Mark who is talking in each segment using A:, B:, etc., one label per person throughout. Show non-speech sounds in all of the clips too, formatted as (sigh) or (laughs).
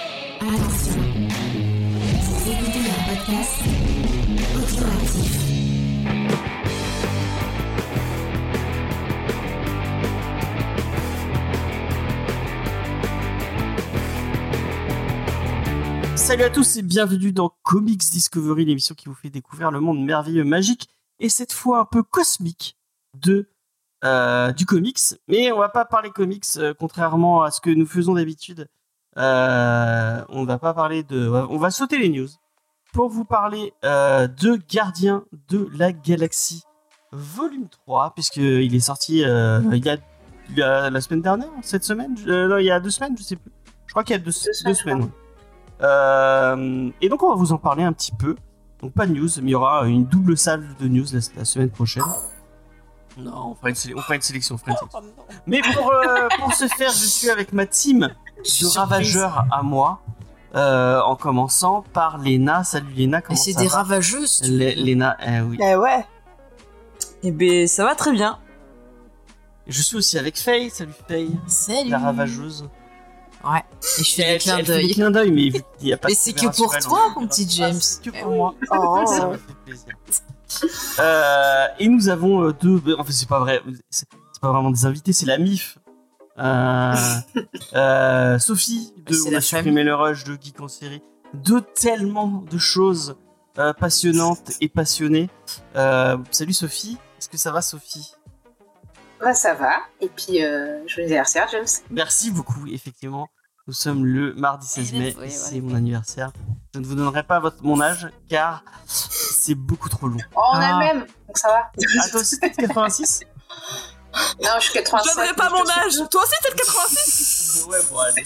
A: Attention, vous écoutez un podcast audioactif.
B: Salut à tous et bienvenue dans Comics Discovery, l'émission qui vous fait découvrir le monde merveilleux, magique et cette fois un peu cosmique de euh, du comics. Mais on va pas parler comics, euh, contrairement à ce que nous faisons d'habitude. Euh, on va pas parler de, on va sauter les news pour vous parler euh, de Gardiens de la Galaxie volume 3 puisque il est sorti euh, il, y a, il y a la semaine dernière, cette semaine, je- euh, non, il y a deux semaines, je sais plus. Je crois qu'il y a deux, deux semaines. ouais. Euh, et donc on va vous en parler un petit peu. Donc pas de news, mais il y aura une double salle de news la, la semaine prochaine. Non, on fera une, séle- on fera une sélection, on fera une sélection. Mais pour, euh, pour ce faire, je suis avec ma team de ravageurs à moi. euh, en commençant par Léna. Salut Léna,
C: Mais
B: comment
C: c'est
B: ça
C: des
B: va
C: ravageuses. tu-
B: Lé- Léna, eh oui.
D: Eh ouais. Eh ben, ça va très bien.
B: Je suis aussi avec Faye. Salut Faye,
C: Salut.
B: la ravageuse.
C: Et je fais des clins
B: Elle fait des
C: d'œil.
B: clins d'œil, mais il y a pas
C: Mais
B: de
C: c'est que
B: caméra
C: pour
B: sur elle,
C: toi,
B: on
C: mon
B: verra.
C: petit
B: Ah,
C: James. Eh
B: c'est que pour moi. Ça
D: Oh.
B: me fait plaisir. Euh, et nous avons euh, deux. Enfin, c'est pas vrai. C'est c'est pas vraiment des invités, c'est la MIF. (laughs) Euh, euh, Sophie, de
C: C'est
B: On
C: la
B: a supprimé le rush de Geek en série. De tellement de choses euh, passionnantes et passionnées. Euh, salut Sophie. Est-ce que ça va, Sophie
E: Bah, ça va. Et puis, euh, joyeux anniversaire, James.
B: Merci beaucoup, effectivement. Nous sommes le mardi 16 mai, et c'est mon anniversaire. Je ne vous donnerai pas votre, mon âge, car c'est beaucoup trop long.
E: Oh, on a
B: Ah.
E: le même, donc ça va.
B: Ah, toi aussi, t'es de 86
E: Non, je suis 87.
D: Je donnerai pas
E: mais je
D: mon
E: te
D: âge.
E: suis-
D: Toi aussi, t'es le 86.
B: Ouais, bon, allez.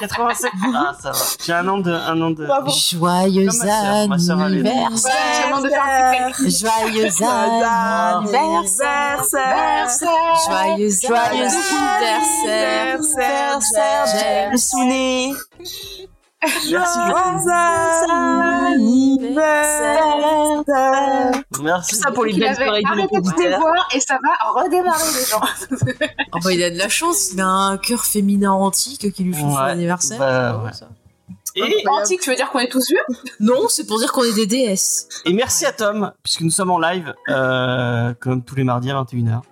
B: 87 Ah, ça va. J'ai un an de... Un an de...
D: Bravo.
C: Joyeux
B: Comme ma sœur, ma sœur, elle est-
E: Ouais,
C: anniversaire.
E: j'ai demandé de faire un petit
D: (laughs)
C: Joyeux anniversaire.
E: calcul.
C: Joyeux anniversaire. James.
D: Souné.
B: Merci
D: Ah.
B: beaucoup.
D: anniversaire.
B: Merci.
D: Tout ça pour les
E: Il
D: belles
E: avait
D: oreilles de mon
E: arrêté de
D: computer.
E: se voir et ça va redémarrer les gens.
C: Oh bah il a de la chance, il a un cœur féminin antique qui lui fait son
B: Ouais,
C: anniversaire.
B: bah
C: C'est beau,
B: ouais.
C: ça.
B: Et,
E: Antique, tu veux dire qu'on est tous vieux
C: Non, c'est pour dire qu'on est des déesses.
B: et merci à Tom, puisque nous sommes en live, euh, comme tous les mardis à 21h.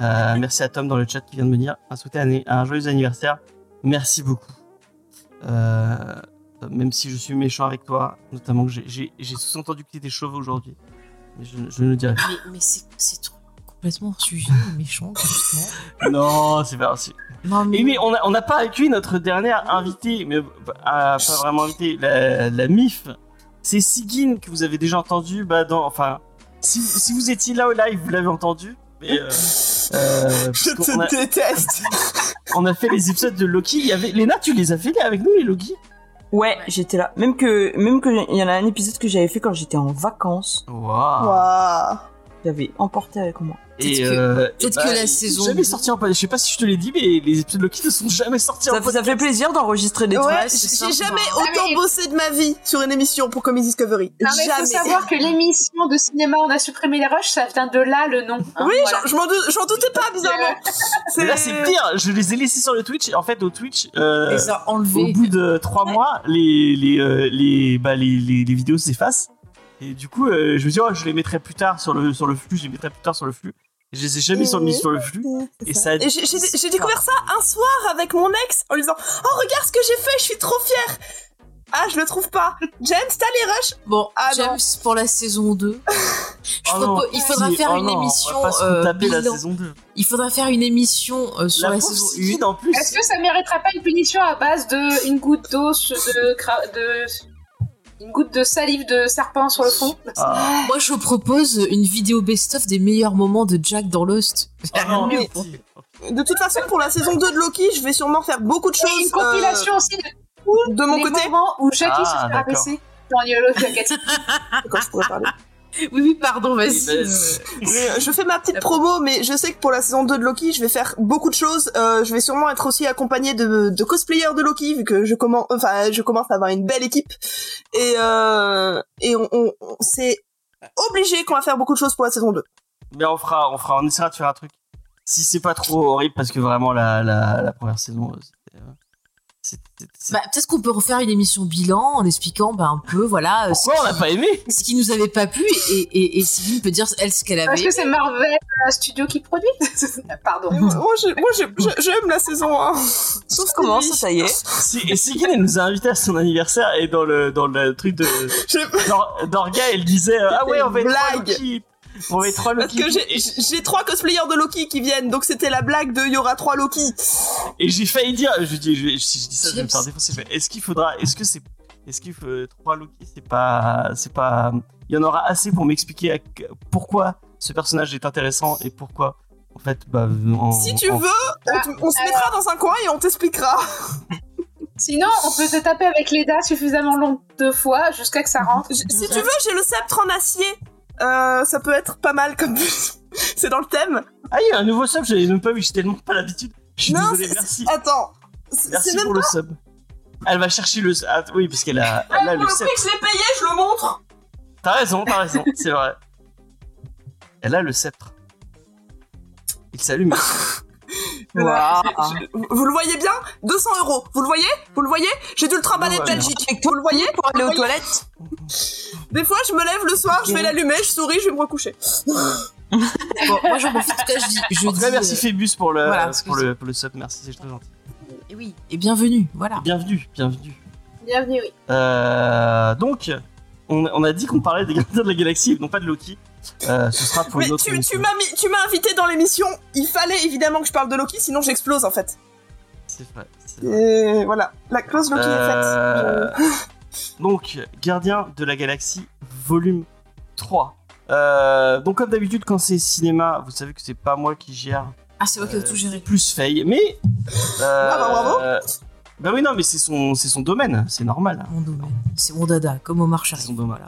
B: Euh, merci à Tom dans le chat qui vient de me dire un, souhaiter un, un joyeux anniversaire. Merci beaucoup. Euh, même si je suis méchant avec toi, notamment que j'ai- j'ai j'ai sous-entendu que tu étais chauve aujourd'hui. Mais je, je ne le dirai pas.
C: Mais, mais c'est c'est trop complètement hors sujet, méchant, complètement.
B: Non, c'est pas... c'est-
C: Non,
B: Et oui, on n'a on a pas accueilli notre dernière invitée, mais ah, pas vraiment invitée, la, la MIF. C'est Sigyn que vous avez déjà entendu. Bah, dans, enfin, si, si vous étiez là au live, vous l'avez entendu. Mais euh, euh, parce
D: Je
B: qu'on a,
D: te déteste.
B: on a fait les épisodes de Loki. Il y avait... Léna, tu les as fait avec nous, les Loki
D: Ouais, j'étais là. Même que, même que, il y en a un épisode que j'avais fait quand j'étais en vacances.
B: Waouh
D: J'avais emporté avec moi.
B: Et,
C: Peut-être que-
B: euh, et
C: peut-être que la
B: ils sont
C: saison
B: Jamais
C: deux-
B: sortis en podcast. Je sais pas si je te l'ai dit, mais les épisodes de Loki ne sont jamais sortis
D: Ça
B: en
D: vous a fait plaisir d'enregistrer des trucs.
F: Ouais,
C: c'est
F: j'ai
C: sympa.
F: jamais
E: Ah,
F: autant
E: mais-
F: bossé de ma vie sur une émission pour Comics Discovery.
E: Non, mais il faut
F: jamais.
E: savoir que l'émission de cinéma On a supprimé les rushs, ça vient de là le nom. hein,
F: Oui,
E: voilà.
F: j'en- je m'en dou- j'en doutais pas,
E: (laughs)
F: bizarrement.
B: Mais là, c'est pire. Je les ai laissés sur le Twitch. En fait, au Twitch. euh,
C: les a
B: Au
C: enlevés.
B: bout de trois mois, les, les, euh, les, bah, les, les, les vidéos s'effacent. Et du coup, euh, je me dis, oh, je les mettrai plus tard sur le, sur le flux, je les mettrai plus tard sur le flux. Je les ai jamais sur- mis sur le flux. Et ça a
F: Et j'ai- j'ai j'ai découvert ça un soir avec mon ex en lui disant Oh, regarde ce que j'ai fait, je suis trop fière. Ah, je le
E: (laughs)
F: trouve pas. James, t'as les rushs
C: Bon,
F: Ah, non.
C: James, pour la saison 2, (laughs) je
B: Oh
C: propose-
B: non,
C: il faudra
B: si,
C: faire
B: oh
C: une
B: non,
C: émission.
B: On va pas se
C: euh,
B: taper la
C: bilan.
B: saison 2.
C: Il faudra faire une émission euh, sur
B: La
C: la,
B: pauvre
C: saison
B: Sigrid,
C: 1.
B: en plus.
E: Est-ce que ça mériterait pas une punition à base de une goutte d'eau, sur- de, cra- de une goutte de salive de serpent sur le fond
D: Euh,
B: Ah,
C: Moi, je propose une vidéo best-of des meilleurs moments de Jack dans Lost.
B: oh non,
C: Ah, Mais-
B: merci.
F: De toute façon, pour la saison 2 de Loki, je vais sûrement faire beaucoup de choses
E: Et une
F: euh,
E: compilation aussi de
F: de mon
E: les
F: côté.
E: moments où Jackie
B: Ah,
E: se fait
B: d'accord. Ah
E: rabaisser dans Yellow
B: (laughs)
E: Jacket.
F: Quand je pourrais parler.
C: (laughs) Oui, oui, pardon, vas-y.
B: Eh ben,
C: euh,
F: Mais, euh, je fais ma petite promo, mais je sais que pour la saison 2 de Loki, je vais faire beaucoup de choses. Euh, je vais sûrement être aussi accompagnée de, de cosplayers de Loki, vu que je commence, enfin, je commence à avoir une belle équipe. Et, euh, et on, on- on- c'est obligé qu'on va faire beaucoup de choses pour la saison
D: (laughs)
F: 2.
B: Mais on fera, on fera, on essaiera de faire un truc. Si c'est pas trop horrible, parce que vraiment, la, la, la première saison, euh, c'était, euh, c'est- c'est-
C: Bah, peut-être qu'on peut refaire une émission bilan en expliquant bah, un peu voilà euh, ce,
B: Pourquoi on n'a pas aimé
C: ce qui nous avait pas plu et, et, et Sylvie peut dire elle ce qu'elle avait.
E: Parce que c'est Marvel euh, Studio qui produit. (laughs) Pardon.
F: Mais Moi, moi, j'ai- moi, j'ai- j'ai- j'aime la saison 1.
D: Sauf comment ça, ça y est.
B: Si- Et Sigil, elle nous a invités à son anniversaire et dans le, dans le truc de
F: J'ai-
B: d'Or- d'Orga, elle disait euh, Ah ouais, on va être trois
F: Blague.
B: Loki. On va être trois
F: Parce
B: Loki.
F: que j'ai-
B: Et-
F: j'ai trois cosplayers de Loki qui viennent, donc c'était la blague de il y aura trois Loki.
B: Et j'ai failli dire, je dis, je- si je dis ça, je vais me
C: Chips.
B: faire défoncer. Je fais, Est-ce qu'il faudra, est-ce que c'est, est-ce qu'il faut trois Loki, c'est pas, c'est pas, il y en aura assez pour m'expliquer à que- pourquoi ce personnage est intéressant et pourquoi, en fait, bah,
D: Oh.
B: on-
F: Si tu
B: on-
F: veux, on, te- on se mettra dans un coin et on t'expliquera.
E: Sinon, on peut se taper avec les dats suffisamment longues deux fois jusqu'à que ça rentre.
F: J- Si tu veux, j'ai le sceptre en acier. Euh, ça peut être pas mal comme. (laughs) C'est dans le thème.
B: Ah, il y a un nouveau sub, j'avais même pas vu, j'ai tellement pas l'habitude. Je suis
F: Non,
B: désolé,
F: c'est-
B: merci.
F: Attends. C'est
B: Merci
F: c'est
B: pour
F: même.
B: le sub. Elle va chercher le. Ah, oui, parce qu'elle a, elle a le sceptre.
F: je l'ai payé, je le montre.
B: T'as raison, t'as raison, c'est vrai. Elle a le sceptre. Il s'allume.
D: Waouh.
F: Vous vous le voyez bien 200 euros. Vous le voyez Vous le voyez J'ai dû le trimballer de
B: Ouais, ouais.
F: Belgique.
D: Et Vous le voyez pour aller aux toilettes
F: Des fois, je me lève le soir, je vais l'allumer, je souris, je vais me recoucher.
C: Bon, moi j'en profite en tout cas je dis, je
B: En tout cas,
C: dis, euh,
B: merci
F: euh,
B: Phébus pour le,
C: voilà,
B: pour le, pour le sub, merci, c'est très gentil.
C: euh, et oui et bienvenue voilà.
B: Bienvenue, bienvenue.
E: Bienvenue, oui.
B: Euh, donc, on, on a dit qu'on parlait des gardiens de la galaxie, non pas de Loki. Euh, ce sera pour
F: Mais
B: une autre.
F: tu, tu
B: émission.
F: m'as mis- tu m'as invité dans l'émission. Il fallait évidemment que je parle de Loki, sinon j'explose en fait.
B: C'est vrai, c'est vrai.
F: Et voilà, la clause Euh, Loki
B: Euh,
F: est faite.
B: donc, Gardien de la Galaxie, volume 3. Euh, donc, comme d'habitude, quand c'est cinéma, vous savez que c'est pas moi qui gère
C: Ah c'est moi qui ai
B: Euh,
C: tout géré.
B: plus Faye, mais. euh,
F: Bravo, bravo.
B: euh, Bah oui, non, mais c'est son, c'est son domaine, c'est normal.
C: Mon domaine. C'est mon dada comme au marché.
B: C'est son domaine.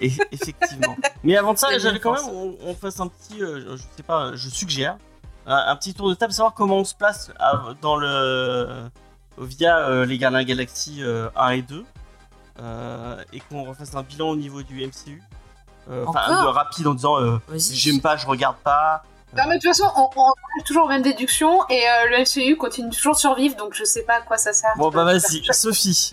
B: Et, effectivement. mais avant de (laughs) ça,
C: C'est
B: j'avais
C: bien
B: quand même,
C: pensé.
B: on, on fasse un petit, euh, je sais pas, je suggère, un, un petit tour de table, savoir comment on se place à- dans le. euh, via euh, les Gardiens de la Galaxie euh, 1 et 2. euh, et qu'on refasse un bilan au niveau du MCU. Euh, Enfin, un
C: Encore
B: peu rapide en disant euh,
C: Vas-y.
B: j'aime pas, je regarde pas.
E: Non, mais de toute façon, on, on arrive toujours aux mêmes déductions et euh, le MCU continue toujours de survivre, donc je sais pas à quoi ça sert.
B: Bon, bah vas-y, Sophie,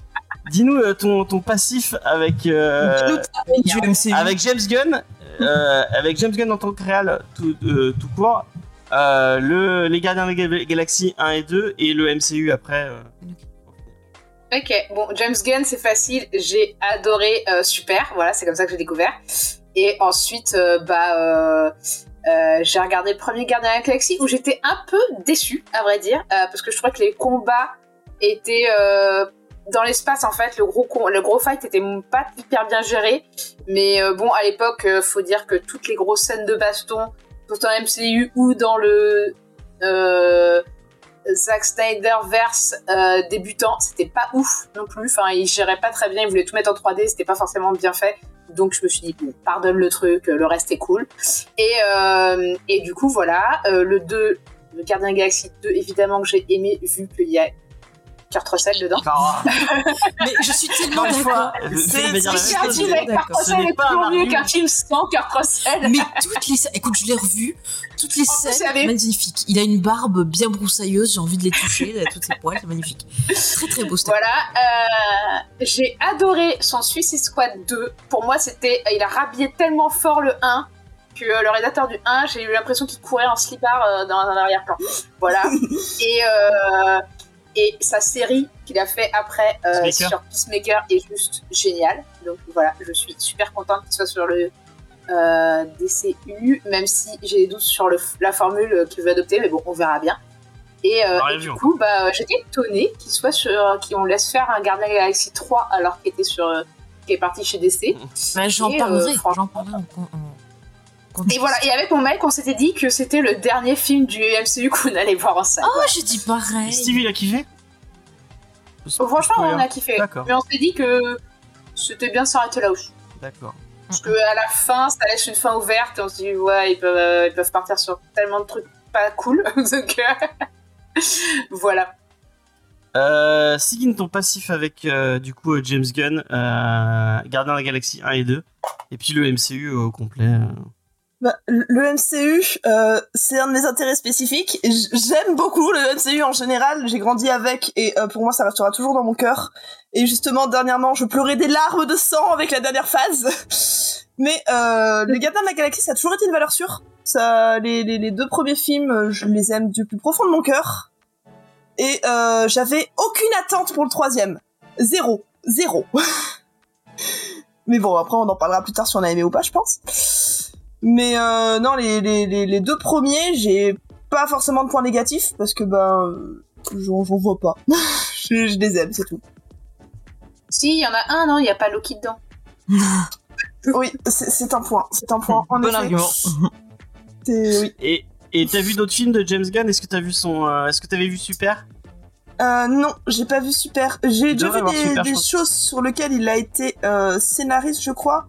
B: dis-nous euh, ton, ton passif avec, euh,
D: du MCU.
B: avec James Gunn, euh, avec James Gunn en tant que réal tout, euh, tout court, euh, le, les Gardiens de la Ga- Galaxie 1 et 2 et le MCU après. euh.
E: Ok, bon, James Gunn, c'est facile, j'ai adoré, euh, super, voilà, c'est comme ça que j'ai découvert. Et ensuite, euh, bah, euh, euh, j'ai regardé le premier Gardien de la Galaxie où j'étais un peu déçue, à vrai dire, euh, parce que je trouvais que les combats étaient euh, dans l'espace, en fait, le gros, com- le gros fight était pas hyper bien géré. Mais euh, bon, à l'époque, euh, faut dire que toutes les grosses scènes de baston, tout en MCU ou dans le. euh, Zack Snyder verse euh, débutant, c'était pas ouf non plus. Enfin, il gérait pas très bien, il voulait tout mettre en 3D, c'était pas forcément bien fait. Donc je me suis dit, bon, pardonne le truc, euh, le reste est cool. Et, euh, et du coup, voilà, euh, le 2, le Gardien Galaxy 2, évidemment que j'ai aimé, vu qu'il y a Kurt Russell dedans.
B: Enfin,
C: Mais je suis tellement
B: encore une
C: d'accord.
E: (laughs)
B: fois, euh, Faye va dire la
C: c'est
B: même
E: Un
B: chose,
E: film
B: mais-
E: avec Kurt
C: D'accord.
B: Ce
E: Russell
B: n'est
E: est
B: pas un
E: toujours mieux
B: argument.
E: qu'un film sans Kurt
B: (laughs)
E: Russell.
C: Mais toutes les scènes, écoute, je l'ai revu, toutes les
E: En plus,
C: scènes,
E: elle est-
C: magnifiques. Il a une barbe bien broussailleuse, j'ai envie de les toucher, là, toutes ses poils, c'est magnifique. Très très beau, c'était.
E: Voilà, euh, j'ai adoré son Suicide Squad 2. Pour moi, c'était, euh, il a rhabillé tellement fort le 1 que euh, le rédacteur du 1, j'ai eu l'impression qu'il courait en slipard euh, dans un arrière-plan.
B: (laughs)
E: Voilà. et, euh, et sa série qu'il a fait après euh,
B: Peacemaker.
E: sur Peacemaker est juste géniale. Donc voilà, je suis super contente qu'il soit sur le euh, DCU, même si j'ai des doutes sur le, la formule qu'il veut adopter, mais bon, on verra bien. Et, euh,
B: On a
E: et
B: vu,
E: du
B: hein.
E: coup, bah, euh, j'étais étonnée qu'il soit sur, qu'on laisse faire un Gardien Galaxy 3 alors qu'il était sur, euh, qu'il est parti chez DC.
C: Bah, j'en
E: Et, euh,
C: parlerai, j'en
E: franchement-
C: parlerai. en- en- en-
E: Et voilà. Et avec mon mec, on s'était dit que c'était le dernier film du MCU (laughs) qu'on allait voir en salle.
C: Oh, j'ai dit pareil.
B: Stevie, il a kiffé
E: Oh, Franchement,
B: Spoiler.
E: on a kiffé.
B: D'accord.
E: Mais on s'est dit que c'était bien de s'arrêter là aussi.
B: D'accord.
E: Parce que à la fin, ça laisse une fin ouverte et on se dit, ouais, ils peuvent, euh, ils peuvent partir sur tellement de trucs pas cool. (laughs) Donc, euh, (laughs) voilà.
B: Euh, Sigyn, ton passif avec euh, du coup euh, James Gunn, euh, Gardien de la Galaxie 1 et 2, et puis le MCU au complet. euh.
F: Bah, le MCU, euh, c'est un de mes intérêts spécifiques. J- J'aime beaucoup le MCU en général. J'ai grandi avec et euh, pour moi, ça restera toujours dans mon cœur. Et justement, dernièrement, je pleurais des larmes de sang avec la dernière phase. Mais euh, les Gardiens de la Galaxie, ça a toujours été une valeur sûre. Ça, les, les, les deux premiers films, euh, je les aime du plus profond de mon cœur. Et euh, j'avais aucune attente pour le troisième. Zéro. Zéro. (laughs) Mais bon, après, on en parlera plus tard si on a aimé ou pas, je pense. Mais euh, non, les, les, les, les deux premiers, j'ai pas forcément de points négatifs parce que ben, euh, j'en j'en vois pas. (laughs) je, je les aime, c'est tout.
E: Si, il y en a un, non, il n'y a pas Loki dedans.
F: Oui, c'est c'est un point. C'est un point. En
D: Bon
F: effet,
D: argument.
F: (laughs) c'est- oui.
B: Et et t'as vu d'autres films de James Gunn Est-ce que t'as vu son euh, Est-ce que t'avais vu Super
F: Euh, non, j'ai pas vu Super. J'ai
B: Il
F: déjà
B: devrait
F: vu
B: avoir
F: des,
B: Super, je
F: des
B: crois.
F: choses sur lesquelles il a été euh, scénariste, je crois.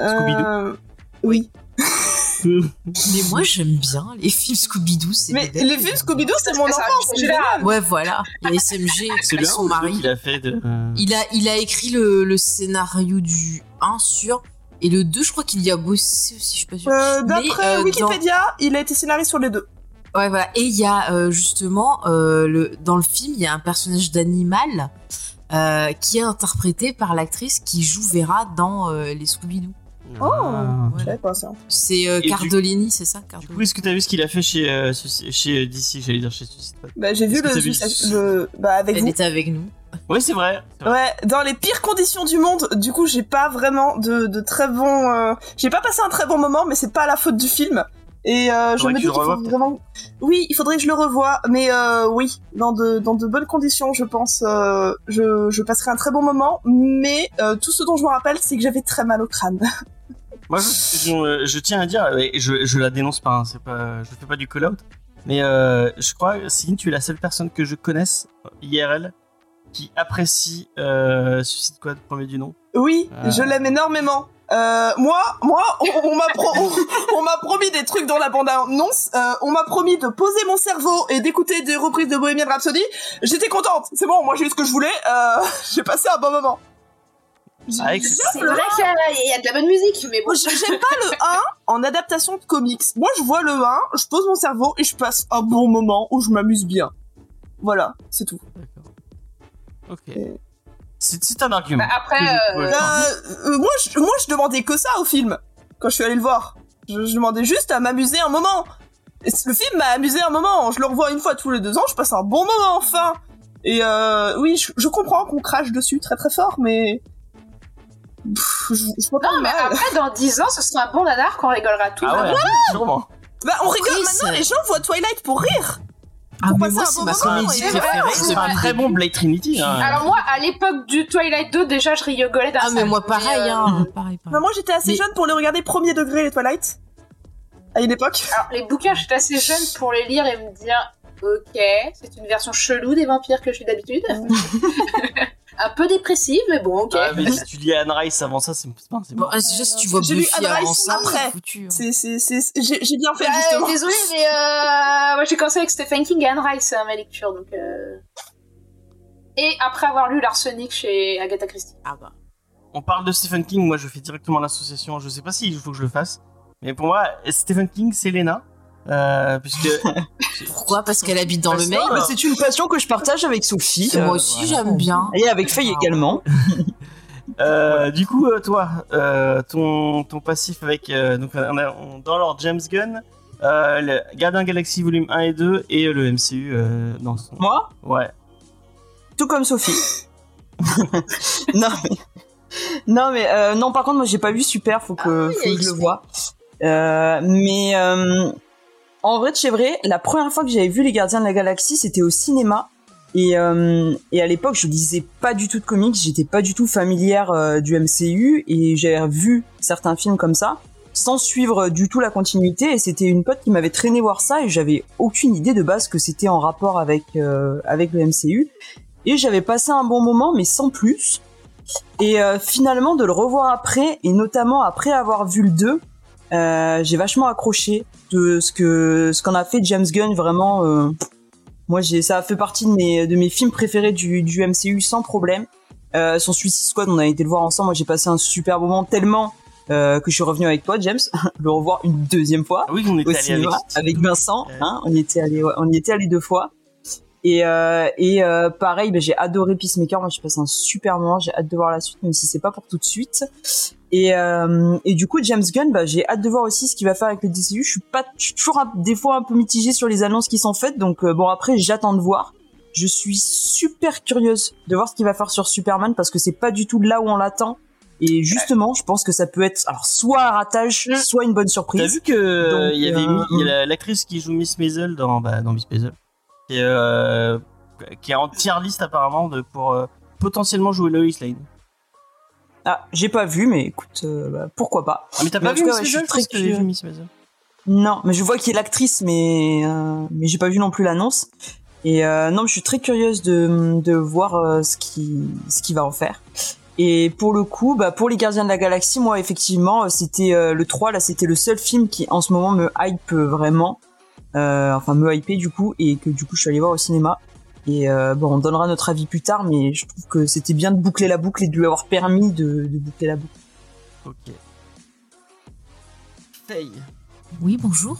F: Euh,
B: Scooby-Doo.
F: Oui.
C: Mais moi, j'aime bien les films Scooby-Doo, c'est
F: Mais
C: des belles-
F: les films Scooby-Doo, c'est mon
E: Ça, ça,
F: enfance. Euh,
E: c'est
F: je
E: là.
F: l'adore.
C: Ouais, voilà. Il y a SMG
B: (laughs) C'est
C: et
B: le
C: son
B: ou le deux
C: mari.
B: qu'il a fait de. euh,
C: Il a, il a écrit le, le scénario du 1 sur. Et le 2, je crois qu'il y a bossé aussi, je suis pas sûre.
F: Euh,
C: Mais,
F: D'après
C: euh,
F: Wikipédia, il a été scénariste sur les deux.
C: dans- Ouais, voilà. Et il y a euh, justement, euh, le, dans le film, il y a un personnage d'animal euh, qui est interprété par l'actrice qui joue Vera dans euh, les Scooby-Doo.
B: ah.
F: Je savais pas ça.
C: C'est euh,
B: Et du-
C: Cardolini, c'est ça
B: Du
C: Cardolini
B: coup, est-ce que t'as vu ce qu'il a fait chez euh, Suicide- chez euh, DC J'allais dire chez Suicide Squad.
F: Bah, j'ai vu
B: Est-ce que
F: le,
B: t'as vu le-
F: le- Bah, avec
C: Elle
F: vous.
C: était avec nous.
B: Ouais, c'est vrai. c'est vrai.
F: Ouais, dans les pires conditions du monde, du coup, j'ai pas vraiment de, de très bon. euh, J'ai pas passé un très bon moment, mais c'est pas la faute du film. Et euh, je
B: Faudrait
F: me
B: que
F: dis
B: tu le
F: qu'il faut
B: revoies, peut-être.
F: vraiment. Oui, il faudrait que je le revoie, mais euh, oui, dans de, dans de bonnes conditions, je pense. euh, je, je passerai un très bon moment, mais euh, tout ce dont je me rappelle, c'est que j'avais très mal au crâne.
B: Moi, je, euh, je- je tiens à dire, et je, je la dénonce pas, hein, c'est pas, je fais pas du call-out, mais euh, je crois, Céline, tu es la seule personne que je connaisse, euh, IRL, qui apprécie euh, Suicide Squad, premier du nom.
F: Oui,
B: Ah.
F: je l'aime énormément. Euh, moi, moi, on, on m'a pro- on, on m'a promis des trucs dans la bande annonce. Euh, on m'a promis de poser mon cerveau et d'écouter des reprises de Bohemian Rhapsody. J'étais contente. C'est bon, moi j'ai eu ce que je voulais. Euh, (laughs) j'ai passé un bon moment. J'ai-
B: Avec ses
E: C'est vrai qu'il y a- il y, a de la bonne musique, mais
C: (laughs)
E: bon.
F: Moi, j'ai- J'aime pas le 1 en adaptation de comics. Moi, je vois le 1, je pose mon cerveau et je passe un bon moment où je m'amuse bien. Voilà, c'est tout.
B: D'accord. Ok.
F: Euh.
B: C'est c'est un argument.
E: Bah, après,
B: Que je pourrais
E: euh,
F: Euh, euh, moi, je, moi, je demandais que ça au film quand je suis allée le voir. Je, je demandais juste à m'amuser un moment. Et c- Le film m'a amusé un moment. Je le revois une fois tous les deux ans. Je passe un bon moment enfin. Et euh, oui, je, je comprends qu'on crache dessus très très fort, mais Pff, je, je vois pas
E: Non,
F: le
E: mais
F: mal.
E: après, dans 10 ans, ce sera un bon nanar qu'on rigolera tous.
B: Ah ouais, sûrement.
F: Bah, on rigole
C: Chris,
F: maintenant.
C: euh,
F: Les gens voient Twilight pour rire.
C: Ah,
F: Pour
C: mais
F: passer
C: moi,
F: un
C: c'est
F: bon
C: ma
F: moment,
C: comédie
F: ouais.
C: préférée.
B: C'est un très bon Blade Trinity. hein.
E: Alors moi, à l'époque du Twilight 2, déjà, je rigolais d'un
C: Ah, mais
E: sac,
C: moi, pareil,
E: euh,
C: hein. (laughs) Pareil, pareil.
F: Bah, moi, j'étais assez
C: Mais-
F: jeune pour les regarder premier degré les Twilight à une époque.
E: Alors, les bouquins, j'étais assez jeune pour les lire et me dire, ok, c'est une version chelou des vampires que je
C: (laughs)
E: suis d'habitude. un peu dépressive, mais bon, ok.
B: Ah, mais si tu lis Anne Rice avant ça, c'est c'est pas c'est
C: Bon,
B: bon.
C: ah, c'est juste si tu vois
F: J'ai lu
C: Buffy
F: Adrice
C: avant ça,
F: après.
C: c'est foutu. hein.
F: (laughs) C'est, c'est, c'est, j'ai, j'ai bien fait
E: Euh,
F: justement.
E: désolée, mais euh, moi j'ai commencé avec Stephen King et Anne Rice hein, ma lecture, donc. euh, Et après avoir lu L'Arsenic chez Agatha Christie.
C: Ah bah.
B: On parle de Stephen King, moi je fais directement l'association, je sais pas s'il faut que je le fasse, mais pour moi, Stephen King, c'est Lena. euh, puisque
C: Pourquoi Parce qu'elle habite dans le
B: Parce-
C: Maine
B: Non, mais
C: Parce
B: c'est-
C: que
D: Ah, bah, C'est une passion que je partage avec Sophie.
C: Moi
D: euh,
C: aussi,
B: voilà.
C: j'aime bien.
D: Et avec Faye
C: Ah.
D: également.
B: Euh, du coup, euh, toi, euh, ton, ton passif avec. euh, donc, on a- on- dans l'ordre James Gunn, euh, le Gardien Galaxy volume 1 et 2 et le MCU euh, dans son.
D: Moi,
B: Ouais.
D: tout comme Sophie. (laughs) non mais, non mais euh, non. Par contre, moi, j'ai pas vu Super. Faut que, faut que je le vois. Euh, mais euh, en vrai, de chez vrai, la première fois que j'avais vu Les Gardiens de la Galaxie, c'était au cinéma. Et, euh, et à l'époque, je lisais pas du tout de comics. J'étais pas du tout familière euh, du MCU et j'avais vu certains films comme ça sans suivre du tout la continuité et c'était une pote qui m'avait traîné voir ça et j'avais aucune idée de base que c'était en rapport avec euh, avec le MCU et j'avais passé un bon moment mais sans plus et euh, finalement de le revoir après et notamment après avoir vu le 2 euh, j'ai vachement accroché de ce que ce qu'en a fait James Gunn vraiment euh, moi j'ai ça fait partie de mes de mes films préférés du du MCU sans problème euh, son Suicide Squad on a été le voir ensemble moi j'ai passé un super moment tellement euh, que je suis revenu avec toi, James, (laughs) le revoir une deuxième fois
B: Ah oui, on
D: au
B: était allé avec,
D: cinéma
B: Steve.
D: avec Vincent.
B: Ouais.
D: Hein, on y était allé, ouais, on y était allé deux fois. Et, euh, et euh, pareil, ben, j'ai adoré Peacemaker. Moi, j'ai passé un super moment. J'ai hâte de voir la suite, même si c'est pas pour tout de suite. Et, euh, et du coup, James Gunn, bah, j'ai hâte de voir aussi ce qu'il va faire avec le DCU. Je suis pas, je suis toujours un- des fois un peu mitigée sur les annonces qui sont faites. Donc euh, bon, après, j'attends de voir. Je suis super curieuse de voir ce qu'il va faire sur Superman parce que c'est pas du tout là où on l'attend. Et justement, je pense que ça peut être alors soit un ratage,
B: Mm.
D: soit une bonne surprise.
B: T'as vu que euh,
D: Donc,
B: il y avait
D: euh,
B: mis- il y a la- l'actrice qui joue Miss Maisel dans, bah, dans Miss Maisel, qui, est, euh, qui est en tier list apparemment de, pour euh, potentiellement jouer Lois Lane.
D: Ah, j'ai pas vu, mais écoute, euh, bah, pourquoi pas.
B: Ah, mais t'as
D: Mais
B: pas
D: en
B: vu
D: tout
B: Miss
D: cas, ouais, je suis
B: Maisel Je
D: très
B: pense que j'ai vu
D: curieux.
B: Miss Maisel.
D: Non, mais je vois qu'il y a l'actrice, mais euh, mais j'ai pas vu non plus l'annonce. Et euh, non, mais je suis très curieuse de, de voir euh, ce qui ce qu'il va en faire. Et pour le coup, bah, pour les Gardiens de la Galaxie, moi effectivement, euh, c'était euh, le 3, là c'était le seul film qui en ce moment me hype euh, vraiment, Euh, enfin me hyper du coup, et que du coup je suis allée voir au cinéma. Et euh, bon, on donnera notre avis plus tard, mais je trouve que c'était bien de boucler la boucle et de lui avoir permis de, de boucler la boucle.
B: Ok. Faye.
C: Oui, bonjour.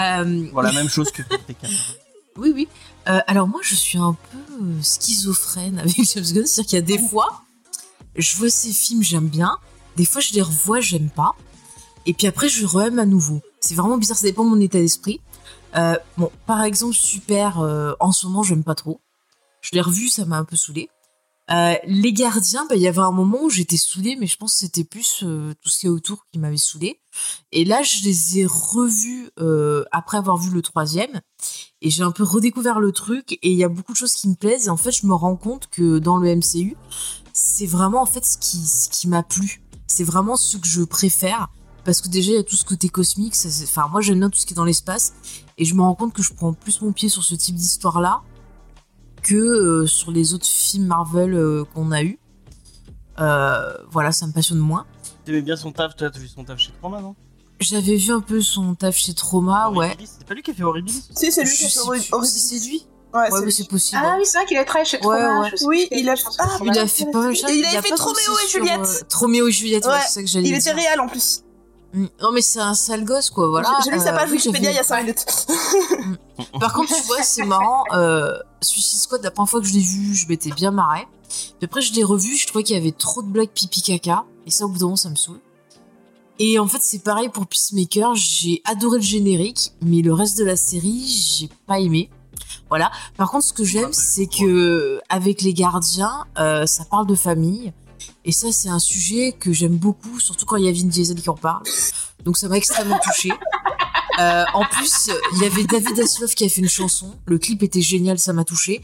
C: Euh,
B: Voilà, même chose que pour TK.
D: (laughs)
C: Oui, oui. Euh, alors moi, je suis un peu euh, schizophrène (laughs) avec James Gunn, c'est-à-dire qu'il y a des fois, je vois ses films, j'aime bien. Des fois, je les revois, j'aime pas. Et puis après, je re-aime à nouveau. C'est vraiment bizarre, ça dépend de mon état d'esprit. Euh, bon, par exemple, Super, euh, en ce moment, j'aime pas trop. Je l'ai revu, ça m'a un peu saoulé. les gardiens, bah, il y avait un moment où j'étais saoulée, mais je pense que c'était plus euh, tout ce qui est autour qui m'avait saoulée. Et là, je les ai revus euh, après avoir vu le troisième et j'ai un peu redécouvert le truc et il y a beaucoup de choses qui me plaisent et en fait je me rends compte que dans le MCU c'est vraiment en fait ce qui, ce qui m'a plu c'est vraiment ce que je préfère parce que déjà il y a tout ce côté cosmique ça, c'est- enfin moi j'aime bien tout ce qui est dans l'espace et je me rends compte que je prends plus mon pied sur ce type d'histoire là que euh, sur les autres films Marvel euh, qu'on a eu Euh, voilà ça me passionne moins
B: T'aimais bien son taf, toi, t'as vu son taf chez Trauma, non
C: j'avais vu un peu son taf chez
D: Ah
C: Trauma ouais
B: Horribilis, C'est pas lui qui a fait Horribilis
F: Si, c'est lui
C: Je
F: qui a fait
C: sais
F: Horri-
C: plus.
F: Horribilis.
C: c'est lui
F: Ouais,
C: ouais
F: c'est
C: mais
F: lui.
C: c'est possible hein.
E: Ah oui, c'est vrai qu'il a travaillé chez Trauma.
C: Ouais, ouais.
E: je me suis
F: Oui,
E: fait-
F: il a-
E: je pense que
F: Ah,
E: c'est Trauma.
C: Il a bah, fait pas mal de choses.
F: Et il avait
C: a
F: fait
C: pas
F: Troméo
C: bossé
F: et
C: sur,
F: Juliette.
C: euh, Troméo et Juliette, ouais,
F: Ouais.
C: c'est ça que j'allais
F: Il
C: dire.
F: était réel en plus.
C: Mm. Non, mais c'est un sale gosse, quoi, voilà.
F: J'ai- J'ai lu sa
C: Euh,
F: page
C: oui,
F: Wikipédia il y a
C: j'avais-
F: 5 minutes. (laughs)
C: (laughs) Par contre, tu vois, c'est marrant. Euh, Suicide Squad, la première fois que je l'ai vu, je m'étais bien marré. Puis après, je l'ai revu, je trouvais qu'il y avait trop de blagues pipi caca. Et ça, au bout d'un moment, ça me saoule. Et en fait, c'est pareil pour Peacemaker. J'ai adoré le générique, mais le reste de la série, j'ai pas aimé. Voilà. Par contre, ce que
B: pas
C: j'aime,
B: eu
C: c'est
B: le droit.
C: que avec les gardiens, euh, ça parle de famille. Et ça, c'est un sujet que j'aime beaucoup, surtout quand il y a Vin Diesel qui en parle. Donc ça m'a extrêmement touchée. Euh, en plus, il y avait David Asloff qui a fait une chanson. Le clip était génial, ça m'a touché.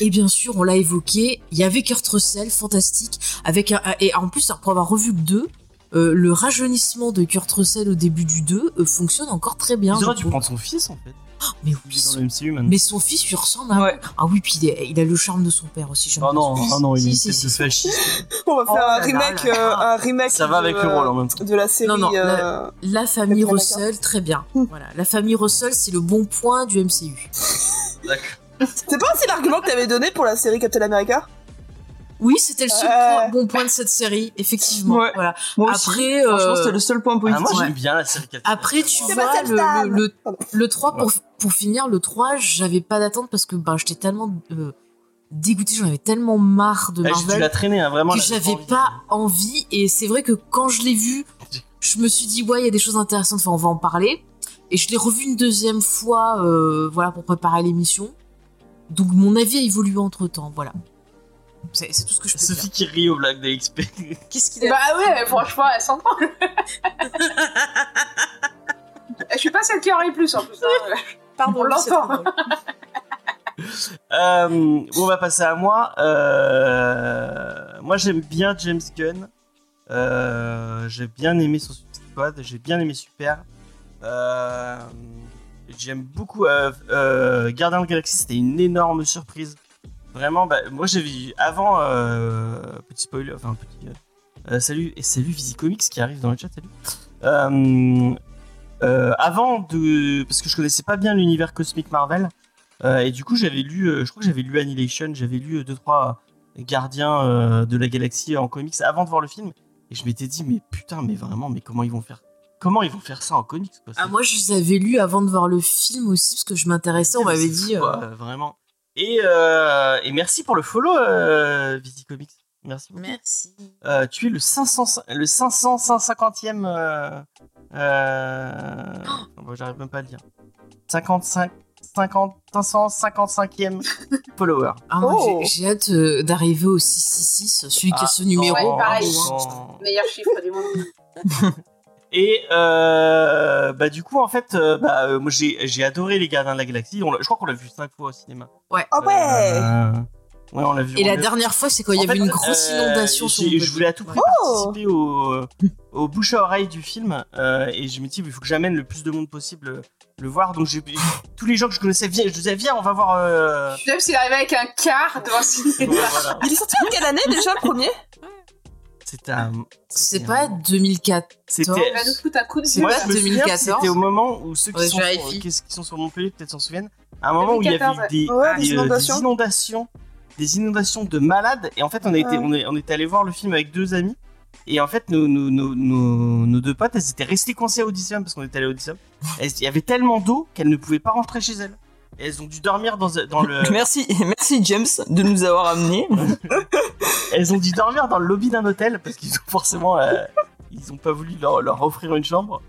C: Et bien sûr, on l'a évoqué. Il y avait Kurt Russell, fantastique. Avec un, un- et en plus, après avoir revu le 2, euh, le rajeunissement de Kurt Russell au début du 2 euh, fonctionne encore très bien.
B: Ils auraient
C: je
B: dû
C: trouve.
B: prendre son fils, en fait.
C: Mais
B: Il
C: oui,
B: est dans
C: son,
B: le MCU maintenant.
C: mais son fils lui ressemble. hein.
D: Ouais.
C: Ah oui, puis il, est- il a le charme de son père aussi. j'aime
B: Ah
C: bien
B: non,
C: son fils.
B: ah non, il
C: Si,
B: est
C: si,
B: tête
C: si,
B: de
C: si.
B: fasciste.
F: On va
C: Oh
F: faire un
C: là
F: remake,
C: là là
F: euh,
C: là.
F: un remake.
B: Ça va
F: de,
B: avec le rôle en même temps.
F: De la série.
C: Non, non,
F: euh,
C: La famille
F: Captain
C: Russell, très bien. Voilà, la famille Russell, c'est le bon point du MCU.
B: D'accord.
F: C'est pas aussi l'argument que t'avais donné pour la série Captain America
C: Oui, c'était le seul
F: Ouais.
C: point- bon point de cette série, effectivement.
D: Ouais.
C: Voilà.
D: Moi aussi,
C: Après,
D: franchement,
C: euh,
D: c'était le seul point
B: Ah,
D: positif.
B: moi,
C: Ouais.
B: j'aime bien la série 4.
C: après tu
F: C'est
C: vois,
F: pas
C: le, le, le,
F: Pardon.
C: le 3, pour, pour finir, le 3, j'avais pas d'attente parce que bah, j'étais tellement euh, dégoûtée, j'en avais tellement marre
D: Eh,
C: de
B: tu l'as
C: Marvel
B: traîné, hein, vraiment.
C: que
B: là, j'ai
C: j'avais
B: envie.
C: pas envie. Et c'est vrai que quand je l'ai vu, je me suis dit, ouais, il y a des choses intéressantes, enfin, on va en parler. Et je l'ai revu une deuxième fois euh, voilà, pour préparer l'émission. Donc mon avis a évolué entre temps, voilà. C'est c'est tout ce que je peux dire.
B: Sophie qui rit aux blagues des XP.
C: Qu'est-ce qu'il
E: Bah ouais, (laughs) mais franchement, elle s'entend. (laughs) Je suis pas celle qui en rit plus en plus. hein.
C: Pardon,
E: on
C: oui, c'est
E: l'entend.
C: pas drôle.
B: (laughs) Euh, bon, on va passer à moi. Euh, moi, j'aime bien James Gunn. Euh, j'ai bien aimé son Suicide Squad. J'ai bien aimé Super. Euh, j'aime beaucoup euh, euh, Gardien de la Galaxie. C'était une énorme surprise. Vraiment, bah, moi, j'avais vu avant. euh, petit spoiler, enfin, petit. euh, euh, salut, et salut Visicomics qui arrive dans le chat. Salut. Euh, euh, avant de. Parce que je connaissais pas bien l'univers cosmique Marvel. Euh, et du coup, j'avais lu, euh, je crois que j'avais lu euh, Annihilation, j'avais lu 2-3 Gardiens euh, de la Galaxie en comics avant de voir le film. Et je m'étais dit, mais putain, mais vraiment, mais comment ils vont faire Comment ils vont faire ça en comics quoi,
C: Ah,
B: c'est-
C: moi, je les avais lus avant de voir le film aussi, parce que je m'intéressais, on
B: c'est
C: m'avait
B: fou,
C: dit. euh,
B: quoi, euh, vraiment. Et, euh, et merci pour le follow, euh, Comics. Merci. beaucoup.
C: Merci.
B: Euh, tu es le 500, le 500, 550e. Euh, euh,
C: Oh.
B: bon, J'arrive même pas à le dire. 55, 50,
C: (laughs)
B: 555e follower.
C: Ah, moi,
F: Oh.
C: j'ai- j'ai hâte euh, d'arriver au 666, celui
B: Ah,
C: qui a ce numéro.
E: ouais, pareil.
B: non.
E: Meilleur chiffre du monde.
B: Et euh, bah, du coup, en fait, euh, bah, euh, moi j'ai j'ai adoré Les Gardiens de la Galaxie. On l'a- je crois qu'on l'a vu 5 fois au cinéma.
F: Ah ouais
B: Euh, ouais, on l'a vu.
C: Et
B: on
C: la
B: l'a-
C: dernière fois, c'est quand il y
B: En
C: avait
B: fait,
C: une grosse
B: euh,
C: inondation sur Oh.
B: j'ai-
C: le
B: Je
C: côté.
B: voulais à tout prix
F: Oh
B: participer au, au bouche à oreille du film euh, et je me dis il faut que j'amène le plus de monde possible euh, le voir. Donc
C: (laughs)
B: j'ai- tous les gens que je connaissais, viens, je disais viens, on va voir. euh,
E: James, il est arrivé avec un quart devant le
B: bon,
E: cinéma.
B: voilà.
F: Il est sorti en quelle année déjà
B: (laughs)
F: le premier
B: C'était un-
C: C'est
B: c'était
C: pas
B: un-
C: 2004.
B: C'était.
E: Il va nous foutre un coup de
C: C'est
E: vieux.
B: Moi,
C: pas
B: je me souviens que
C: 2014.
B: C'était au moment où ceux qui,
C: Ouais,
B: sont,
C: je vérifie.
B: qui, qui sont sur Montpellier peut-être s'en souviennent. À un moment où
E: 2014,
B: il y avait des,
F: Ouais,
B: des,
F: des
B: euh, des
F: inondations.
B: inondations, des inondations de malades. Et en fait, on était,
F: Ouais.
B: on est, on était allé voir le film avec deux amis. Et en fait, nos, nos, nos, nos, nos deux potes, elles étaient restées coincées à Odysseum parce qu'on était allé à
C: (laughs)
B: Odysseum. Elles- Il y avait tellement d'eau qu'elles ne pouvaient pas rentrer chez elles. Et elles ont dû dormir dans, dans le,
D: (laughs) Merci, merci James de nous avoir amenés.
B: (laughs) elles ont dû dormir dans le lobby d'un hôtel parce qu'ils ont forcément, euh, ils ont pas voulu leur, leur offrir une chambre.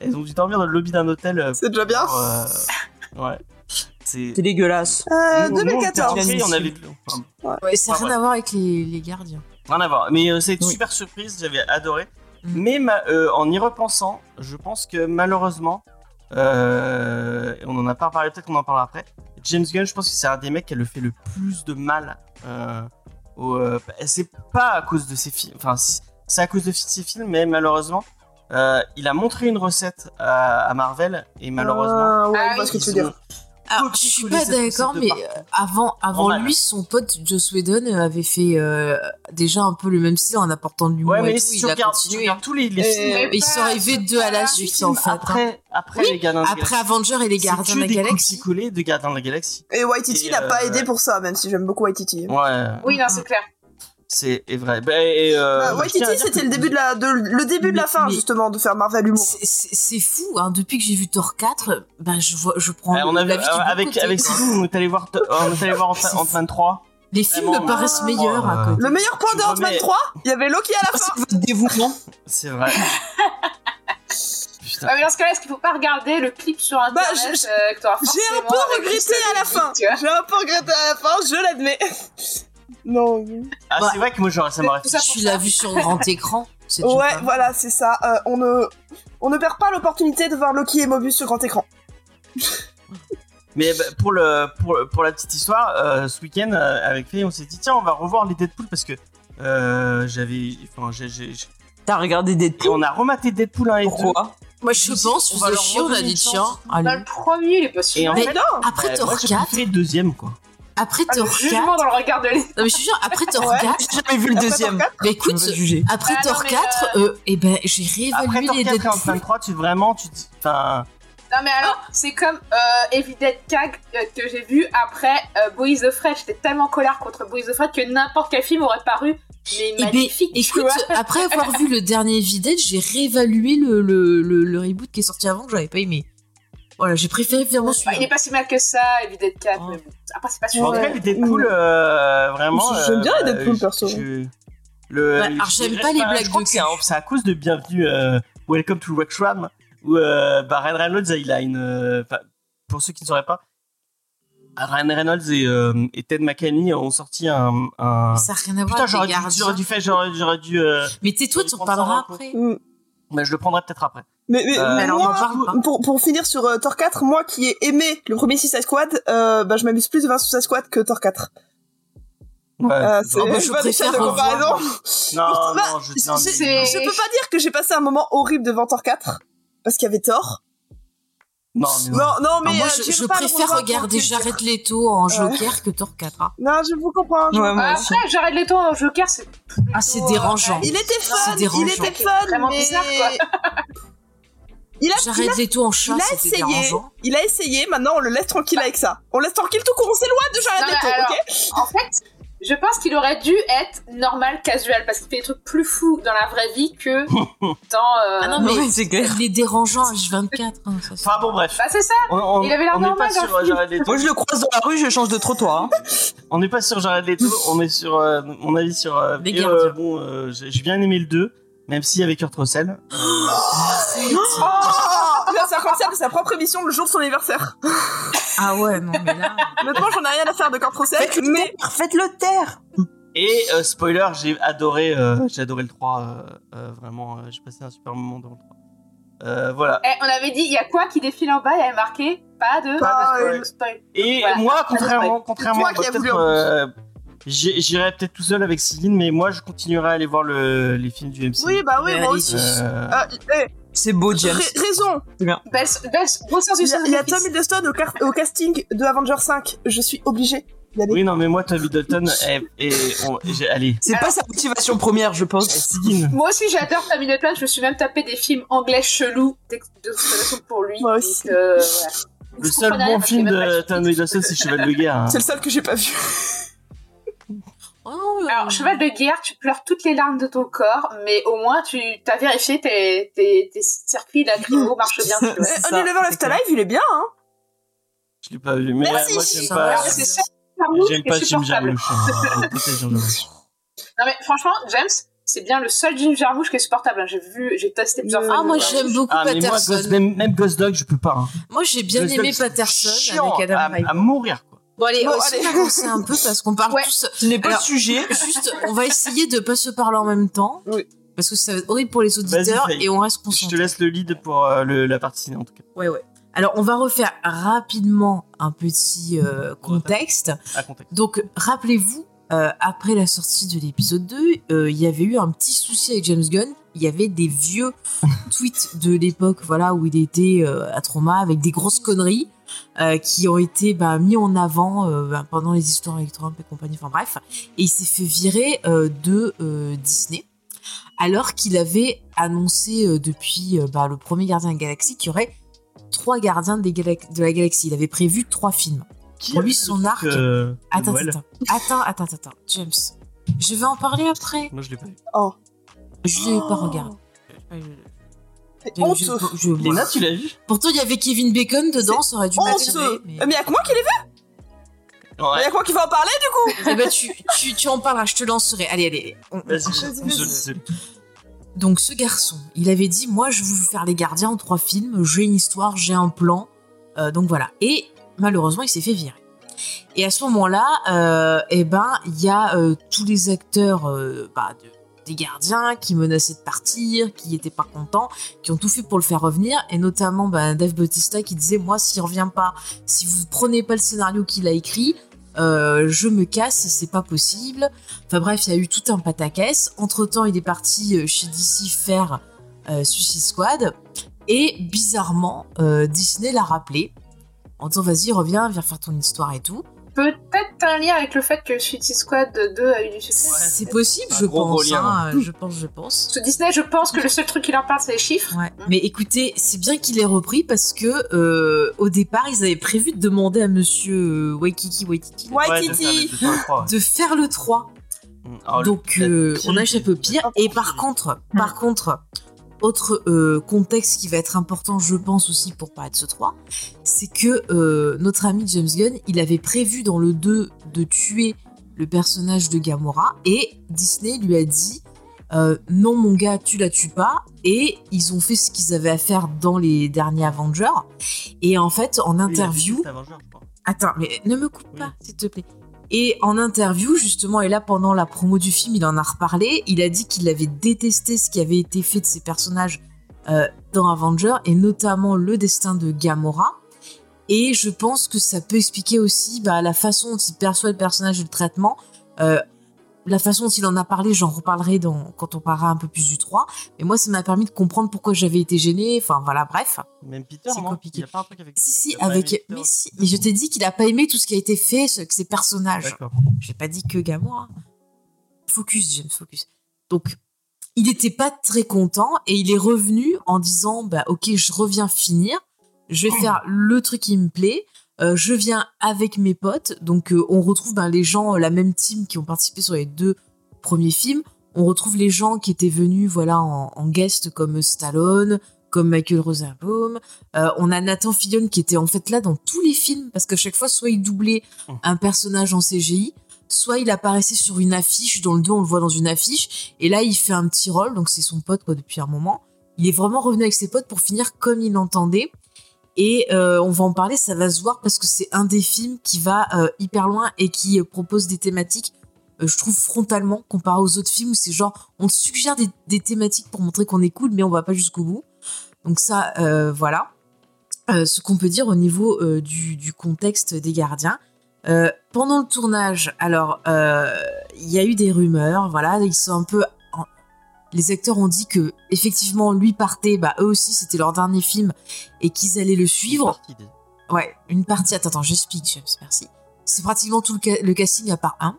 B: Elles ont dû dormir dans le lobby d'un hôtel euh,
F: C'est déjà bien.
B: Euh, ouais. C'est.
D: C'est dégueulasse.
F: Euh,
B: Nous, nous, on était
F: 2014.
B: rentrés, on avait enfin,
C: Ouais, ça n'a
B: Enfin,
C: rien à voir avec les, les gardiens.
B: rien à voir. Mais euh, c'est une
D: Oui.
B: super surprise, j'avais adoré.
C: Mm.
B: Mais ma- euh, en y repensant, je pense que malheureusement, euh, on en a pas parlé, peut-être qu'on en parlera après. James Gunn, je pense que c'est un des mecs qui a le fait le plus de mal. euh, au, euh, c'est pas à cause de ses films, enfin, si- c'est à cause de fi- ses films, mais malheureusement, euh, il a montré une recette à, à Marvel et malheureusement.
F: Ah, ouais,
E: Ah
F: je vois
E: oui.
F: ce que tu veux
B: ils
F: dire.
B: ont Ah,
C: Alors, Ah, je suis
B: copié-collé
C: pas
B: cette recette
C: d'accord,
B: de
C: mais
B: partout.
C: euh, avant, avant
B: Normal.
C: lui, son pote Joss Whedon avait fait euh, déjà un peu le même style en apportant du
B: Ouais,
C: l'humour et
B: mais
C: tout.
B: si tu
C: il a
B: regardes, si tu
C: continué. Euh,
B: regardes tous les, les films,
E: Mais
C: Et ils sont
E: pas-
C: arrivés deux à la
E: pas-
B: les
C: suite,
B: films
C: en fait. hein.
B: après, après les Gardiens de la
C: Après
B: Galaxie.
C: Avenger et les gardiens de la galaxie.
B: collés de Gardiens de la Galaxie.
F: Et Waititi
B: Et,
F: n'a pas
B: euh,
F: aidé pour ça, même si j'aime beaucoup Waititi.
B: Ouais,
E: Oui, non, c'est clair.
B: c'est est vrai. Ben, et, euh,
F: Bah,
B: je tiens à
F: Waititi,
B: dire
F: c'était
B: que-
F: le début de la, de- le début de la
C: Mais-
F: fin,
C: mais-
F: justement, de faire Marvel humour.
C: C'est- C'est c'est fou, hein. depuis que j'ai vu Thor 4, ben je, vois, je prends
B: Ouais, on a vu,
C: la vie du
B: euh,
C: bon
B: avec
C: côté,
B: avec
C: quoi.
B: Sidou, on est allé voir euh, on est allé voir Ant- Ant-Man 3.
C: Les films
B: Vraiment,
C: me paraissent
F: euh,
C: meilleurs hein, à côté.
F: Le meilleur point
B: Tu
F: de Ant-Man
B: remets-
F: 3, il y avait Loki à la fin.
D: Votre dévouement.
B: C'est vrai. Putain.
E: Ouais, mais dans ce cas-là, est-ce qu'il faut pas regarder le clip sur internet
F: Bah, je- je-
E: euh, que t'auras
F: J'ai un
E: forcément
F: peu
E: avec
F: regretté
E: Christophe
F: à la
E: Lee,
F: fin.
B: (laughs)
E: tu vois.
F: J'ai un peu regretté à la fin, je l'admets. (laughs) Non.
B: Ah,
C: Bah,
B: c'est vrai que moi j'aurais ça m'aurait
C: (laughs)
E: tout
B: fait.
E: ça
C: Tu
E: pour
C: l'as vu sur grand écran, c'est déjà
B: hein.
F: Ouais,
C: pas mal.
F: voilà, c'est ça. Euh, on ne, on ne perd pas l'opportunité de voir Loki et Mobius sur grand écran.
B: Mais bah, pour le pour pour la petite histoire, euh, ce week-end euh, avec Faye, on s'est dit tiens on va revoir les Deadpool parce que euh, j'avais enfin j'ai- j'ai- j'ai-
D: T'as regardé
B: et
D: Deadpool
B: on a rematé Deadpool 1 et 2.
D: Pourquoi
C: Moi je
B: Je
C: pense,
B: sais, on
C: je
B: va
C: faisais
B: leur
C: chier, on a
B: redonner
C: dit
B: une
C: tiens,
B: chance.
E: Dans
C: allez.
E: le premier, il est pas sûr.
B: Et en
C: Mais
B: fait,
C: Après
B: euh,
C: Thor
B: moi j'ai (laughs)
C: 4,
B: préféré le deuxième quoi.
C: après
E: Ah, le
C: Thor 4,
E: jugement dans le regard de l'é-
C: non mais je te jure, après Thor
F: Ouais.
C: 4,
D: J'ai jamais vu le
F: Après, Thor
D: deuxième.
F: quatre,
C: bah
D: Je me
C: écoute,
D: fais juger.
C: après
E: Ah, non,
C: Thor
E: mais,
C: 4, euh, eh ben j'ai
B: Après
C: réévalué
B: Thor
C: les
B: 4 et
C: Deadpool.
B: Ant-Man 3, tu vraiment tu te dis enfin
E: Non, mais alors,
F: Ah.
E: c'est comme euh, Heavy Dead Cag euh, que j'ai vu après euh, Boys the Fred. J'étais tellement en colère contre Boys the Fred que n'importe quel film aurait paru mais
C: Eh ben,
E: magnifique. tu (laughs)
C: écoute,
E: vois.
C: après avoir vu le dernier Vidette, j'ai réévalué le, le, le, le reboot qui est sorti avant que j'avais pas aimé. Voilà, j'ai préféré vraiment
E: Bah,
C: celui-là.
E: il est pas si mal que ça, Heavy Dead Cag.
C: Oh.
E: mais bon. Après, c'est pas
B: En tout
E: super.
B: cas, les Deadpool, euh, vraiment.
F: J'aime bien les
B: bah,
F: Deadpool,
B: je-
F: perso.
B: je- le,
C: Ouais, alors,
B: je
C: j'aime
B: dirais,
C: pas les
B: enfin,
C: blagues
B: je crois
C: de
B: que C'est
C: cul.
B: à- c'est à cause de Bienvenue, euh, Welcome to Wreckram, où euh, bah, Ryan Reynolds, il a une. euh, enfin, pour ceux qui ne sauraient pas, Ryan Reynolds et, euh, et Ted McKinney ont sorti un. un-
C: Mais Ça n'a rien à
B: Hein.
C: voir
B: Putain,
C: avec
B: j'aurais
C: les
B: dû,
C: gardiens.
B: j'aurais dû faire, j'aurais, j'aurais dû. euh,
C: Mais tais-toi,
B: j'aurais dû
C: tu en
B: prendre ça en
C: parleras
B: compte.
C: après.
F: Mm.
B: Mais je le prendrai peut-être après.
F: Mais, mais
B: Euh,
C: Mais alors, on en
F: moi,
C: parle pas.
F: pour, pour finir sur euh, Thor 4, moi qui ai aimé le premier Suicide Squad, euh, bah, je m'amuse plus devant Suicide Squad que Thor 4.
B: Ouais,
F: Euh, c'est
C: bah,
F: je
C: je
F: vois des chaînes de
C: préfère revoir.
F: comparaison.
B: Non,
F: Bah,
B: non, je. non,
F: c'est-
B: non,
F: Je peux pas dire que j'ai passé un moment horrible devant Thor 4 parce qu'il y avait Thor.
B: Non, mais non.
F: Non, non, mais
C: moi,
F: euh,
C: je,
F: j'aime
C: je
F: pas le
C: préfère
F: revoir
C: regarder
F: pour le plaisir.
C: Jared Leto en Joker que Thor 4. hein.
F: Non, je vous comprends. je-
D: Ouais, moi aussi.
E: Après, j'arrête les tours en Joker, c'est.
C: Ah, c'est
E: plutôt, euh,
C: dérangeant.
F: Il était fun,
C: dérangeant.
F: il était
E: C'est
F: fun,
E: vraiment
F: mais...
E: bizarre, quoi.
F: Il a, il, a,
C: Jared Leto en chat,
F: il a
C: c'était
F: essayé,
C: dérangeant.
F: il a essayé, maintenant on le laisse tranquille avec ça. On laisse tranquille tout court, on s'éloigne de Jared
E: Non, mais
F: Leto,
E: alors,
F: ok
E: En fait, Je pense qu'il aurait dû être normal, casual, parce qu'il fait des trucs plus fous dans la vraie vie
B: (laughs)
E: que dans. euh,
C: Ah non, mais
D: Ouais, c'est clair.
C: il est dérangeant H24. hein, ça, c'est-
B: Enfin bon, bref.
E: Bah, c'est ça
B: On, on,
E: Il avait l'air
B: on n'est
E: normal
B: pas
E: dans le
B: sur, euh,
E: film.
B: Jared Leto.
D: Moi, je le croise dans la rue, je change de trottoir. hein.
B: On n'est pas sur Jared Leto, on est sur euh, mon avis sur. euh,
C: Les
B: et, euh,
C: gardiens.
B: bon, euh, j'ai j'ai bien aimé le 2, même si avec Kurt Russell.
F: Oh Là, c'est encore ça, c'est sa propre émission le jour de son anniversaire.
C: Ah ouais, non,
B: (laughs)
C: mais là.
F: Maintenant, j'en ai rien à faire de Corps Process,
D: Faites-le
F: mais
D: taire, Faites-le taire
B: Et euh, spoiler, j'ai adoré, euh, j'ai adoré le 3, euh, euh, vraiment, euh, j'ai passé un super moment dans le 3. Euh, voilà.
E: Eh, on avait dit, il y a quoi qui défile en bas Il y avait marqué pas de.
F: Pas
E: de
B: de-
E: spoil.
B: Et
E: Voilà.
B: moi, contrairement, contrairement
F: toi
B: à
F: qui as
B: peut-être,
F: voulu en
B: euh, j'ai- j'irai peut-être tout seul avec Céline, mais moi, je continuerai à aller voir le, les films du MCU.
F: oui, bah oui,
C: Mais
F: moi
C: allez,
F: aussi.
B: Euh,
F: Ah, eh,
D: C'est beau, James.
F: ra- raison.
E: Belle, belle, gros sens du
F: Il y a,
E: sens
F: il y a
E: office.
F: Tom Hiddleston au, car- au casting de Avengers 5. Je suis obligée d'y aller.
B: oui, non, mais moi, Tom eh, Middleton, et, allez.
D: C'est pas sa motivation première, je pense.
B: Céline,
E: Moi aussi, j'adore Tom Hiddleston. Je me suis même tapé des films anglais chelous d'ex- d'exploitation pour lui.
F: Moi aussi.
E: Donc, euh, voilà.
B: le
E: Je
B: seul
E: comprenais rien
B: bon
E: parce qu'il
B: film
E: y avait pas
B: de
E: de
B: Tom
E: suite.
B: Hiddleston, c'est Cheval de Guerre. hein.
F: C'est le seul que j'ai pas vu.
C: Oh,
E: Alors, cheval de guerre, tu pleures toutes les larmes de ton corps, mais au moins, tu t'as vérifié tes, tes, tes circuits lacrymo marchent bien. tu vois.
D: C'est ça,
F: Only Level
D: c'est
F: Left Alive, il est bien, hein.
B: Je l'ai pas vu, mais euh,
F: Merci.
B: moi, j'aime
C: Ça
B: pas.
C: va.
E: Alors, c'est ça, Jarmusch
B: J'aime
E: est
B: pas Jim
E: supportable.
B: Jarmusch.
C: (laughs)
B: hein. Je déteste Jim Jarmusch.
E: Non, mais franchement, James, c'est bien le seul Jim Jarmusch qui est supportable. hein. J'ai vu, j'ai testé plusieurs
F: Euh,
E: fois.
C: Ah, moi
E: Ouais.
C: j'aime beaucoup
B: Ah, mais moi,
C: Patterson.
B: Ghost- même, même Ghost Dog, je peux pas. hein.
C: Moi j'ai bien
B: Ghost
C: aimé
B: Dog, c'est
C: Patterson
B: chiant ah,
C: avec Adam
B: à-
C: Driver.
B: à mourir, quoi.
C: Bon, allez,
F: Bon,
C: on
F: allez.
C: s'est avancé un peu parce qu'on parle
E: Ouais.
C: tous.
D: Ce n'est pas
C: Alors-
D: le sujet.
C: Juste, on va essayer de pas se parler en même temps.
F: Oui.
C: Parce que ça va être horrible pour les auditeurs
B: Vas-y, Faye.
C: et on reste
B: Je te
C: concentré.
B: laisse le lead pour euh, le- la partie ciné en tout cas.
C: Ouais, ouais. Alors, on va refaire rapidement un petit euh, contexte.
B: À contexte.
C: Donc, rappelez-vous, euh, après la sortie de l'épisode 2, euh, il y avait eu un petit souci avec James Gunn. Il y avait des
B: (laughs)
C: vieux tweets de l'époque voilà, où il était euh, à trauma avec des grosses conneries euh, qui ont été bah, mis en avant euh, bah, pendant les histoires avec Trump et compagnie. Enfin bref. Et il s'est fait virer euh, de euh, Disney alors qu'il avait annoncé euh, depuis euh, bah, le premier Gardien de la Galaxie qu'il y aurait trois gardiens des Galax- de la Galaxie. Il avait prévu trois films.
B: Qui
C: Pour
B: a
C: lui,
B: vu
C: son
B: le truc,
C: arc-
B: euh, de
C: Attends,
B: Noël
C: attends, attends, attends, attends, attends, James. Je vais en parler après.
B: Moi, je l'ai pas vu.
C: Je l'ai pas regardé. Euh,
F: C'est
C: Je-
F: honteux.
C: je- je- voilà.
B: Léna, tu l'as vu
C: Pourtant, il y avait Kevin Bacon dedans, ça aurait dû m'attirer.
F: Honteux.
C: Mais...
F: Mais y'a que moi qui l'ai vu.
B: Ouais.
F: Y'a que moi qui va en parler, du coup.
C: Eh ben, tu, tu, tu en parleras, je te lancerai. Allez, allez. on- on-
B: Vas-y,
C: on-
B: vas-y,
C: on-
B: désolé, désolé.
C: Donc, ce garçon, il avait dit Moi, je veux faire les gardiens en trois films, j'ai une histoire, j'ai un plan. Euh, donc voilà. Et malheureusement, il s'est fait virer. Et à ce moment-là, euh, eh ben, il y a euh, tous les acteurs euh, bah, de- des gardiens qui menaçaient de partir, qui n'étaient pas contents, qui ont tout fait pour le faire revenir, et notamment bah, Dave Bautista qui disait Moi, s'il revient pas, si vous prenez pas le scénario qu'il a écrit, euh, je me casse, c'est pas possible. Enfin bref, il y a eu tout un pataquès. Entre temps, il est parti euh, chez DC faire euh, Suicide Squad. Et bizarrement, euh, Disney l'a rappelé en disant vas-y, reviens, viens faire ton histoire et tout.
E: Peut-être un lien avec le fait que Suicide Squad 2 a eu du succès.
C: c'est possible,
B: un
C: je
B: gros
C: pense,
B: relien,
C: hein, euh, je pense. Je pense,
E: Parce que Disney, je pense que le seul truc qui leur parle, c'est les chiffres.
C: Ouais. Mais écoutez, c'est bien qu'il ait repris parce que euh, au départ, ils avaient prévu de demander à monsieur euh, Waikiki Waititi là,
B: Ouais,
F: Waititi.
B: c'est ça, mais c'est pas le trois, ouais.
C: de faire le 3
B: Oh, le-
C: Donc
B: la
C: euh,
B: pire
C: on a
B: idée.
C: échappé au pire. Et par contre, par contre, autre euh, contexte qui va être important, je pense aussi pour parler de ce 3, c'est que euh, notre ami James Gunn, il avait prévu dans le 2 de tuer le personnage de Gamora et Disney lui a dit euh, non mon gars tu la tues pas et ils ont fait ce qu'ils avaient à faire dans les derniers Avengers et en fait en
B: Oui, la
C: interview
B: pire, c'est Avenger, je crois.
C: Attends, mais ne me coupe
B: Oui.
C: pas, s'il te plaît. Et en interview, justement, et là, pendant la promo du film, il en a reparlé. Il a dit qu'il avait détesté ce qui avait été fait de ses personnages euh, dans Avenger, et notamment le destin de Gamora. Et je pense que ça peut expliquer aussi bah, la façon dont il perçoit le personnage et le traitement. Euh, la façon dont il en a parlé, j'en reparlerai dans, quand on parlera un peu plus du 3. Mais moi, ça m'a permis de comprendre pourquoi j'avais été gênée. Enfin, voilà, bref.
B: Même Peter,
C: C'est
B: non
C: compliqué.
B: Il y a pas un truc avec Peter,
C: Si, si,
B: t'as pas aimé
C: avec.
B: Peter
C: Mais si, mais je t'ai dit qu'il a pas aimé tout ce qui a été fait ce- avec ses personnages.
B: D'accord.
C: J'ai pas dit que Gamora. Focus, James, focus. Donc, il était pas très content et il est revenu en disant bah, Ok, je reviens finir, je vais faire le truc qui me plaît. Euh, je viens avec mes potes, donc euh, on retrouve ben, les gens, euh, la même team qui ont participé sur les deux premiers films. On retrouve les gens qui étaient venus voilà en, en guest comme Stallone, comme Michael Rosenbaum. Euh, on a Nathan Fillion qui était en fait là dans tous les films parce qu'à chaque fois soit il doublait
B: Oh.
C: un personnage en CGI, soit il apparaissait sur une affiche. Dans le 2 on le voit dans une affiche et là il fait un petit rôle donc c'est son pote quoi depuis un moment. Il est vraiment revenu avec ses potes pour finir comme il l'entendait. Et euh, on va en parler, ça va se voir parce que c'est un des films qui va euh, hyper loin et qui euh, propose des thématiques, euh, je trouve, frontalement, comparé aux autres films où c'est genre, on te suggère des, des thématiques pour montrer qu'on est cool, mais on va pas jusqu'au bout. Donc ça, euh, voilà. Euh, ce qu'on peut dire au niveau euh, du, du contexte des gardiens. Euh, pendant le tournage, alors, euh, il y a eu des rumeurs, voilà, ils sont un peu... en- Les acteurs ont dit que effectivement lui partait, bah eux aussi c'était leur dernier film et qu'ils allaient le suivre.
B: Partie des-
C: Ouais, une partie. Attends, attends, j'explique, James, merci. C'est pratiquement tout le, ca- le casting à part un.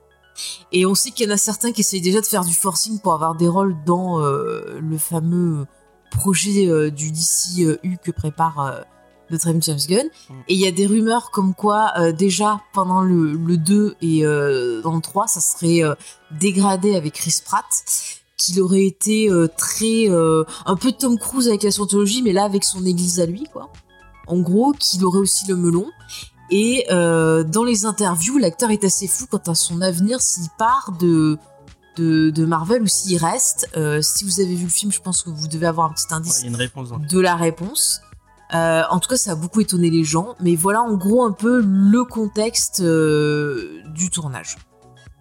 C: Et on sait qu'il y en a certains qui essayent déjà de faire du forcing pour avoir des rôles dans euh, le fameux projet euh, du DCU que prépare euh, notre ami James Gunn.
B: Mm.
C: Et il y a des rumeurs comme quoi, euh, déjà pendant le, le 2 et euh, dans le 3, ça serait euh, dégradé avec Chris Pratt, qu'il aurait été euh, très. euh, un peu Tom Cruise avec la scientologie, mais là avec son église à lui, quoi en gros, qu'il aurait aussi le melon. Et euh, dans les interviews, l'acteur est assez fou quant à son avenir, s'il part de, de, de Marvel ou s'il reste. Euh, si vous avez vu le film, je pense que vous devez avoir un petit
B: Ouais,
C: indice
B: Il y a une réponse. dans le-
C: de la réponse. Euh, en tout cas, ça a beaucoup étonné les gens. Mais voilà en gros un peu le contexte euh, du tournage.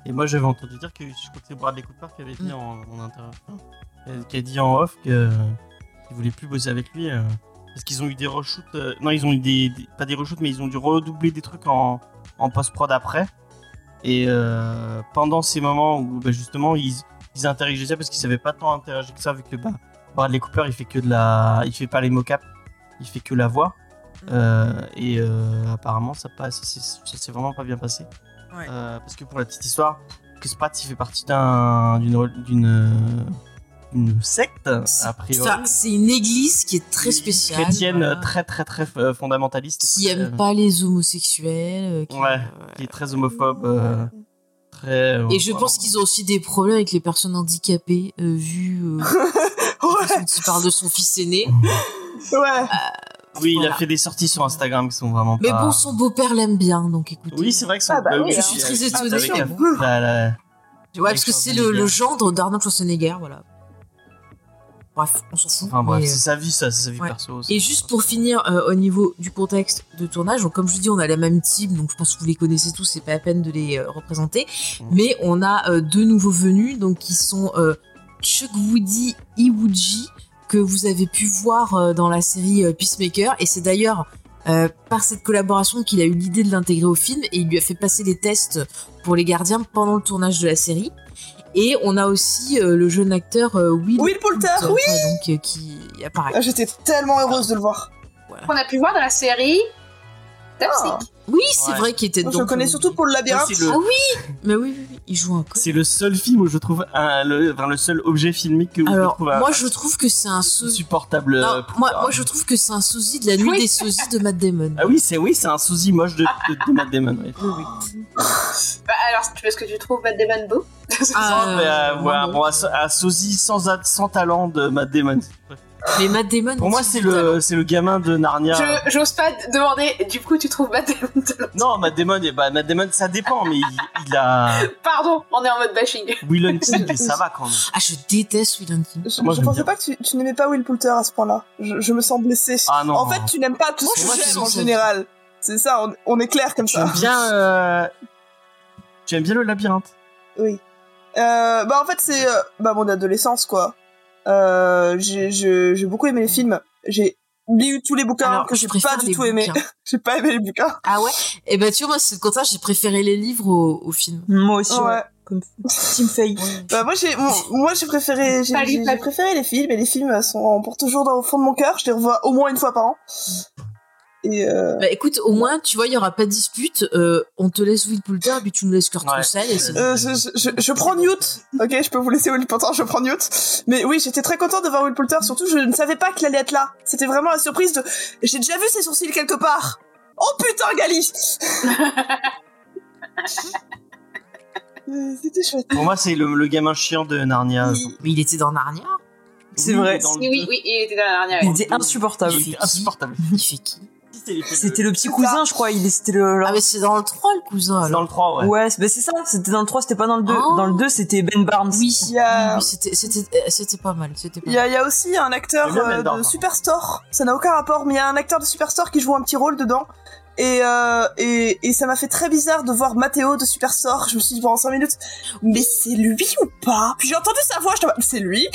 B: Et moi, j'avais entendu dire que je crois que c'est Bradley Cooper qui avait dit en, en inter- euh, qui a dit en off que euh, qu'il voulait plus bosser avec lui euh, parce qu'ils ont eu des reshoots. euh, non, ils ont eu des, des- pas des reshoots, mais ils ont dû redoubler des trucs en, en post prod après. Et euh, pendant ces moments où bah, justement ils, ils interagissaient parce qu'ils savaient pas tant interagir que ça vu que bah, Bradley Cooper il fait que de la, il fait pas les mocaps, il fait que la voix. Euh, et euh, apparemment ça passe, ça s'est- ça s'est vraiment pas bien passé.
C: Ouais.
B: Euh, parce que pour la petite histoire, Chris Pratt il fait partie d'un- d'une re- d'une euh, une secte a priori
C: Enfin, c'est une église qui est très spéciale.
B: chrétienne
C: voilà,
B: euh, très très très euh, fondamentaliste et
C: qui
B: très,
C: aime
B: euh,
C: pas les homosexuels. euh, qui-
B: Ouais. qui est très homophobe euh, très euh,
C: Et je
B: vraiment.
C: pense qu'ils ont aussi des problèmes avec les personnes handicapées, euh, vu
B: (laughs)
C: euh, la façon dont il parle de son fils aîné.
B: Ah.
F: Ouais.
B: oui il
C: Voilà.
B: a fait des sorties sur Instagram qui sont vraiment
C: Mais
B: pas
C: bon, son beau-père l'aime bien, donc écoutez.
B: oui c'est vrai que son...
F: Ah bah oui,
B: oui,
F: je
B: hein.
C: suis très
B: Avec-
C: étonnée.
B: avec Bah, la-
C: Ah
B: la- la-
C: Ouais, parce que c'est le, le gendre d'Arnold Schwarzenegger, voilà. Bref, on s'en fout.
B: enfin bref
C: mais, euh,
B: c'est sa vie ça c'est sa vie
C: ouais.
B: perso ça.
C: Et juste pour finir euh, au niveau du contexte de tournage, donc comme je vous dis, on a la même type, donc je pense que vous les connaissez tous, c'est pas la peine de les euh, représenter.
B: Mm.
C: Mais on a euh, deux nouveaux venus, donc qui sont euh, Chuck Woody Iwuji, que vous avez pu voir euh, dans la série euh, Peacemaker, et c'est d'ailleurs euh, par cette collaboration qu'il a eu l'idée de l'intégrer au film, et il lui a fait passer des tests pour les gardiens pendant le tournage de la série. Et on a aussi euh, le jeune acteur euh, Will,
F: Will Poulter, oui
C: ouais, donc, euh, qui apparaît.
F: Ah, J'étais tellement heureuse de le voir.
E: Qu'on a pu voir dans la série
F: Ah.
E: Tapsic.
C: Oui, c'est
B: Ouais.
C: vrai qu'il était donc.
F: Moi, je le
B: euh,
F: connais surtout pour le labyrinthe.
B: Ouais, c'est le-
C: Ah oui Mais oui, oui, oui, il joue un code.
B: c'est le seul film où je trouve un, le, enfin, le seul objet filmique que où je
C: Alors,
B: trouve un-
C: moi je trouve que c'est un sosie.
B: insupportable
C: Non,
B: euh,
C: moi,
B: putain.
C: moi je trouve que c'est un sosie de la nuit
E: Oui.
C: des sosies de Matt Damon.
B: Ah oui, c'est oui, c'est un sosie moche de, de, de Matt Damon. ouais.
E: Bah, alors, tu- est-ce que tu trouves Matt Damon beau
C: Ah,
B: Mais, euh,
C: non,
B: voilà,
C: non.
B: bon, un, so- un sosie sans, a- sans talent de Matt Damon.
C: Mais Matt Damon.
B: Pour moi,
C: il
B: c'est
C: joue
B: le c'est le gamin de Narnia.
E: Je J'ose pas d- demander, du coup, tu trouves Matt Damon beau
B: Non, Matt Damon, eh ben, Matt Damon, ça dépend, mais il, il a
E: Pardon, on est en mode bashing.
B: Will Hunting et ça va quand même.
C: Ah, je déteste Will Hunting.
F: Je,
B: Moi,
F: je
B: j'aime
F: pensais
B: bien.
F: pas que tu, tu n'aimais pas Will Poulter à ce point-là. Je, je me sens blessée.
B: Ah non.
F: En fait, tu n'aimes pas tout
C: Moi,
F: ce
C: je
F: que
C: suis
F: j'aime en
C: sensible.
F: général. C'est ça, on, on est clair comme
B: tu
F: ça.
B: aimes bien, euh, tu aimes bien le labyrinthe.
F: Oui. Euh, bah en fait c'est euh, bah mon adolescence quoi. Euh, j'ai j'ai- j'ai beaucoup aimé les films. J'ai lu tous les bouquins
C: Alors,
F: que j'ai
C: préfère
F: pas du
C: les
F: tout aimé.
C: bouquins.
F: (laughs) J'ai pas aimé les bouquins.
C: Ah ouais Et bah, tu vois, moi, c'est le contraire, j'ai préféré les livres au, au film.
D: Moi aussi, ouais.
F: Ouais.
D: Comme Team Faye.
C: Ouais.
F: Bah moi j'ai mon- moi j'ai préféré j'ai
E: Pas lu,
F: j'ai-
E: pas
F: j'ai
E: lu.
F: préféré les films et les films euh, sont pour toujours dans au fond de mon cœur. Je les revois au moins une fois par an. Et euh,
C: Bah, écoute, au moins, tu vois, il y aura pas de dispute. euh, on te laisse Will Poulter, puis tu nous laisses Kurt
B: Ouais.
C: Russell, et c'est-
F: euh, je, je, je- je prends Newt, ok, je peux vous laisser Will Poulter, je prends Newt. Mais oui, j'étais très contente de voir Will Poulter, surtout je ne savais pas qu'il allait être là. C'était vraiment la surprise de... J'ai déjà vu ses sourcils quelque part Oh putain, Gali (laughs) Euh, C'était chouette.
B: Pour moi, c'est le, le gamin chiant de Narnia.
F: Il-
C: Mais il était dans Narnia.
D: C'est vrai.
B: dans le
E: Oui, oui,
B: deux.
E: oui, il était dans la dernière.
D: Il
E: oui.
D: était insupportable.
B: Il était insupportable.
C: Il fait qui
D: C'était le petit cousin, je crois. Il est- c'était le. leur-
C: Ah, mais c'est dans le 3 le cousin
B: dans
C: alors.
B: le 3, ouais.
D: Ouais, c'est- bah, c'est ça. C'était dans le 3, c'était pas dans le 2.
C: Oh.
D: Dans le 2, c'était Ben Barnes.
C: Oui,
F: Il y a-
C: oui, c'était- c'était euh, c'était pas mal. C'était pas
F: Il y, a, il y a aussi un acteur
B: J'aime bien
F: euh,
B: Melbourne,
F: de
B: par
F: Superstore. Ça n'a aucun rapport, mais il y a un acteur de Superstore qui joue un petit rôle dedans. Et, euh, et, et ça m'a fait très bizarre de voir Mathéo de Superstore. Je me suis dit pendant 5 minutes, mais c'est lui ou pas Puis j'ai entendu sa voix, je c'est lui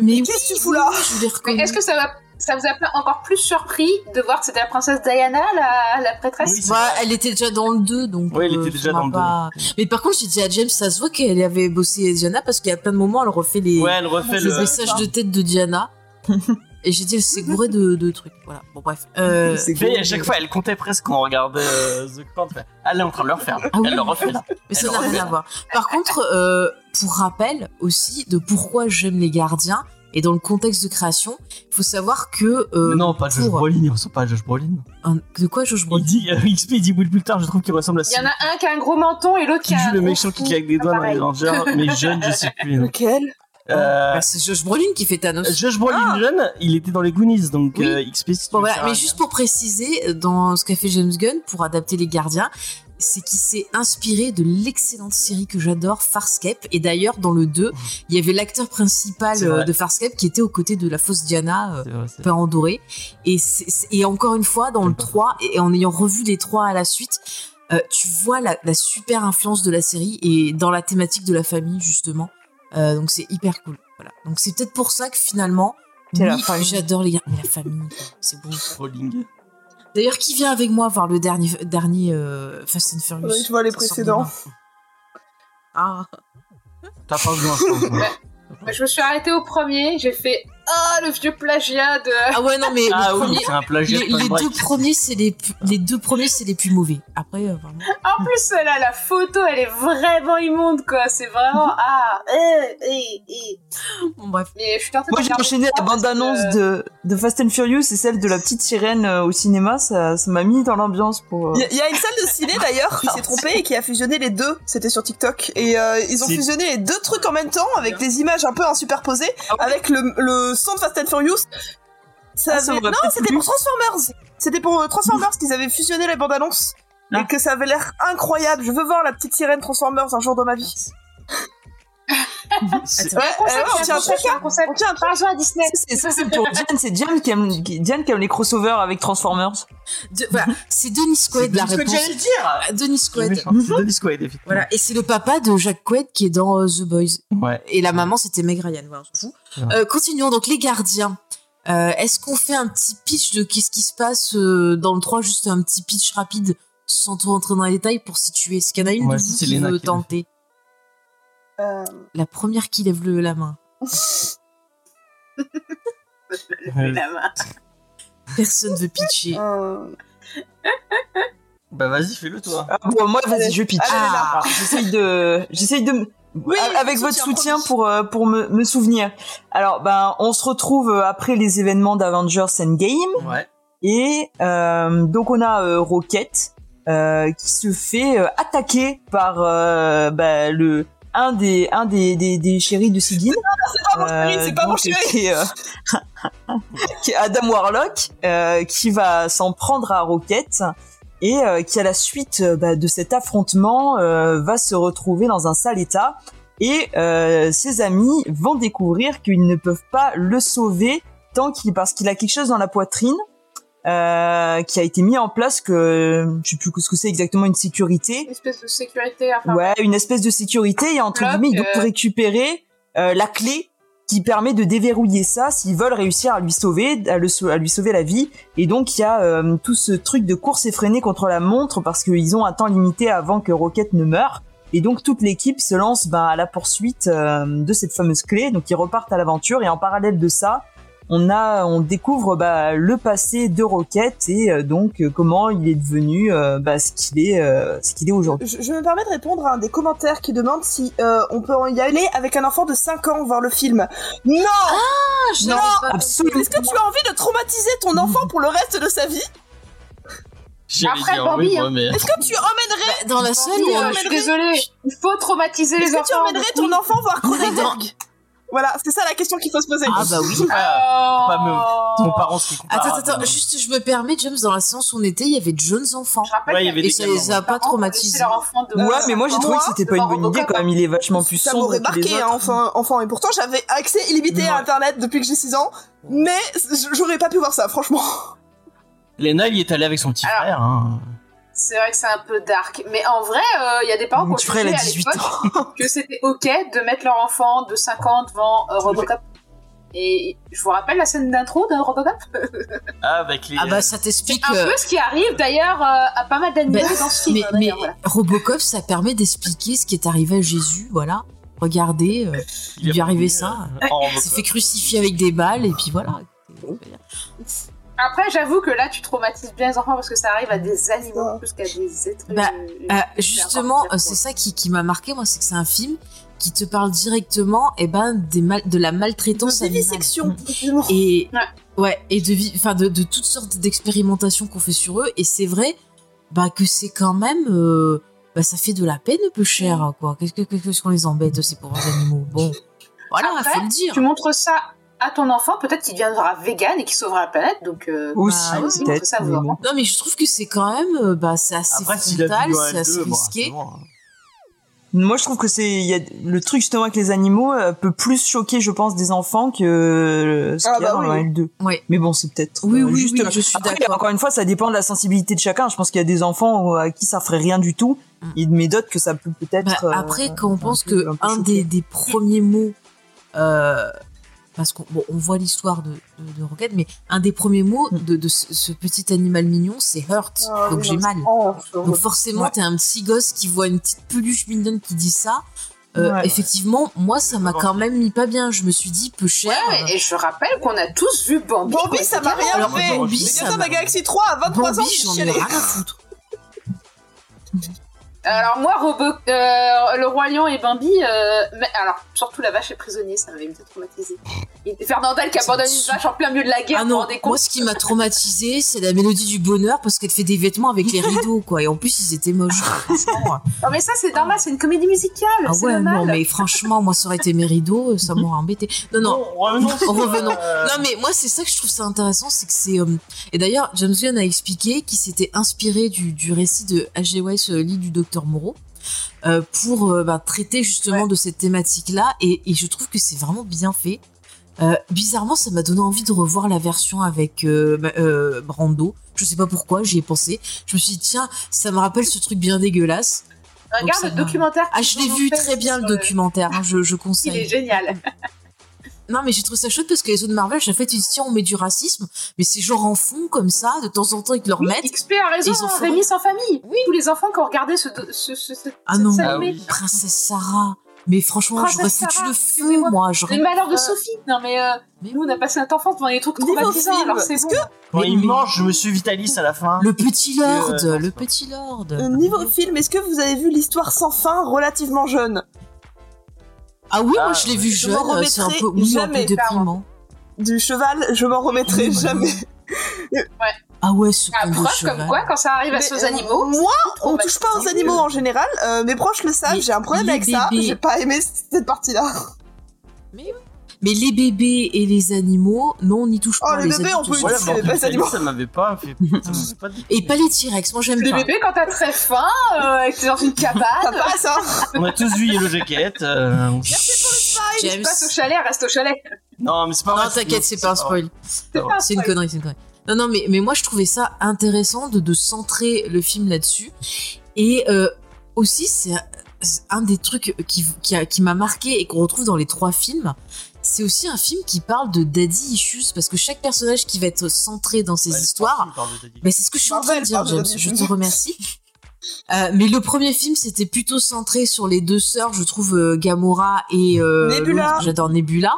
C: Mais
F: Qu'est-ce que tu fous là
C: je l'ai
E: Mais
C: reconnu.
E: est-ce que ça, va, ça vous a pas encore plus surpris de voir que c'était la princesse Diana, la, la prêtresse
B: Oui, c'est
C: Bah,
B: vrai.
C: elle était déjà dans le 2, donc.
B: Ouais, elle était
C: ça
B: déjà
C: m'a
B: dans le
C: pas- Mais par contre, j'ai dit à James, ça se voit qu'elle avait bossé Diana parce qu'il y a plein de moments, elle refait les,
B: Ouais, elle euh, refait
C: le
B: le.
C: message de tête de Diana. Et j'ai dit, c'est bourré de, de trucs. Voilà, bon, bref. Euh,
D: C'est
B: Mais à chaque fois, elle comptait presque quand on regardait euh, The Crown. fait, Ah, elle est en train de le refaire.
C: Ah oui.
B: Elle le refait là.
C: mais ça
B: elle
C: n'a
B: refait.
C: rien à voir. Par contre, euh, pour rappel aussi de pourquoi j'aime les gardiens et dans le contexte de création, il faut savoir que. euh,
B: non, pas Josh
C: pour-
B: Brolin, il ressemble pas à Josh Brolin.
C: un- de quoi Josh
B: Il
C: Brolin
B: dit, euh, XP, il dit Will plus tard, je trouve qu'il ressemble à
E: Il y
B: celui
E: en a un qui a un gros menton et l'autre qui
B: qui
E: a un
B: joue le
E: gros
B: mec chiant qui
E: cou.
B: claque des doigts dans les
E: pareil.
B: Avengers, mais jeune, je sais
C: (laughs)
B: plus. non.
F: Lequel
B: Euh,
C: Bah, C'est Josh Brolin qui fait Thanos.
B: Josh Brolin jeune, il était dans les Goonies, donc
C: Ah. Oui.
B: euh, XP. si tu
C: Bon,
B: veux
C: voilà,
B: faire
C: mais
B: un-
C: juste pour préciser, euh, dans ce qu'a fait James Gunn pour adapter Les Gardiens, c'est qu'il s'est inspiré de l'excellente série que j'adore, Farscape. Et d'ailleurs, dans le 2, il y avait l'acteur principal
B: Mmh. C'est vrai.
C: euh, de Farscape qui était aux côtés de la fausse Diana, euh,
B: C'est vrai, c'est vrai.
C: peint en doré. Et, c'est- c'est- et encore une fois, dans le 3, et en ayant revu les 3 à la suite, euh, tu vois la, la super influence de la série et dans la thématique de la famille, justement. Euh, donc c'est hyper cool. Voilà. Donc c'est peut-être pour ça que finalement,
D: C'est la
C: oui,
D: famille.
C: j'adore les gars. Mais la famille, quoi, c'est bon.
B: Brolin.
C: D'ailleurs, qui vient avec moi voir le dernier, dernier euh, Fast and Furious
F: Ouais, je vois les
C: Ça sort
F: précédents.
C: demain. Ah,
B: T'as pas
C: (laughs)
B: besoin, je pense.
E: Bah, Je me suis arrêtée au premier, j'ai fait Ah, le vieux plagiat de. (laughs)
C: ah ouais, non, mais
B: Ah
C: le
B: oui,
C: premier-
B: c'est un plagiat.
C: les,
B: de Point
C: les
B: Break.
C: deux premiers, c'est les, pu- les deux premiers, c'est les plus mauvais. Après, euh, vraiment.
E: En plus, là, la photo, elle est vraiment immonde, quoi. C'est
D: (laughs)
E: vraiment. Ah, euh, eh, eh.
C: Bon, bref.
E: Mais je suis tentée de
D: Moi, j'ai
E: regarder
D: enchaîné
E: ça
D: la
E: parce que-
D: bande-annonce de, de Fast and Furious et celle de la petite sirène euh, au cinéma. Ça ça m'a mis dans l'ambiance pour.
F: Il
D: euh,
F: y, a- il y a une salle de ciné d'ailleurs qui s'est trompée et qui a fusionné les deux. C'était sur TikTok. Et euh, ils ont
B: C'est-
F: fusionné les deux trucs en même temps avec des images un peu insuperposées
D: Ah ouais.
F: avec le, le son de Fast and Furious. Ça
D: Ah, ça
F: avait-
D: m'aurait
F: Non,
D: peut-être
F: c'était
D: plu.
F: pour Transformers. C'était pour euh, Transformers qu'ils avaient fusionné les bandes annonces.
D: Ah.
F: Et que ça avait l'air incroyable. Je veux voir la petite sirène Transformers un jour dans ma
D: (laughs)
F: vie.
B: C'est-
E: C'est un concept,
F: Eh ouais, on
E: Ah c'est un
F: tient un
E: concept, c'est un concept.
F: On tient un truc.
E: Parle-en à Disney.
D: Ça, c'est- Ça, c'est pour Diane. C'est Diane qui aime, qui- Diane qui aime les crossovers avec Transformers.
C: De-
B: Mhm.
C: voilà, c'est Denis Quaid la réponse.
B: dire
C: Ah, Denis
B: C'est
C: Quaid.
B: méchant, c'est Dennis Quaid, effectivement.
C: Voilà, et c'est le papa de Jacques Quaid qui est dans euh, The Boys.
B: Ouais.
C: Et la maman, c'était Meg Ryan. Voilà, on s'en fout. Euh, continuons donc les gardiens. Euh, Est-ce qu'on fait un petit pitch de qu'est-ce qui se passe euh, dans le 3 Juste un petit pitch rapide, sans trop entrer dans les détails, pour situer. Est-ce qu'il y en a une
B: Ouais,
C: de vous
B: c'est
C: qui
B: Léna
C: veut
B: qui l'a
C: tenter
F: Euh,
C: La première qui lève le, la main.
B: Euh,
E: La main.
F: Ah,
C: Personne veut pitcher.
F: euh,
B: Bah vas-y, fais-le toi.
D: Ah, bon, moi, vas-y, je pitch.
F: allez,
C: Ah.
F: là.
D: Alors, J'essaye de, j'essaye de, me-
F: Oui,
D: a- avec votre
F: soutien,
D: soutien pour euh, pour me, me souvenir. Alors, ben, on se retrouve euh, après les événements d'Avengers Endgame.
B: Ouais.
D: Et euh, donc on a euh, Rocket euh, qui se fait euh, attaquer par euh, bah, le un des un des des, des chéris de Sigyn.
F: C'est pas mon chéri, c'est pas mon
D: Euh, donc,
F: chéri.
D: Qui est, euh, (laughs) qui est Adam Warlock euh, qui va s'en prendre à Rocket et euh, qui à la suite euh, bah, de cet affrontement euh, va se retrouver dans un sale état et euh, ses amis vont découvrir qu'ils ne peuvent pas le sauver tant qu'il parce qu'il a quelque chose dans la poitrine euh, qui a été mis en place que je sais plus ce que c'est exactement une sécurité
E: Une espèce de sécurité. Enfin,
D: ouais une espèce de sécurité et entre
E: Bloc,
D: guillemets ils
E: euh.
D: doivent récupérer euh, la clé qui permet de déverrouiller ça s'ils veulent réussir à lui sauver à, le sau- à lui sauver la vie et donc il y a euh, tout ce truc de course effrénée contre la montre parce qu'ils ont un temps limité avant que Rocket ne meure et donc toute l'équipe se lance ben, à la poursuite euh, de cette fameuse clé donc ils repartent à l'aventure et en parallèle de ça on a on découvre bah, le passé de Rocket et euh, donc euh, comment il est devenu euh, bah, ce qu'il est euh, ce qu'il est aujourd'hui
F: Je, je me permets de répondre à un des commentaires qui demande si euh, on peut y aller avec un enfant de 5 ans voir le film. Non
C: Ah,
E: non,
D: absolument
F: Est-ce que tu as envie de traumatiser ton enfant pour le reste de sa vie
B: J'allais
E: Après,
B: dire
E: Bambi,
B: oui,
E: hein.
B: moi, mais.
F: Est-ce que tu emmènerais,
C: Dans la
E: Oui,
C: seule où
E: euh,
C: on-
E: je suis désolée, il faut traumatiser les
F: est-ce que tu
E: enfants.
F: emmènerais
E: donc
F: ton enfant voir
C: (laughs) dans-
F: Cronenberg Voilà, c'est ça la question qu'il faut se poser.
C: Ah bah oui.
E: Oh.
B: Pas me- Ton parent, ce qui compare.
C: Attends, attends, juste je me permets, James, dans la séance où on était, il y a avait de jeunes enfants.
E: Je rappelle
B: Ouais, il y
E: qu'il
B: avait
C: Et
B: des
C: ça
B: gamins.
C: les a pas
E: parents qui ont
C: traumatisés.
E: laissé leur enfant de-
D: Ouais, mais moi j'ai trouvé
F: Moi,
D: que c'était pas une bonne idée quand même. Il est vachement plus
F: ça
D: sombre
F: m'aurait
D: que les
F: marqué, hein,
D: autres.
F: enfant, enfant. Et pourtant, j'avais accès illimité
B: Ouais.
F: à Internet depuis que j'ai 6 ans. Mais j- j'aurais pas pu voir ça,
C: (laughs)
F: franchement.
B: Lena, il est allé avec son petit
C: Ah.
E: Alors.
B: frère. hein.
E: C'est vrai que c'est un peu dark, mais en vrai, euh, il y a
F: hein.
E: des parents qui
D: Mon
E: ont
D: petit frère,
E: jugé
D: il a
E: à
D: 18
E: l'époque
D: ans.
E: que c'était ok de mettre leur enfant de 5 ans devant euh, Robocop. Et je vous rappelle la scène d'intro de Robocop
B: Ah, Avec les.
C: Ah bah ça t'explique.
E: Un
C: euh,
E: peu ce qui arrive d'ailleurs euh, à pas mal d'animaux
C: Bah,
E: dans ce film. hein,
C: Mais,
E: d'ailleurs,
C: mais
E: voilà.
C: Robocop, ça permet d'expliquer ce qui est arrivé à Jésus, voilà. Regardez, euh, il lui est arrivé ça.
B: en-
C: il s'est fait crucifier avec des balles et puis voilà.
E: Après, j'avoue que là, tu traumatises bien les enfants parce que ça arrive à des animaux plus qu'à des êtres.
C: Bah,
E: humains.
C: Euh,
E: C'est
C: justement,
E: important de
C: euh,
E: dire
C: c'est ça qui, qui m'a marqué, moi, c'est que c'est un film qui te parle directement eh ben, des mal- de la maltraitance
F: C'est
C: animale.
F: vivisection.
C: Et,
E: Ouais.
C: ouais, et de, vi- enfin, de, de toutes sortes d'expérimentations qu'on fait sur eux. Et c'est vrai bah, que c'est quand même... euh, bah, ça fait de la peine peu cher, quoi. Qu'est-ce que- qu'est-ce qu'on les embête, ces pauvres animaux Bon, voilà,
E: Après,
C: faut le dire.
E: Tu montres ça à ton enfant, peut-être qu'il deviendra vegan et qu'il sauvera la planète. Donc, euh,
D: Aussi,
C: Bah,
E: aussi,
D: peut-être.
E: montre ça à vos
D: mais
E: enfants.
D: bon.
C: Non, mais je trouve que c'est quand même... euh, Bah, c'est assez
B: Après, s'il a
C: frontal,
B: vu Johan
C: c'est assez
B: 2, bon,
C: risqué.
B: c'est bon.
D: Moi je trouve que c'est. il Y a, le truc justement avec les animaux euh, peut plus choquer, je pense, des enfants que euh, ce
F: Ah
D: qu'il y a
F: bah
D: dans
F: oui.
D: la L2.
C: Ouais.
D: Mais bon, c'est peut-être.
C: Oui,
D: euh,
C: oui,
D: juste
C: oui,
D: là.
C: je suis
D: Après,
C: d'accord.
D: Encore une fois, ça dépend de la sensibilité de chacun. Je pense qu'il y a des enfants euh, à qui ça ferait rien du tout.
C: Mm.
D: Il Mais d'autres que ça peut peut-être.
C: Bah,
D: euh,
C: après, quand on pense
D: peu-
C: que
D: un peu
C: un
D: choqué.
C: des, des premiers mots, euh, parce qu'on bon, on voit l'histoire de, de, de Rocket, mais un des premiers mots
D: Mm.
C: de, de ce, ce petit animal mignon, c'est hurt.
F: Ah,
C: donc
F: oui,
C: j'ai
F: non,
C: mal.
F: Oh,
C: Donc forcément,
D: Ouais.
C: t'es un petit gosse qui voit une petite peluche mignonne qui dit ça. Euh,
D: Ouais.
C: effectivement, moi, ça m'a
B: Bon.
C: quand même mis pas bien. Je me suis dit, peu cher.
E: Ouais, ouais, et je rappelle qu'on a tous vu Bambi.
F: Bambi,
E: quoi,
F: ça m'a rien
C: Alors,
F: fait.
C: Bambi,
F: Les
C: ça
F: Gardiens de
C: m'a-
F: la Galaxie 3 à 23 ans,
C: Bambi,
F: j'ai
C: j'en ai
F: chialé.
C: rien à foutre.
E: Alors moi, Robo- euh, le roi lion et Bambi, euh, mais- alors surtout la vache est prisonnier, ça m'avait peut-être traumatisé. Et Fernandel qui
C: Ça
E: abandonne
C: me
E: une
C: saoule.
E: vache en plein milieu de la guerre,
C: Ah
E: vous vous
C: non,
E: rendez
C: moi,
E: compte
C: ce qui m'a traumatisé, c'est la mélodie du bonheur parce qu'elle fait des vêtements avec les rideaux, quoi. Et en plus, ils étaient moches. Franchement.
E: Non mais ça c'est normal, c'est une comédie musicale,
C: Ah
E: c'est
C: ouais,
E: normal.
C: non, mais franchement, moi, ça aurait été mes rideaux, euh, ça m'aurait embêté. Non, non.
B: Bon, revenons. sur,
C: Revenons.
B: euh,
C: Non, mais moi, c'est ça que je trouve ça intéressant, c'est que c'est. euh, Et d'ailleurs, James Gunn a expliqué qu'il s'était inspiré du, du récit de H.G. Wells, euh, lit du docteur Moreau, euh, pour euh, bah, traiter justement de cette thématique-là. Et, et je trouve que c'est vraiment bien fait. Euh, bizarrement, ça m'a donné envie de revoir la version avec euh, bah, euh, Brando. Je sais pas pourquoi, j'y ai pensé. Je me suis dit, tiens, ça me rappelle ce truc bien dégueulasse.
E: Regarde
C: ça
E: le
C: va.
E: documentaire.
C: Ah,
E: qu'ils
C: je l'ai
E: ont
C: vu
E: fait
C: très bien le
E: sur
C: documentaire, hein, je, je
E: euh, (laughs) Il
C: conseille.
E: est génial.
C: Non, mais j'ai trouvé ça chouette parce que les autres Marvel, à chaque fois, tu dis, tiens, on met du racisme, mais c'est genre en fond, comme ça, de temps en temps, ils te le
E: Oui,
C: remettent.
E: XP a raison, hein,
C: Ils ont fait-
E: Rémi sans famille. Tous les enfants qui ont regardé ce, ce, ce, ce-
C: Ah
E: cette
C: non.
E: scène
B: Ah
E: animée.
B: oui.
C: Princesse Sarah. Mais franchement,
E: Princesse
C: j'aurais foutu
E: Sarah,
C: le feu,
E: excusez-moi.
C: moi. J'aurais.
E: Les malheurs de Sophie. Non mais euh,
C: Mais
E: nous on a passé notre enfance devant des trucs
F: Vive au
E: traumatisants,
F: film.
E: alors c'est bon.
B: Quand
C: Mais-
B: il
C: mais-
B: mange, je me suis vitaliste à la fin.
C: Le petit lord,
B: Euh, non,
C: le
B: c'est pas.
C: petit lord.
F: Euh, Niveau film, est-ce que vous avez vu l'histoire sans fin relativement jeune
C: Ah oui, moi
B: Ah,
C: je l'ai
B: ouais.
C: vu
F: Je
C: jeune, euh,
F: m'en
C: c'est un
F: remettrai
C: peu, oui, un peu
F: jamais,
C: déprimant.
F: Du cheval, je m'en remettrai jamais.
C: Ah ouais, ce
E: Ah,
C: con de
E: preuve
C: cheval.
E: comme quoi, quand ça arrive à
F: Mais,
E: ces
F: euh,
E: animaux,
F: Moi, on touche pas aux
E: traumatisant.
F: animaux en général. euh, mes proches le savent,
C: Les-
F: j'ai un problème
C: les
F: avec ça.
C: bébés.
F: J'ai pas aimé cette partie-là.
C: Mais les bébés et les animaux, non, on n'y touche
F: Oh,
C: pas.
F: les bébés,
C: adultes,
F: on peut
C: sont-
F: Ouais,
B: Voilà,
F: c'est
B: mais en
F: pas
B: plus,
F: ça du bon.
B: ça m'avait pas
C: (laughs)
B: fait. ça m'avait pas dit.
C: Et pas les T-Rex, moi j'aime
E: les
C: pas.
E: bébés quand t'as très faim, euh, et que t'es dans une
F: Ça
E: cabane,
F: passe, hein
B: On a tous vu Yellow Jacket. euh, on-
C: Chut, James.
E: passe au chalet, reste au chalet.
B: Non, mais c'est pas
C: Non,
B: vrai.
C: t'inquiète, c'est pas un
B: vrai.
C: spoil.
E: C'est
B: va.
E: pas un
C: Oh, C'est une
E: spoil.
C: connerie, c'est une connerie. Non, non, mais, mais moi je trouvais ça intéressant de, de centrer le film là-dessus. Et euh, aussi, c'est un- c'est un des trucs qui, qui, a- qui m'a marqué et qu'on retrouve dans les trois films. C'est aussi un film qui parle de daddy issues parce que chaque personnage qui va être centré dans ses
B: Ouais,
C: histoires,
B: il parle de Daddy.
C: ben, c'est ce que je suis en train de
F: Marvel
C: dire,
F: parle de
C: James.
F: daddy
C: Je
F: issues.
C: te remercie. Euh, mais le premier film, c'était plutôt centré sur les deux sœurs, je trouve, euh, Gamora et euh,
F: Nebula.
C: l'autre, J'adore Nebula.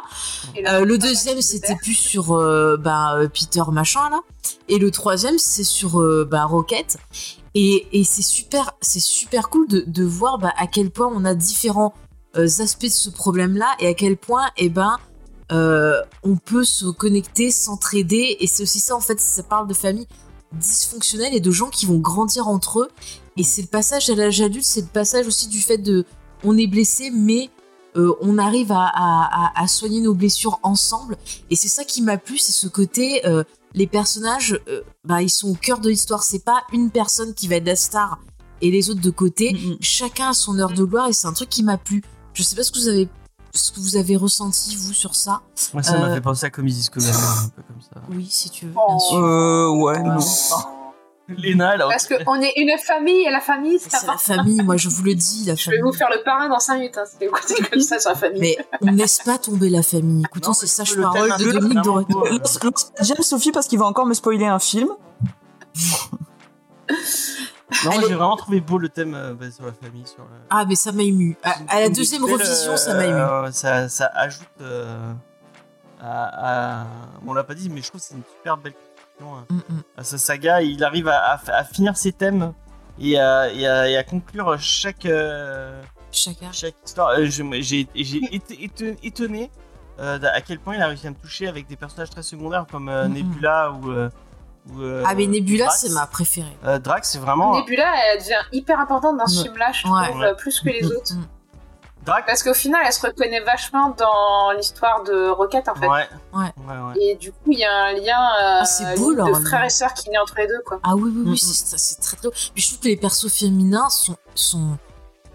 E: Et
C: Euh,
E: là,
C: le
E: ça va,
C: deuxième,
E: tu
C: c'était
E: perds.
C: plus sur euh, bah, euh, Peter machin là, et le troisième, c'est sur euh, bah, Rocket. Et, et c'est super, c'est super cool de, de voir bah, à quel point on a différents euh, aspects de ce problème-là et à quel point, eh ben, euh, on peut se connecter, s'entraider. Et c'est aussi ça en fait, ça parle de famille. dysfonctionnels et de gens qui vont grandir entre eux. Et c'est le passage à l'âge adulte, c'est le passage aussi du fait de on est blessé, mais euh, on arrive à, à- à- à soigner nos blessures ensemble. Et c'est ça qui m'a plu, c'est ce côté euh, les personnages, euh, bah, ils sont au cœur de l'histoire. C'est pas une personne qui va être la star et les autres de côté.
D: Mhm.
C: Chacun a son heure de gloire et c'est un truc qui m'a plu. Je sais pas ce que vous avez, ce que vous avez ressenti vous sur ça.
B: Moi, ça m'a
C: Euh,
B: fait penser à Comedy Discovery, un peu comme ça.
C: Oui, si tu veux.
E: Oh.
C: Bien sûr.
D: Euh, ouais, non.
B: Léna, elle a-
E: Parce qu'on est une famille et la famille, ça
C: C'est
E: va.
C: la famille, moi je vous le dis, la
E: Je
C: famille.
E: vais vous faire le parrain dans 5 minutes. Hein, si vous écoutez comme ça sur la famille.
C: Mais on laisse pas tomber la famille. Écoutons
B: Non,
C: ces
B: mais
C: sages
B: le
C: paroles
B: thème
C: de
B: un peu
C: Dominique
B: clairement,
C: Doré.
B: euh,
D: Lance- lance pas James Sophie parce qu'il va encore me spoiler un film.
B: Non, moi,
C: Allez.
B: j'ai vraiment trouvé beau le thème euh, basé sur la famille. Sur le-
C: Ah, mais ça m'a ému. À, à la deuxième
B: Belle,
C: revision, ça
B: euh,
C: m'a ému.
B: euh, ça, ça ajoute euh, à, à- On l'a pas dit, mais je trouve que c'est une super belle hein. conclusion à,
C: Mm, mm.
B: à sa saga. Il arrive à, à- à finir ses thèmes et à, et à- et à conclure chaque, euh,
C: Chacun.
B: chaque histoire. Euh, je- moi, J'ai j'ai été éton- étonné euh, d'à- à quel point il a réussi à me toucher avec des personnages très secondaires comme euh,
C: Mhm.
B: Nebula ou. euh, ou, euh,
C: Ah, mais Nebula,
B: Drax.
C: c'est ma préférée.
B: Euh, Drax, c'est vraiment.
E: Nebula, elle devient hyper importante dans ce
C: Ouais.
E: film-là, je
C: Ouais.
E: trouve,
B: Ouais.
E: euh, plus que les autres.
C: Mm, mm.
B: Drax,
E: Parce qu'au final, elle se reconnaît vachement dans l'histoire de Rocket, en fait.
B: ouais.
C: Ouais.
B: ouais, ouais.
E: Et du coup, il y a un lien euh,
C: Ah, c'est beau,
E: de
C: leur lien.
E: frères et sœurs qui naît entre les deux, quoi.
C: Ah oui, oui, oui,
D: Mm,
C: c'est- ça, c'est très très beau. Puis je trouve que les persos féminins sont, sont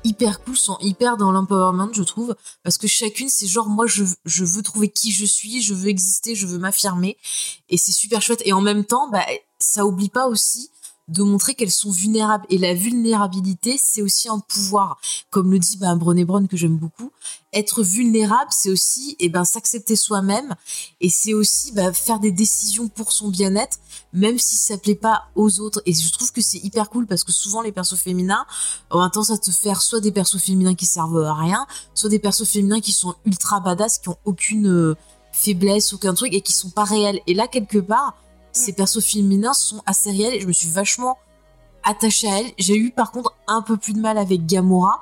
C: hyper cool, sont hyper dans l'empowerment, je trouve. Parce que chacune, c'est genre, moi, je, je veux trouver qui je suis, je veux exister, je veux m'affirmer. Et c'est super chouette. Et en même temps, bah, ça oublie pas aussi de montrer qu'elles sont vulnérables. Et la vulnérabilité, c'est aussi un pouvoir. Comme le dit ben, Brené Brown, que j'aime beaucoup, être vulnérable, c'est aussi eh ben, s'accepter soi-même. Et c'est aussi bah, faire des décisions pour son bien-être même si ça plaît pas aux autres. Et je trouve que c'est hyper cool parce que souvent les persos féminins ont tendance à te faire soit des persos féminins qui servent à rien, soit des persos féminins qui sont ultra badass, qui ont aucune euh, faiblesse, aucun truc et qui sont pas réels. Et là, quelque part, ces persos féminins sont assez réels et je me suis vachement attachée à elle. J'ai eu par contre un peu plus de mal avec Gamora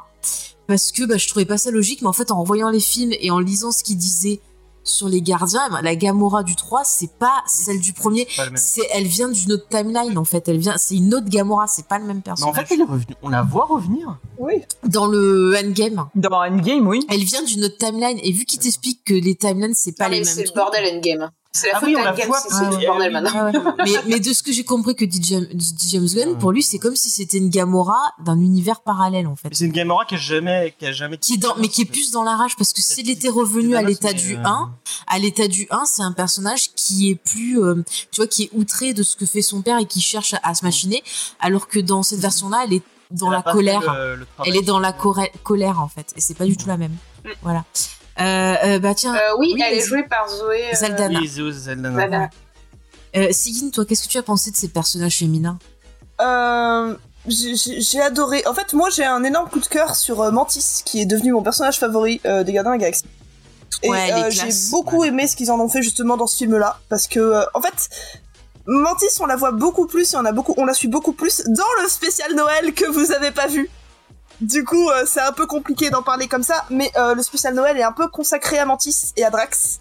C: parce que bah, je trouvais pas ça logique, mais en fait, en voyant les films et en lisant ce qu'ils disaient sur les gardiens, eh ben, la Gamora du 3, c'est pas celle du premier.
B: C'est pas le même.
C: C'est, elle vient d'une autre timeline en fait. Elle vient, c'est une autre Gamora. C'est pas le même
B: Mais en
C: personnage.
B: fait, elle est revenue. On la voit revenir.
D: Oui.
C: Dans le endgame,
D: Dans Endgame, oui.
C: elle vient d'une autre timeline. Et vu qu'il t'explique que les timelines c'est pas
E: Non, mais
C: les mêmes.
E: c'est le
C: trucs.
E: bordel Endgame. C'est la
B: Ah
E: faute
B: oui, on la
E: d'Endgame,
B: voit.
E: c'est c'est
B: Ah
E: le
B: oui,
E: bordel
B: oui,
E: maintenant.
C: Ah ouais. mais, mais de ce que j'ai compris que dit James, dit James Gunn, pour lui c'est comme si c'était une Gamora d'un univers parallèle en fait.
B: C'est une Gamora qui a jamais, qui a jamais.
C: Qui est dans, mais qui est plus dans la rage parce que s'il était revenu
B: venue
C: à l'état du
B: euh,
C: 1, à l'état du 1, c'est un personnage qui est plus, euh, tu vois, qui est outré de ce que fait son père et qui cherche à, à se machiner, alors que dans cette version-là, elle est dans la colère. Elle est dans la coré- colère en fait, et c'est pas du tout la même.
E: Mm.
C: Voilà. Euh, euh, bah tiens,
E: Euh, oui,
C: Oui,
E: elle est
C: vas-y.
E: jouée par Zoé. euh,
C: Saldana.
B: Oui, Zeus, Zelda.
E: Saldana.
C: Euh, Sigyn, toi, qu'est-ce que tu as pensé de ces personnages féminins
F: Euh, j'ai- j'ai j'ai adoré. En fait, moi, j'ai un énorme coup de cœur sur euh, Mantis, qui est devenu mon personnage favori euh, des Gardiens de la Galaxie. Et
C: Ouais, elle est
F: euh, j'ai
C: classe.
F: beaucoup aimé ce qu'ils en ont fait justement dans ce film-là, parce que euh, en fait, Mantis, on la voit beaucoup plus et on a beaucoup, on la suit beaucoup plus dans le spécial Noël que vous avez pas vu. Du coup, euh, c'est un peu compliqué d'en parler comme ça, mais euh, le spécial Noël est un peu consacré à Mantis et à Drax.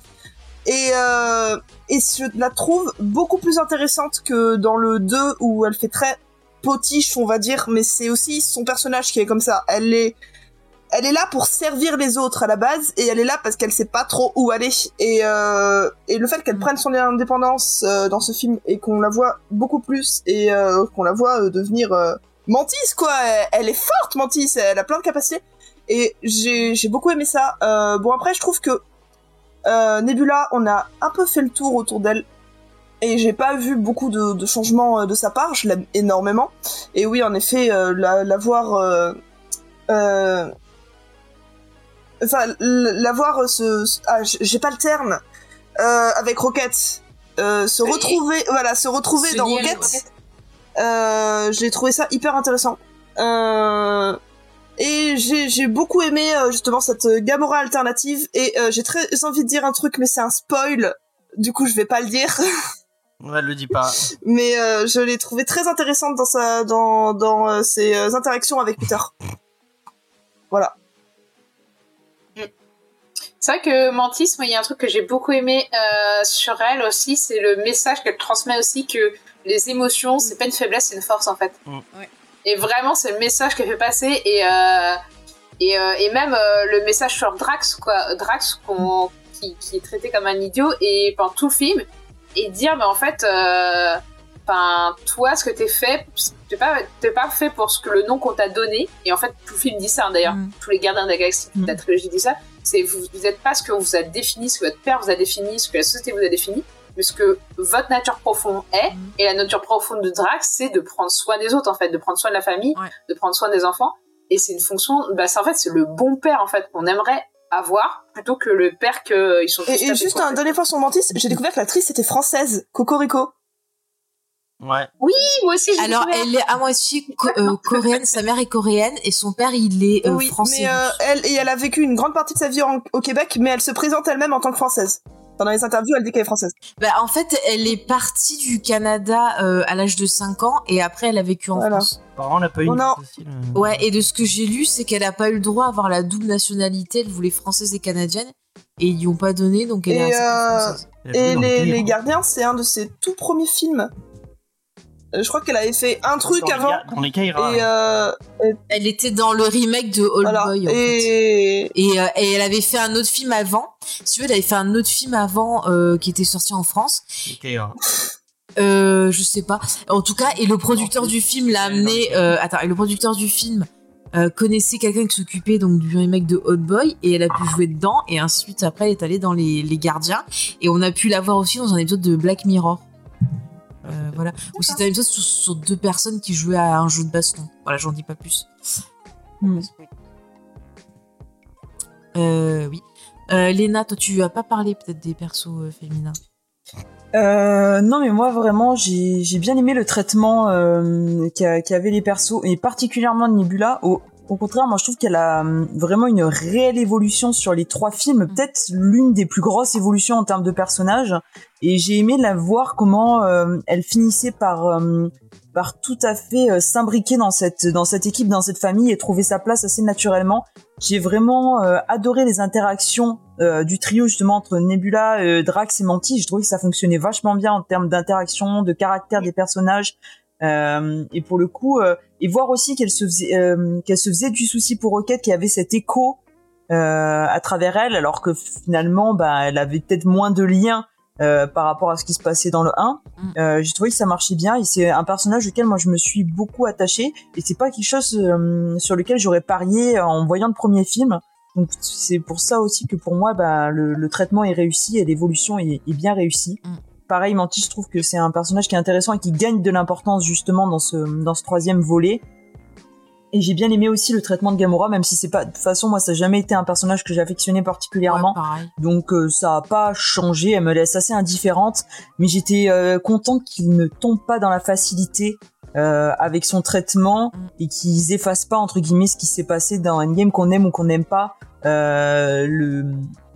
F: Et, euh, et je la trouve beaucoup plus intéressante que dans le 2 où elle fait très potiche, on va dire, mais c'est aussi son personnage qui est comme ça. Elle est, elle est là pour servir les autres à la base, et elle est là parce qu'elle sait pas trop où aller. Et, euh, et le fait qu'elle prenne son indépendance euh, dans ce film et qu'on la voit beaucoup plus et euh, qu'on la voit euh, devenir euh, Mantis, quoi. Elle, elle est forte, Mantis. Elle a plein de capacités. Et j'ai j'ai beaucoup aimé ça. Euh, bon après, je trouve que euh, Nebula, on a un peu fait le tour autour d'elle. Et j'ai pas vu beaucoup de, de changements euh, de sa part, je l'aime énormément. Et oui, en effet, euh, la, la voir. euh, euh, Enfin, l- la voir euh, se. se- Ah, j- j'ai pas le terme. Euh, avec Rocket. Euh, se
E: Oui.
F: retrouver, voilà, se retrouver
C: Se
F: dans
C: lier à
F: Rocket. Euh, j'ai trouvé ça hyper intéressant. Euh, et j'ai j'ai beaucoup aimé euh, justement cette euh, Gamora alternative. Et euh, j'ai très envie de dire un truc, mais c'est un spoil. Du coup, je vais pas le dire.
B: On ne le dit pas.
F: Mais euh, je l'ai trouvé très intéressante dans, sa, dans, dans euh, ses euh, interactions avec (laughs) Peter.
E: C'est vrai que Mantis, moi, il y a un truc que j'ai beaucoup aimé euh, sur elle aussi, c'est le message qu'elle transmet aussi que les émotions, c'est pas une faiblesse, c'est une force en fait.
B: Mm.
G: Ouais.
E: Et vraiment, c'est le message qu'elle fait passer et euh, et, euh, et même euh, le message sur Drax quoi, Drax qu'on- qui, qui est traité comme un idiot et pendant tout le film et dire mais en fait, euh, enfin toi, ce que t'es fait, t'es pas t'es pas fait pour ce que le nom qu'on t'a donné et en fait tout le film dit ça hein, d'ailleurs.
C: Mm.
E: Tous les Gardiens de la Galaxie, toute
F: Mm.
E: la trilogie dit ça. C'est vous n'êtes pas ce que vous a défini, ce que votre père vous a défini, ce que la société vous a défini mais ce que votre nature profonde est,
F: Mm.
C: Mhm.
E: et la nature profonde de Drax, c'est de prendre soin des autres, en fait, de prendre soin de la famille,
C: Ouais.
E: de prendre soin des enfants. Et c'est une fonction, bah, c'est en fait, c'est le bon père, en fait, qu'on aimerait avoir, plutôt que le père qu'ils sont tous
F: Et, et
E: tapés,
F: juste
E: quoi, en
F: un
E: fait.
F: dernier point sur Mantis, j'ai découvert que l'actrice était française, Cocorico.
B: Ouais.
E: Oui, moi aussi, j'ai
C: Alors,
E: découvert.
C: elle est à moitié co- euh, coréenne, sa mère est coréenne et son père, il est euh,
F: oui,
C: français.
F: mais euh, elle, et elle a vécu une grande partie de sa vie en- au Québec, mais elle se présente elle-même en tant que française. Pendant les interviews, elle dit qu'elle est française.
C: Bah, en fait, elle est partie du Canada euh, à l'âge de 5 ans et après, elle a vécu en
F: Voilà.
C: France.
B: Par an, on n'a pas eu
F: Oh
B: une
F: non.
B: vie facile. euh.
C: Ouais, et de ce que j'ai lu, c'est qu'elle n'a pas eu le droit à avoir la double nationalité. Elle voulait française et canadienne et ils n'y ont pas donné, donc elle
F: Et,
C: est
F: euh,
C: à française.
B: Elle a joué
F: Et
B: dans
F: les,
B: Délire.
F: les Gardiens, c'est un de ses tout premiers films. Euh, Je crois qu'elle avait fait un truc
B: Dans les
F: avant.
B: Ga- Dans les hein. Kaira.
F: Et, euh,
C: Elle était dans le remake de All
F: voilà.
C: Boy. en fait.
F: et
C: Et, euh, et elle avait fait un autre film avant. Si tu veux, elle avait fait un autre film avant euh, qui était sorti en France.
B: Les Kaira.
C: Euh, je sais pas. En tout cas, et le producteur du film l'a amené. euh, attends, et le producteur du film euh, connaissait quelqu'un qui s'occupait donc du remake de Hot Boy et elle a pu jouer dedans. Et ensuite, après, elle est allée dans les, les Gardiens et on a pu la voir aussi dans un épisode de Black Mirror. Euh, voilà. Ou c'était un épisode sur, sur deux personnes qui jouaient à un jeu de baston. Voilà, j'en dis pas plus. Hmm. Euh, oui. Euh, Léna, toi, tu as pas parlé peut-être des persos euh, féminins.
D: Euh, non, mais moi vraiment, j'ai j'ai bien aimé le traitement euh, qu'a- qu'avaient les persos et particulièrement Nebula. Au, au contraire, moi je trouve qu'elle a hum, vraiment une réelle évolution sur les trois films, peut-être l'une des plus grosses évolutions en termes de personnages. Et j'ai aimé la voir comment euh, elle finissait par euh, par tout à fait euh, s'imbriquer dans cette dans cette équipe, dans cette famille et trouver sa place assez naturellement. J'ai vraiment euh, adoré les interactions euh, du trio justement entre Nebula, euh, Drax et Mantis. Je trouvais que ça fonctionnait vachement bien en termes d'interaction, de caractère des personnages. Euh, et pour le coup, euh, et voir aussi qu'elle se faisait euh, qu'elle se faisait du souci pour Rocket, qui avait cet écho euh, à travers elle, alors que finalement, bah, elle avait peut-être moins de liens euh, par rapport à ce qui se passait dans le 1.
C: Mm.
D: Euh, J'ai trouvé que ça marchait bien et c'est un personnage auquel moi je me suis beaucoup attachée et c'est pas quelque chose euh, sur lequel j'aurais parié en voyant le premier film. Donc c'est pour ça aussi que pour moi, bah, le, le traitement est réussi et l'évolution est, est bien réussie.
C: Mm.
D: Pareil, Mantis, je trouve que c'est un personnage qui est intéressant et qui gagne de l'importance justement dans ce, dans ce troisième volet. Et j'ai bien aimé aussi le traitement de Gamora, même si c'est pas de toute façon moi ça n'a jamais été un personnage que j'affectionnais particulièrement.
C: Ouais, pareil.
D: Donc euh, ça a pas changé, elle me laisse assez indifférente, mais j'étais euh, contente qu'il ne tombe pas dans la facilité euh, avec son traitement et qu'ils effacent pas entre guillemets ce qui s'est passé dans Endgame qu'on aime ou qu'on n'aime pas. Euh, le, le,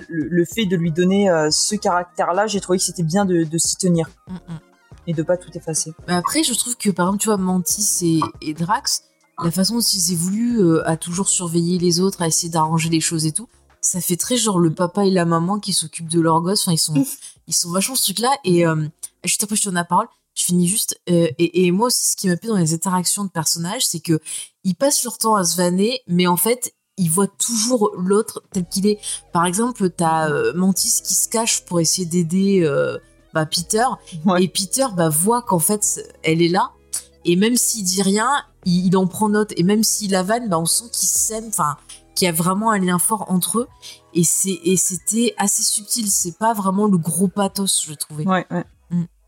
D: le fait de lui donner euh, ce caractère-là, j'ai trouvé que c'était bien de, de s'y tenir
C: Mm, mm.
D: et de pas tout effacer.
C: Mais après, je trouve que par exemple, tu vois, Mantis et, et Drax, la façon dont ils évoluent euh, à toujours surveiller les autres, à essayer d'arranger les choses et tout, ça fait très genre le papa et la maman qui s'occupent de leur gosse. Enfin, ils sont, ils sont vachement ce truc-là. Et euh, juste après, je te donne la parole. Je finis juste. euh, et, et moi aussi, ce qui m'a plu dans les interactions de personnages, c'est que ils passent leur temps à se vanner, mais en fait, ils voient toujours l'autre tel qu'il est. Par exemple, t'as euh, Mantis qui se cache pour essayer d'aider euh, bah, Peter,
D: Ouais.
C: et Peter bah, voit qu'en fait elle est là et même s'il dit rien il, il en prend note et même s'il la vanne bah, on sent qu'ils s'aiment enfin qu'il y a vraiment un lien fort entre eux et c'est et c'était assez subtil c'est pas vraiment le gros pathos je trouvais
D: Ouais, ouais.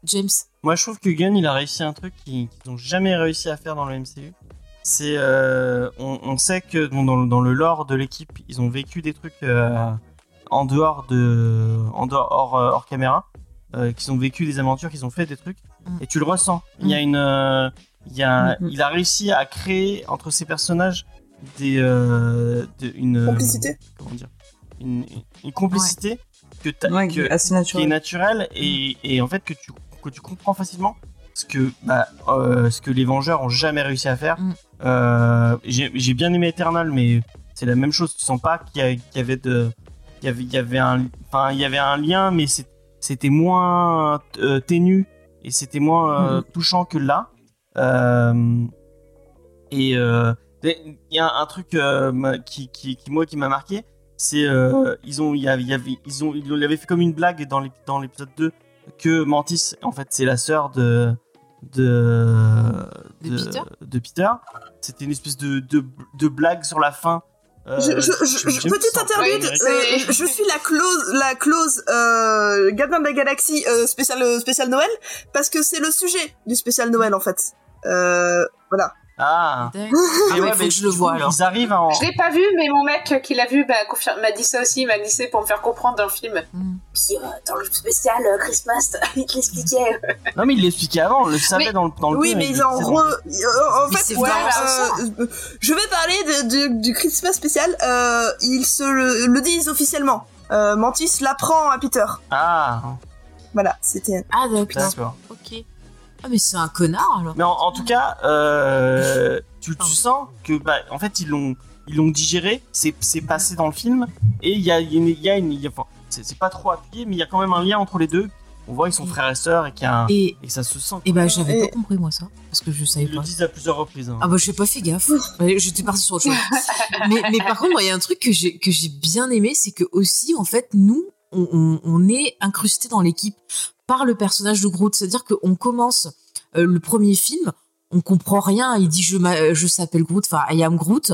C: James
B: Moi, je trouve que Gunn, il a réussi un truc qu'ils qu'ils n'ont jamais réussi à faire dans le MCU. C'est. euh, on, on sait que bon, dans, le- dans le lore de l'équipe, ils ont vécu des trucs euh, en dehors de. en dehors, hors, euh, hors caméra. euh, qu'ils ont vécu des aventures, qu'ils ont fait des trucs.
C: Mm.
B: Et tu le ressens. Il y a une. euh, il, y a,
D: Mhm.
B: il a réussi à créer entre ces personnages des. euh, de- une.
F: Complicité.
B: Comment dire Une, une complicité que t'as-
D: Ouais,
B: que-
D: assez
B: qui est
D: naturel.
B: naturel et, et en fait que tu, que tu comprends facilement ce que, bah, euh, ce que les Vengeurs ont jamais réussi à faire.
C: Mm.
B: Euh, J'ai j'ai bien aimé Eternal, mais c'est la même chose. Tu sens pas qu'il y, a- qu'il y avait de, il y avait, il y avait un, enfin, il y avait un lien, mais c'est- c'était moins euh, ténu et c'était moins
C: Mhm.
B: euh, touchant que là. Euh, et euh, il y a un truc euh, ma- qui, qui, qui, moi qui m'a marqué, c'est euh, ils ont il y avait- il y avait- ils ont ils l'avaient fait comme une blague dans l'ép- dans l'épisode 2 que Mantis en fait c'est la sœur de de
C: De Peter
B: de Peter. C'était une espèce de, de, de blague sur la fin. euh,
F: Je- je- je-
B: je-
F: je-
B: je me
F: Petite
B: sens-
F: interlude,
E: Ouais,
F: euh,
E: c'est-
F: je suis la clause, la clause euh, Gardien de la Galaxie euh, spécial euh, spécial Noël parce que c'est le sujet du spécial Noël en fait. Euh,
B: Ah.
C: D'accord. Ah ouais, faut que je le
B: du
C: vois,
B: coup,
C: alors.
B: Ils arrivent en
E: Je l'ai pas vu, mais mon mec euh, qui l'a vu bah, confirme- m'a dit ça aussi, il m'a dit c'est pour me faire comprendre dans le film.
C: Hmm.
E: Puis euh, dans le spécial euh, Christmas, il te l'expliquait.
B: Non mais il l'expliquait avant, on le savait
E: Mais-
B: dans le dans le
F: oui,
B: deux,
F: mais
B: il
F: ils en
B: disait dans-
F: re... euh, en
C: Mais
F: fait,
C: c'est
F: dans,
E: vrai,
F: euh, euh, je vais parler de- de- du Christmas spécial. Euh, ils se le, le disent officiellement. Euh, Mantis l'apprend à Peter.
B: Ah,
F: Voilà, c'était.
C: Ah d'accord.
B: d'accord.
C: Ok. Ah mais c'est un connard alors.
B: Mais en, en tout cas, euh, tu, tu
C: Pardon.
B: sens que, bah, en fait, ils l'ont, ils l'ont digéré, c'est, c'est passé dans le film, et il y a, il y a une- il y a une, il y a- enfin, c'est, c'est pas trop appuyé, mais il y a quand même un lien entre les deux. On voit qu'ils sont frères et sœurs et qu'il y a un- et,
C: Et
B: ça se sent.
C: et ben j'avais
F: Et-
C: pas compris moi ça parce que je savais
B: Ils le
C: pas.
B: disent à plusieurs reprises. hein.
C: Ah bah j'ai pas fait gaffe. Ouais, J'étais partie sur autre chose. mais, mais par contre, moi, il y a un truc que j'ai que j'ai bien aimé, c'est que aussi en fait nous on, on- on est incrusté dans l'équipe par le personnage de Groot, c'est-à-dire qu'on commence euh, le premier film, on comprend rien, il dit je m'a- euh, je s'appelle Groot, enfin I am Groot.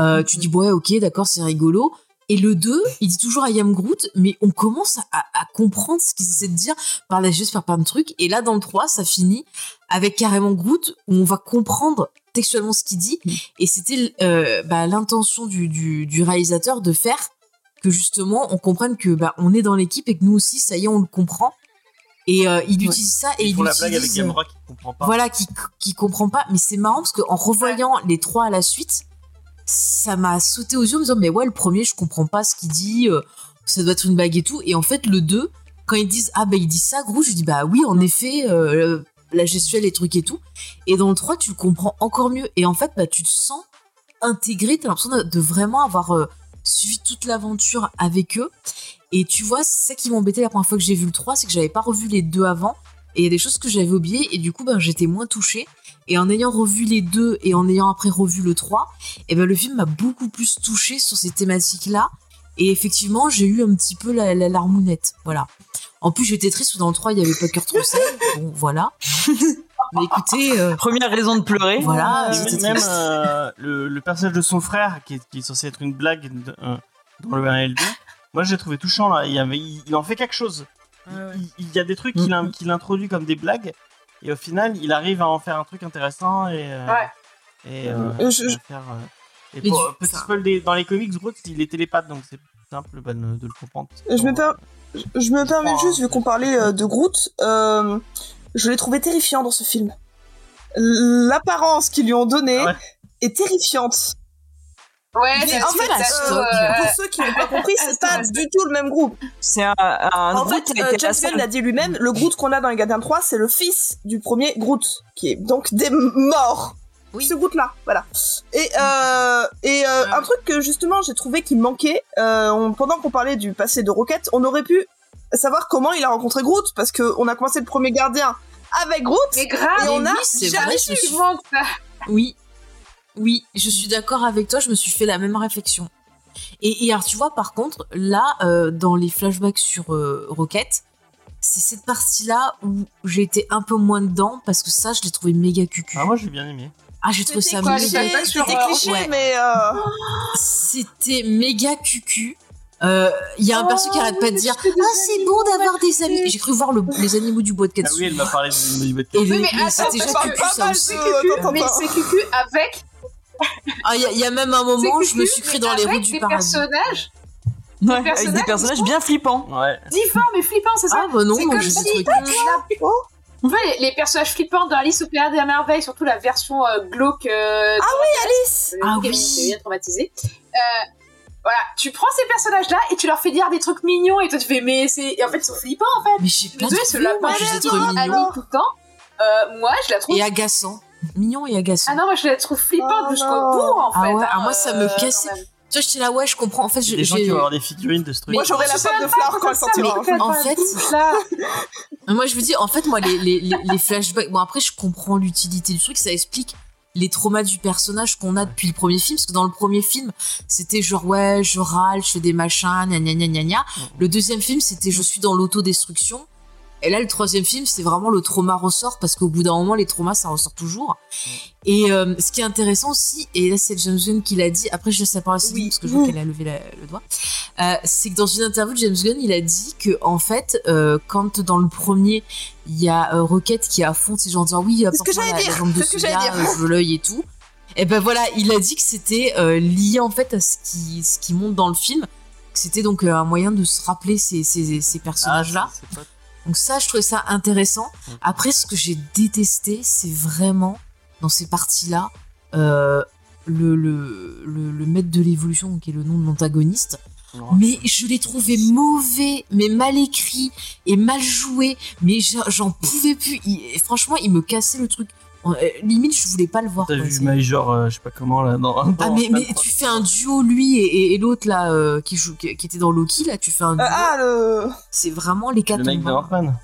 C: Euh, tu dis ouais ok d'accord c'est rigolo. Et le 2, il dit toujours I am Groot, mais on commence à, à- à comprendre ce qu'ils essaient de dire par la geste, par plein de trucs. Et là, dans le 3, ça finit avec carrément Groot, où on va comprendre textuellement ce qu'il
B: Mm.
C: dit. Et c'était euh, bah, l'intention du, du- du réalisateur de faire que justement on comprenne que bah, on est dans l'équipe et que nous aussi, ça y est, on le comprend. Et euh, il utilise ça et
B: Ils
C: il
B: font la
C: utilise
B: blague avec Gamora qui comprend pas.
C: voilà qui, qui comprend pas mais c'est marrant parce que en revoyant les trois à la suite ça m'a sauté aux yeux en me disant mais ouais le premier je comprends pas ce qu'il dit euh, ça doit être une bague et tout et en fait le 2 quand ils disent ah bah il dit ça gros je dis bah oui en effet euh, la gestuelle les trucs et tout et dans le 3 tu le comprends encore mieux et en fait bah tu te sens intégré t'as l'impression de, de vraiment avoir euh, suivi toute l'aventure avec eux et tu vois c'est ça qui m'embêtait la première fois que j'ai vu le 3 c'est que j'avais pas revu les deux avant et il y a des choses que j'avais oubliées et du coup ben, j'étais moins touchée. Et en ayant revu les deux et en ayant après revu le 3, et ben, le film m'a beaucoup plus touchée sur ces thématiques-là. Et effectivement, j'ai eu un petit peu la, la larmounette. Voilà. En plus, j'étais triste où dans le 3, il n'y avait pas Kurt Russell. Bon,
D: (laughs)
C: voilà. Mais écoutez, euh,
D: Première raison de pleurer.
C: voilà,
B: Et
C: j'étais
B: Ah, même
C: Ah, triste.
B: euh, le, le personnage de son frère, qui est, qui est censé être une blague de- euh, dans le 1 et le 2, moi j'ai trouvé touchant là. Il, y avait- il- il en fait quelque chose. Il, il y a des trucs qu'il in- qu'il introduit comme des blagues, et au final il arrive à en faire un truc intéressant. Et, euh,
E: Ouais.
B: et, euh,
F: Euh, je-
B: à
F: je-
B: faire, euh, et
C: Mais
B: pour-
C: du-
B: petit
C: enfin-
B: spoil des- dans les comics, Groot il est télépathe donc c'est simple bah, de, de le comprendre.
F: Je me permets. Je me permets juste, vu qu'on parlait euh, de Groot, euh, je l'ai trouvé terrifiant dans ce film. L'apparence qu'ils lui ont donnée
B: Ah ouais.
F: est terrifiante.
E: Ouais,
F: Mais
E: t'as
F: en
E: vu,
F: fait,
E: t'as
C: euh,
E: tout,
F: Pour ceux qui n'ont pas compris, c'est pas du tout le même groupe.
D: C'est un, un
F: En
D: groupe
F: fait,
D: qui a
F: euh,
D: été
F: James
D: assez-
F: Gunn l'a dit lui-même, le Groot qu'on a dans les Gardiens 3, c'est le fils du premier Groot, qui est donc des morts.
C: Oui.
F: Ce Groot-là, voilà. Et, euh, et euh,
C: Ah.
F: un truc que justement j'ai trouvé qui manquait, euh, on- pendant qu'on parlait du passé de Rocket, on aurait pu savoir comment il a rencontré Groot, parce qu'on a commencé le premier Gardien avec Groot.
E: Mais grave,
F: Et on
C: Mais
F: a
C: oui, c'est
F: jamais
C: vrai,
F: su
C: je me
E: tu
C: suis-
E: manques ça.
C: Oui, oui, je suis d'accord avec toi, je me suis fait la même réflexion. Et, et alors, tu vois, par contre, là, euh, dans les flashbacks sur euh, Rocket, c'est cette partie-là où j'ai été un peu moins dedans parce que ça, je l'ai trouvé méga cucu.
B: Ah, moi j'ai bien aimé.
C: Ah, j'ai trouvé ça
F: C'était
E: quoi,
C: méga.
E: les
F: cliché,
E: flashbacks sur,
F: c'était
E: euh,
F: cliché,
C: ouais.
F: mais... euh,
C: C'était méga cucu. Euh, Il y a un
E: Oh,
C: perso qui arrête pas de
E: mais
C: dire
E: tu fais des
C: Ah, c'est bon d'avoir des
E: amis.
C: amis. J'ai cru voir le- les animaux du bois de
B: Ah
C: Katsu.
B: oui, elle m'a parlé de de- de-
C: Et
E: Oui,
C: le-
E: mais attends,
C: c'était déjà
E: parce que-
C: cucu,
F: pas
C: ça
F: mal
C: aussi.
F: de-
E: cucu,
F: attends,
E: mais
F: attends.
E: c'est cucu avec.
C: Ah, il y, a- il y a même un moment,
E: c'est
C: je me
E: cucu,
C: suis cru
E: mais
C: dans les
E: avec
C: rues du
E: des
C: paradis.
E: personnages
D: Ouais, avec
E: personnages
D: des
E: qui
D: personnages
E: sont-
D: bien flippants.
B: Ouais.
E: difformes et flippants, c'est ça
C: Ah, bah non,
E: C'est
C: moi,
E: comme
C: je
E: si-
C: sais
F: Oh,
E: Tu vois, les, les personnages flippants dans Alice au Pays des Merveilles, surtout la version euh, glauque. euh,
F: Ah
E: de-
F: Alice
E: euh,
C: Ah
E: qui
C: oui.
E: était bien traumatisée. Euh, voilà, tu prends ces personnages-là et tu leur fais dire des trucs mignons et toi tu fais mais c'est et en fait ils sont flippants en fait.
C: Mais j'ai plein de
E: Désolée, ce
C: films,
E: lapin
C: je les ai
E: adorable,
C: trouvés
E: Annie,
C: mignons.
E: tout le temps. Euh, moi je la trouve.
C: Et agaçant. Mignon et agaçant.
E: Ah non moi je la trouve flippante
F: Oh
E: jusqu'au
F: non.
E: bout en
C: Ah
E: fait.
C: ouais,
E: hein,
C: ah, moi, ça me
E: euh,
C: cassait.
E: quand même.
C: Tu vois, j'étais là, ouais, je comprends. En fait, je-
B: Des gens qui
C: j'ai-
B: vont avoir des figurines de Ah, Struy.
F: Moi, j'aurais la
E: Je sais
F: femme de
E: même
F: Flore quand
E: pourquoi
F: elle
E: ça
F: sortira.
E: m'étonne
C: En
E: pas,
C: fait-
E: ce truc-là.
C: Moi, je vous dis, en fait, moi, les, les, les, les flashbacks. Bon, après, je comprends l'utilité du truc. Ça explique les traumas du personnage qu'on a depuis le premier film. Parce que dans le premier film, c'était genre, ouais, je râle, je fais des machins, gna gna gna gna gna. Le deuxième film, c'était je suis dans l'autodestruction. Et là, le troisième film, c'est vraiment le trauma ressort. Parce qu'au bout d'un moment, les traumas, ça ressort toujours. Et euh, ce qui est intéressant aussi, et là, c'est James Gunn qui l'a dit. Après, je laisse la parole à Céline,
F: Oui.
C: parce que je vois qu'elle a levé la- le doigt. Euh, c'est que dans une interview de James Gunn, il a dit que en fait, euh, quand dans le premier, il y a euh, Rocket qui est à fond, c'est genre en disant oui,
F: ce que
C: apporte-moi
F: j'allais
C: la, la
F: dire,
C: jambe de
F: c'est ce
C: ce
F: que j'allais
C: gars,
F: dire.
C: euh, je veux l'œil et tout. Et ben voilà, il a dit que c'était euh, lié en fait à ce qui ce qui monte dans le film. que C'était donc euh, un moyen de se rappeler ces, ces, ces
B: Ah,
C: personnages-là.
B: c'est- c'est pas-
C: Donc ça, je trouvais ça intéressant.
F: Mm.
C: Après, ce que j'ai détesté, c'est vraiment dans ces parties-là euh, le, le, le, le maître de l'évolution, qui est le nom de l'antagoniste.
B: Non.
C: Mais je l'ai trouvé mauvais, mais mal écrit et mal joué. Mais j'a- j'en pouvais plus. Il- et franchement, il me cassait le truc. En- euh, Limite, je voulais pas le voir.
B: T'as
C: quoi.
B: vu
C: C'est-
B: Major, euh, je sais pas comment là, non.
C: ah mais, mais tu fais un duo lui et, et- et l'autre là euh, qui joue qui, qui était dans Loki là tu fais un duo
F: Euh, ah, le.
C: c'est vraiment les quatre
B: Le mec de Ant-Man.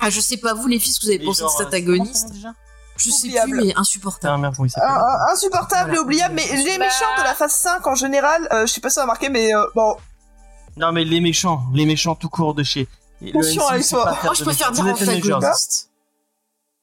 C: ah je sais pas vous les fils ce que vous avez
B: Mais
C: pensé de
B: genre,
C: cet
B: euh,
C: antagoniste
B: déjà
C: Je sais
F: Oubliable.
C: plus, mais
B: Putain,
C: insupportable.
B: merde, comment il
F: un-
B: s'appelle
F: un- insupportable
C: Voilà.
F: et oubliable, mais les
E: Bah.
F: méchants de la phase 5 en général, euh, je sais pas si ça a marqué, mais euh, bon,
B: Non, mais les méchants, les méchants tout court de chez. Le
F: Attention
B: MCU,
F: avec
B: c'est
F: toi.
B: pas faire
C: Moi, Oh, je
B: de
C: préfère
B: méchants.
C: dire
F: Ah,
B: Vous êtes les Majors.
C: antagoniste.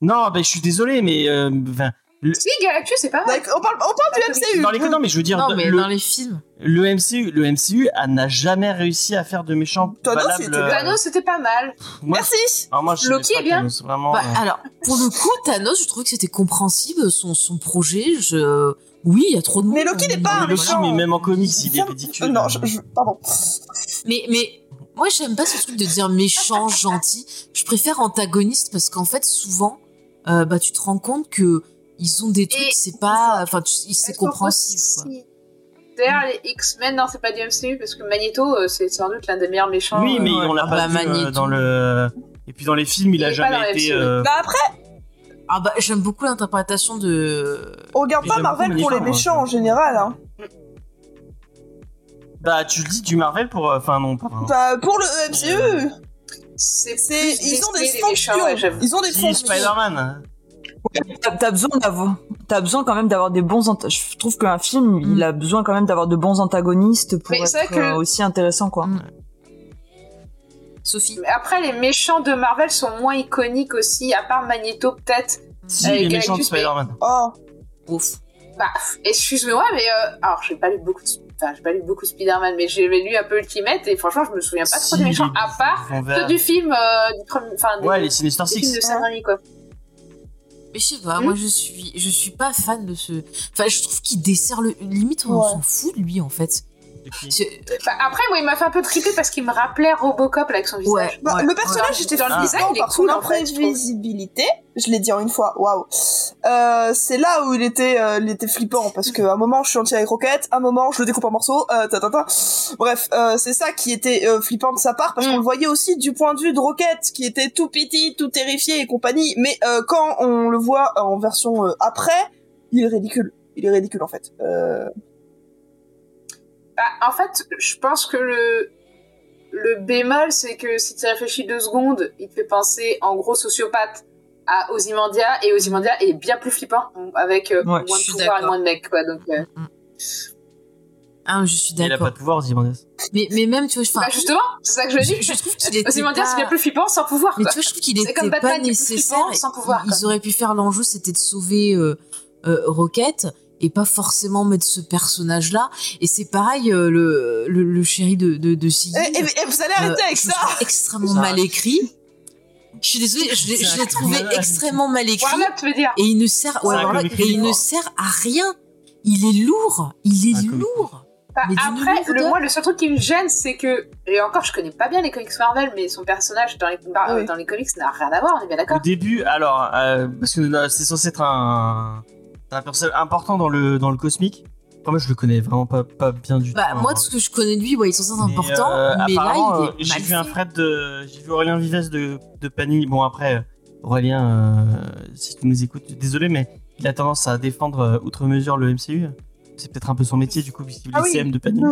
B: Non, ben je suis désolé, mais euh, ben,
E: Si, Galactus, c'est pas mal.
F: Like, Ah, on parle, on parle du MCU.
B: dans les non, mais je veux dire,
C: Non, mais
B: le,
C: dans les films.
B: le MCU, le MCU ah, n'a jamais réussi à faire de méchants
F: Thanos,
B: valables.
F: c'était
B: euh,
F: bien.
E: Thanos, Ah c'était pas mal.
B: moi,
F: Merci.
B: ah, moi, je
E: Loki
B: sais pas
E: est bien.
B: Thanos, vraiment.
C: Bah,
B: euh,
C: alors, pour le coup, Thanos, je trouvais que c'était compréhensible, son, son projet. Je... Oui, il y a trop de monde.
F: Mais Loki n'est pas
B: mais
C: Voilà.
F: un
B: Loki,
F: méchant.
B: mais même en comics, il est
F: Ferme-
B: ridicule. euh.
F: non, je, je- pardon.
C: Mais, mais moi, j'aime pas ce truc de dire méchant, gentil. Je préfère antagoniste parce qu'en fait, souvent, euh, bah, tu te rends compte que ils ont des trucs,
E: Et-
C: c'est pas. Enfin, tu- ils- c'est
E: Est-ce qu'on
C: compréhensif.
E: pense-
C: quoi.
E: si. D'ailleurs, les X-Men, non, c'est pas du MCU, parce que Magneto, euh, c'est sans doute l'un des meilleurs méchants.
B: Oui,
E: euh,
B: mais on l'a
C: Ah,
B: pas
C: bah,
B: vu
C: Magneto.
B: euh, dans le. Et puis dans les films, il,
E: Il
B: a
E: est pas dans
B: jamais
E: les
B: été.
E: films.
B: euh,
F: Bah après,
C: Ah, bah, j'aime beaucoup l'interprétation de.
F: on regarde
B: Mais
F: pas
B: j'aime
F: Marvel
B: beaucoup
F: pour les
B: les méchants,
F: méchants en
B: hein.
F: général. Hein.
B: Bah, tu le dis du Marvel pour. euh, Enfin, non, pas vraiment.
F: Bah, pour le MCU,
E: euh, c'est
F: c'est
E: plus
F: ils ont des
E: Disney, les méchants, ouais,
F: fonctions.
E: j'avoue.
F: Ils ont des
B: Si,
F: fonctions.
B: Spider-Man.
D: T'as t'as besoin d'avoir, t'as besoin quand même d'avoir des bons. anta- Je trouve qu'un film,
C: Mm.
D: il a besoin quand même d'avoir de bons antagonistes pour
E: Mais c'est
D: être
E: vrai que-
D: euh, aussi
E: (laughs)
D: intéressant, quoi.
C: Mm. Sophie.
E: Mais Après, les méchants de Marvel sont moins iconiques aussi, à part Magneto, peut-être.
B: Si,
E: Avec
B: les méchants de
E: Galactus, mais-
B: Spider-Man.
F: Oh,
C: Ouf.
E: Bah, excuse-moi, mais euh, alors, j'ai pas lu beaucoup de. Enfin, j'ai pas lu beaucoup de Spider-Man, mais j'avais lu un peu Ultimate, et franchement, je me souviens pas trop
B: Si,
E: des méchants,
B: les-
E: à part
B: ils vont vers-
E: ceux du film, euh, du premier. Enfin, des-
B: Ouais, les Sinister
E: des films de
B: Six.
E: Sam Raimi, quoi.
C: Mais je sais pas,
E: Hmm.
C: moi je suis, je suis pas fan de ce. Enfin, je trouve qu'il dessert le. Limite, on
F: Ouais.
C: s'en fout de lui en fait.
B: Et puis-
C: C'est-
E: Bah, après, moi, il m'a fait un peu triper parce qu'il me rappelait Robocop, là, avec son visage.
C: Ouais.
F: Bah,
C: ouais.
F: le personnage
E: ouais.
F: était
E: Dans
B: le
F: flippant
E: design, il est
F: Ah. par
E: cool,
F: son
E: en fait, je trouve.
F: imprévisibilité. Je l'ai dit en une fois, waouh. Euh, C'est là où il était, euh, il était flippant parce que à un moment je suis entier avec Rocket, à un moment je le découpe en morceaux, euh, ta, ta, ta. Bref, euh, c'est ça qui était euh, flippant de sa part parce
E: Mm.
F: qu'on le voyait aussi du point de vue de Rocket qui était tout petit, tout terrifié et compagnie. Mais euh, quand on le voit en version euh, après, il est ridicule. Il est ridicule en fait. Euh,
E: Bah, en fait, je pense que le, le bémol, c'est que si tu réfléchis deux secondes, il te fait penser en gros sociopathe à Ozymandia, et Ozymandia est bien plus flippant avec euh,
D: Ouais,
E: moins
C: je suis
E: de pouvoir et
C: d'accord.
E: moins de mecs, quoi. Donc, euh,
C: Ah, je suis
B: Il a pas
C: d'accord.
B: de pouvoir, Zimandias.
C: Mais, mais même, tu vois, enfin,
E: bah, justement, c'est ça que je dis.
C: je, je trouve qu'il était.
E: Ozymandia,
C: pas-
E: c'est bien plus flippant sans pouvoir,
C: Mais
E: quoi.
C: tu vois, je trouve qu'il
E: C'est comme
C: était
E: Batman,
C: pas
E: il est plus
C: nécessaire.
E: flippant sans pouvoir,
C: Ils
E: quoi.
C: auraient pu faire l'enjeu, c'était de sauver euh, euh, Rocket et pas forcément mettre ce personnage-là. Et c'est pareil, euh, le, le, le chéri de, de, de Siggy,
E: Eh,
F: et, et- et vous allez arrêter
C: Euh,
F: avec
C: je
F: ça.
C: le trouve extrêmement
B: Ça.
C: mal écrit. Je suis désolée, je l'ai- je l'ai trouvé extrêmement mal écrit.
E: Warlock, tu veux dire.
C: Et il ne sert,
B: C'est
C: ouais,
B: un
C: voilà,
B: comic
C: et il ne
B: relief.
C: sert à rien. Il est lourd. Il est
B: Un comic
C: lourd.
E: Bah,
C: Mais d'une
E: après,
C: lourdeur.
E: le, moi, le seul truc qui me gêne, c'est que, et encore, je connais pas bien les comics Marvel, mais son personnage dans les,
C: Ah
E: bah, euh,
F: Oui.
E: dans les comics n'a rien à voir, on est bien
B: Au
E: d'accord
B: début, alors, euh, parce que euh, c'est censé être un, un personnage important dans le, dans le cosmique. Enfin, moi, je le connais vraiment pas, pas bien du
C: Bah,
B: tout.
C: moi,
B: hein.
C: tout ce que je connais de lui, ouais, ils sont sans
B: Mais,
C: important,
B: euh,
C: mais là,
B: apparemment, euh,
C: il est
B: J'ai
C: mal
B: vu un
C: fait.
B: Fred de. J'ai vu Aurélien Vives de, de Panini. Bon, après, euh, Aurélien, euh, si tu nous écoutes, désolé, mais il a tendance à défendre euh, outre mesure le MCU. C'est peut-être un peu son métier, du coup, puisqu'il
F: Ah
B: est
F: oui.
B: CM de Panini.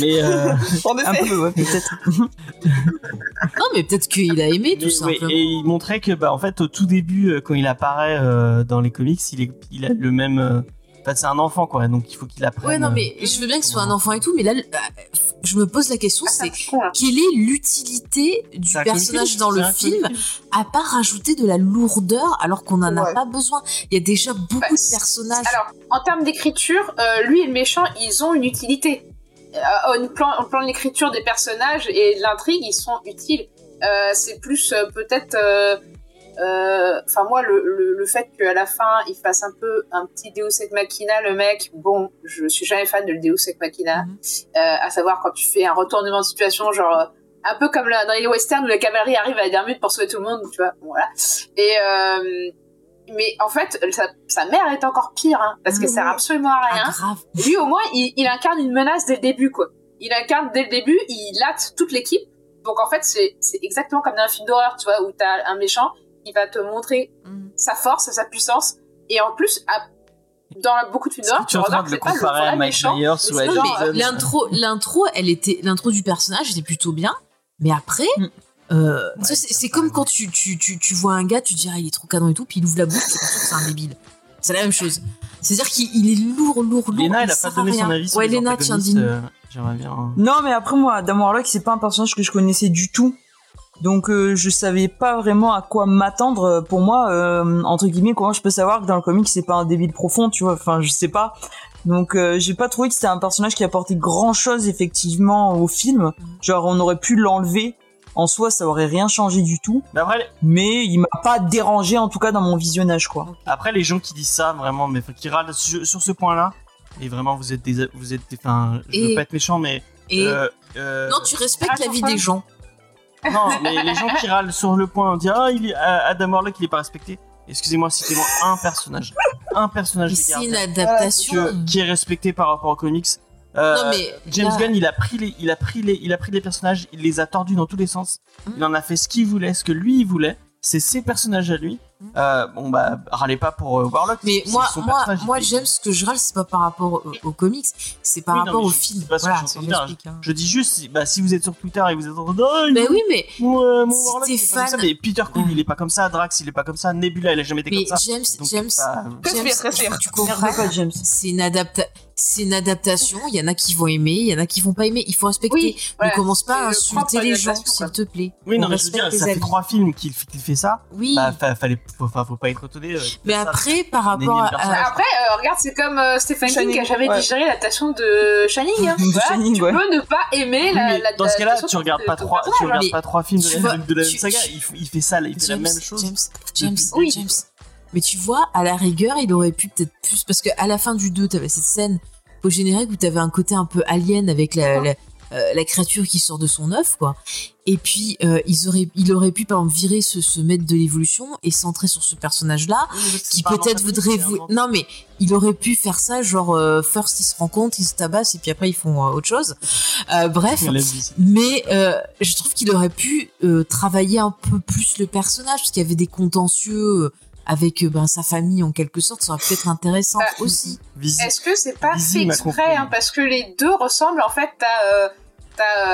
B: Mais euh,
F: En
D: Un
F: (laughs) effet.
D: peu, ouais, peut-être. (laughs)
C: Non, mais peut-être qu'il a aimé, tout
B: Mais ouais,
C: simplement.
B: et il montrait que, bah, en fait, au tout début, euh, quand il apparaît euh, dans les comics, il, est, il a le même. euh, Enfin, c'est un enfant, quoi. Donc, il faut qu'il apprenne.
C: Ouais, non,
B: euh,
C: mais je veux bien que ce soit un enfant et tout, mais là, le- euh, je me pose la question,
E: C'est un
C: c'est
E: petit con, hein. là.
C: quelle est l'utilité du
B: c'est un collectif,
C: personnage dans le
B: c'est un
C: film,
B: collectif.
C: à part rajouter de la lourdeur alors qu'on n'en a
F: Ouais.
C: pas besoin Il y a déjà beaucoup
E: Bah,
C: de personnages.
E: Alors, en termes d'écriture, euh, lui et le méchant, ils ont une utilité. Euh, au plan, au plan de l'écriture des personnages et de l'intrigue, ils sont utiles. Euh, c'est plus euh, peut-être. euh, euh, Enfin, moi, le, le, le fait qu'à la fin, il fasse un peu un petit Deus Ex Machina, le mec, bon, je suis jamais fan de le Deus Ex Machina.
C: Mhm.
E: Euh, à savoir quand tu fais un retournement de situation, genre. euh, un peu comme la- dans les westerns où la cavalerie arrive à la dernière minute pour sauver tout le monde, tu vois. Bon, voilà. Et euh, mais en fait, sa, sa mère est encore pire hein, parce qu'elle
C: Ah
E: sert
B: Mmh.
C: ouais.
E: absolument à
C: Ah,
E: rien.
C: grave.
E: Lui, au moins, il, il incarne une menace dès le début, quoi. Il incarne dès le début, il latte toute l'équipe. Donc en fait, c'est c'est exactement comme dans un film d'horreur, tu vois, où t'as un méchant qui va te montrer
B: Mmh.
C: Mm.
E: sa force, sa puissance, et en plus, à- dans beaucoup de films
B: Est-ce que
E: d'horreur,
B: tu es en train
E: remarques
B: de le
E: c'est pas
B: comparer
E: vrai
B: à Mike
E: méchant,
B: Myers
E: mais
B: ou à
E: c'est
C: Non,
E: genre,
B: Jason
E: euh,
C: mais l'intro, l'intro, elle était, l'intro du personnage était plutôt bien, mais après,
D: Mm.
C: euh, tu
B: Ouais,
C: sais, c'est
B: ça
C: c'est
B: va.
C: comme quand tu, tu, tu, tu vois un gars, tu te dis ah, il est trop canon et tout, puis il ouvre la bouche, tu es sûr que c'est un débile. C'est la même chose. C'est-à-dire qu'il il est lourd, lourd, lourd.
B: Léna,
C: il
B: elle a pas
C: sert à
B: donné son
C: rien.
B: avis sur
C: Ouais,
B: les
C: Léna, tiens,
B: antagonistes.
C: dis-nous.
B: euh, J'aimerais bien.
D: Non, mais après, moi, Adam Warlock, c'est pas un personnage que je connaissais du tout. Donc, euh, je savais pas vraiment à quoi m'attendre. Pour moi, euh, entre guillemets, comment je peux savoir que dans le comic, c'est pas un débile profond, tu vois Enfin, je sais pas. Donc, euh, j'ai pas trouvé que c'était un personnage qui apportait grand chose, effectivement, au
E: Mm.
D: film. Genre, on aurait pu l'enlever. En soi, ça aurait rien changé du tout.
B: Mais après,
D: Mais il m'a pas dérangé, en tout cas, dans mon visionnage, quoi.
B: Après, les gens qui disent ça, vraiment, mais enfin, qui râlent sur, sur ce point-là, et vraiment, vous êtes des. Vous êtes des- enfin, je veux
C: Et-
B: pas être méchant, mais.
C: Et
B: euh, euh,
C: non, tu respectes la vie
E: Attends,
C: des gens.
B: non, mais les gens qui râlent sur le point, on dit Ah, il est, ah, Adam Warlock, il est pas respecté. Excusez-moi, citez-moi un personnage. Un personnage
C: Mais
B: des
C: c'est
B: gardiens
C: une adaptation.
B: que- qui est respecté par rapport aux comics. Euh,
C: hein. non mais
B: James
C: là-
B: Gunn, il a pris les, il a pris les, il a pris les personnages, il les a tordus dans tous les sens.
C: Mm.
B: Il en a fait ce qu'il voulait, ce que lui il voulait. C'est ses personnages à lui.
C: Mm.
B: Euh, bon bah râlez pas pour euh, Warlock.
C: Mais
B: c'est
C: moi,
B: son
C: moi,
B: personnage,
C: moi,
B: il-
C: j'aime ce que je râle, c'est pas par rapport au- aux, comics, c'est par
B: Oui, non,
C: rapport
B: mais
C: au
B: je-
C: film.
B: c'est pas ce que
C: Voilà,
B: je
C: ça
B: considère.
C: m'explique, hein.
B: Je dis juste, si- bah, si vous êtes sur Twitter et vous êtes en train de, Oh, il-
C: Ben oui, mais,
B: mon, euh, mon Warlock, il est pas
C: Stéphane-
B: comme ça. mais Peter Quill, il est pas comme ça. Drax, il est pas comme ça. Nebula, il a jamais été
C: Mm. mais
B: comme ça.
C: James,
B: Donc,
C: James,
B: bah,
C: James,
F: Respire, respire.
C: faut que tu
D: Merde,
C: comprennes,
D: quoi, James.
C: c'est une adapta- c'est une adaptation. Il y en a qui vont aimer, il y en a qui vont pas aimer. Il faut respecter.
E: Oui, voilà.
C: ne commence pas à
E: C'est le
C: insulter
E: propre
C: les
E: de
C: gens,
E: l'adaptation,
C: s'il
E: quoi.
C: te plaît.
B: oui,
C: On
B: non, mais je veux dire,
C: respecte
B: ça
C: les
B: fait
C: avis.
B: trois films qu'il qu'il fait ça.
C: Oui,
B: Bah, fa- fallait, faut, faut- faut pas être étonné. euh,
C: mais
B: ça.
C: après, par rapport
B: énième
C: à,
B: personnage.
E: Après, euh, regarde, c'est comme euh, Stephen King
D: Shining,
E: qui a jamais
D: ouais.
E: digéré l'adaptation de Shining. Hein.
D: De
E: Voilà,
D: Shining,
E: tu
D: ouais.
E: peux ne pas aimer
B: Oui,
E: la,
B: mais
E: la-
B: dans ce cas-là,
E: l'adaptation
B: tu regardes
E: de-
B: pas
E: de-
B: trois, tu
E: personnage,
B: regardes
C: mais
B: pas trois films de
C: tu
B: la,
C: vois,
B: de la
C: tu-
B: saga.
C: tu-
B: Il, f- il fait ça, il fait
C: James,
B: la même chose.
C: James, James,
B: depuis
E: Oui.
C: James. Mais tu vois, à la rigueur, il aurait pu peut-être plus. Parce que à la fin du 2, t'avais cette scène au générique où t'avais un côté un peu alien avec la, la, euh, la créature qui sort de son œuf, quoi. Et puis, euh, ils auraient, il aurait pu, par exemple, virer ce, ce maître de l'évolution et centrer sur ce personnage-là qui peut-être voudrait vous. Non, mais il aurait pu faire ça, genre, euh, first ils se rencontrent, ils se tabassent, et puis après ils font euh, autre chose.
B: (laughs)
C: Euh, bref. Mais euh, je trouve qu'il aurait pu euh, travailler un peu plus le personnage, parce qu'il y avait des contentieux euh, avec euh, ben, sa famille en quelque sorte, ça aurait pu être intéressant
E: Ah.
C: aussi.
E: Est-ce que c'est pas
B: Lizzie
E: fait
B: m'a
E: exprès
B: compris.
E: hein, Parce que les deux ressemblent en fait à. euh, t'as,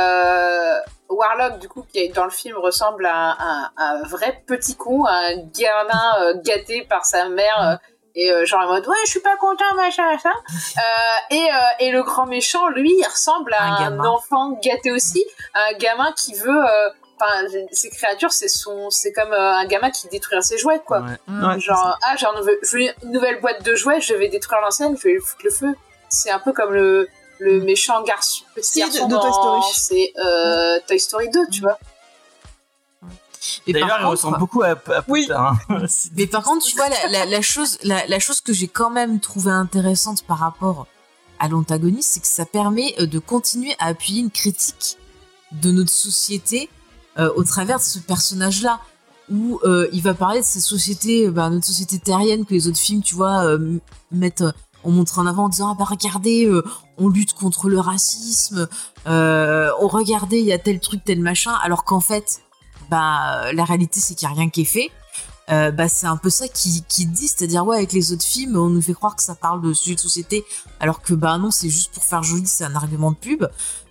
E: euh, Warlock, du coup, qui est dans le film ressemble à un, à un- un vrai petit con, à un gamin euh, gâté par sa mère. euh, et euh, genre en mode ouais je suis pas content machin
B: (laughs)
E: machin Euh, et, euh, et le grand méchant lui il ressemble à
C: Un
E: un,
C: gamin.
E: enfant gâté aussi à un gamin qui veut euh, enfin ces créatures c'est son c'est comme euh, un gamin qui détruit ses jouets quoi
B: Ouais,
E: Genre, ah, j'ai un nouvel- je veux une nouvelle boîte de jouets, je vais détruire l'ancienne, je vais lui foutre le feu. C'est un peu comme le, le méchant garçon, petit
F: Si, de-
E: garçon
F: de
E: dans
F: Toy Story. Mm.
E: C'est euh, Toy Story 2, tu vois.
C: Mais par,
B: D'ailleurs, il
C: contre,
B: ressemble beaucoup à, à
D: Oui.
B: Potter, hein.
C: mais par contre, tu vois, la, la- la chose, la, la chose que j'ai quand même trouvée intéressante par rapport à l'antagoniste, c'est que ça permet euh, de continuer à appuyer une critique de notre société euh, au travers de ce personnage-là, où euh, il va parler de cette société, euh, bah, notre société terrienne que les autres films, tu vois, euh, m- mettent, euh, on montre en avant en disant ah bah regardez, euh, on lutte contre le racisme, euh, on regardez il y a tel truc, tel machin, alors qu'en fait, bah la réalité c'est qu'il n'y a rien qui est fait. euh, bah, c'est un peu ça qui, qui dit, c'est-à-dire ouais, avec les autres films, on nous fait croire que ça parle de sujets de société, alors que bah non, c'est juste pour faire joli, c'est un argument de pub.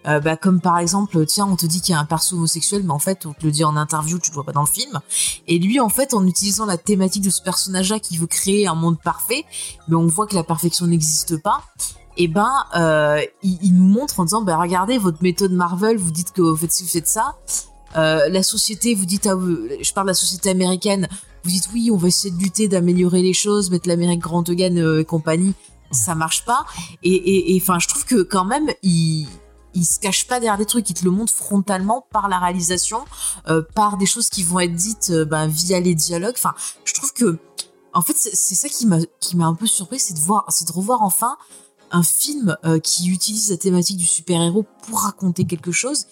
C: Euh, bah, comme par exemple, tiens, on te dit qu'il y a un perso homosexuel, mais en fait, on te le dit en interview, tu le vois pas dans le film. Et lui, en fait, en utilisant la thématique de ce personnage-là qui veut créer un monde parfait, mais on voit que la perfection n'existe pas. Et ben, euh, il, il, nous montre en disant, bah, regardez votre méthode Marvel, vous dites que vous faites ci, vous faites ça. Euh, la société, vous dites, à, je parle de la société américaine, vous dites oui, on va essayer de lutter, d'améliorer les choses, mettre l'Amérique grand again et compagnie, ça marche pas. Et enfin, et, et, je trouve que quand même, il, il se cache pas derrière des trucs, il te le montre frontalement par la réalisation, euh, par des choses qui vont être dites euh, ben, via les dialogues. Enfin, je trouve que, en fait, c'est ça qui m'a qui m'a un peu surpris, c'est de voir, c'est de revoir enfin un film euh, qui utilise la thématique du super-héros pour raconter quelque chose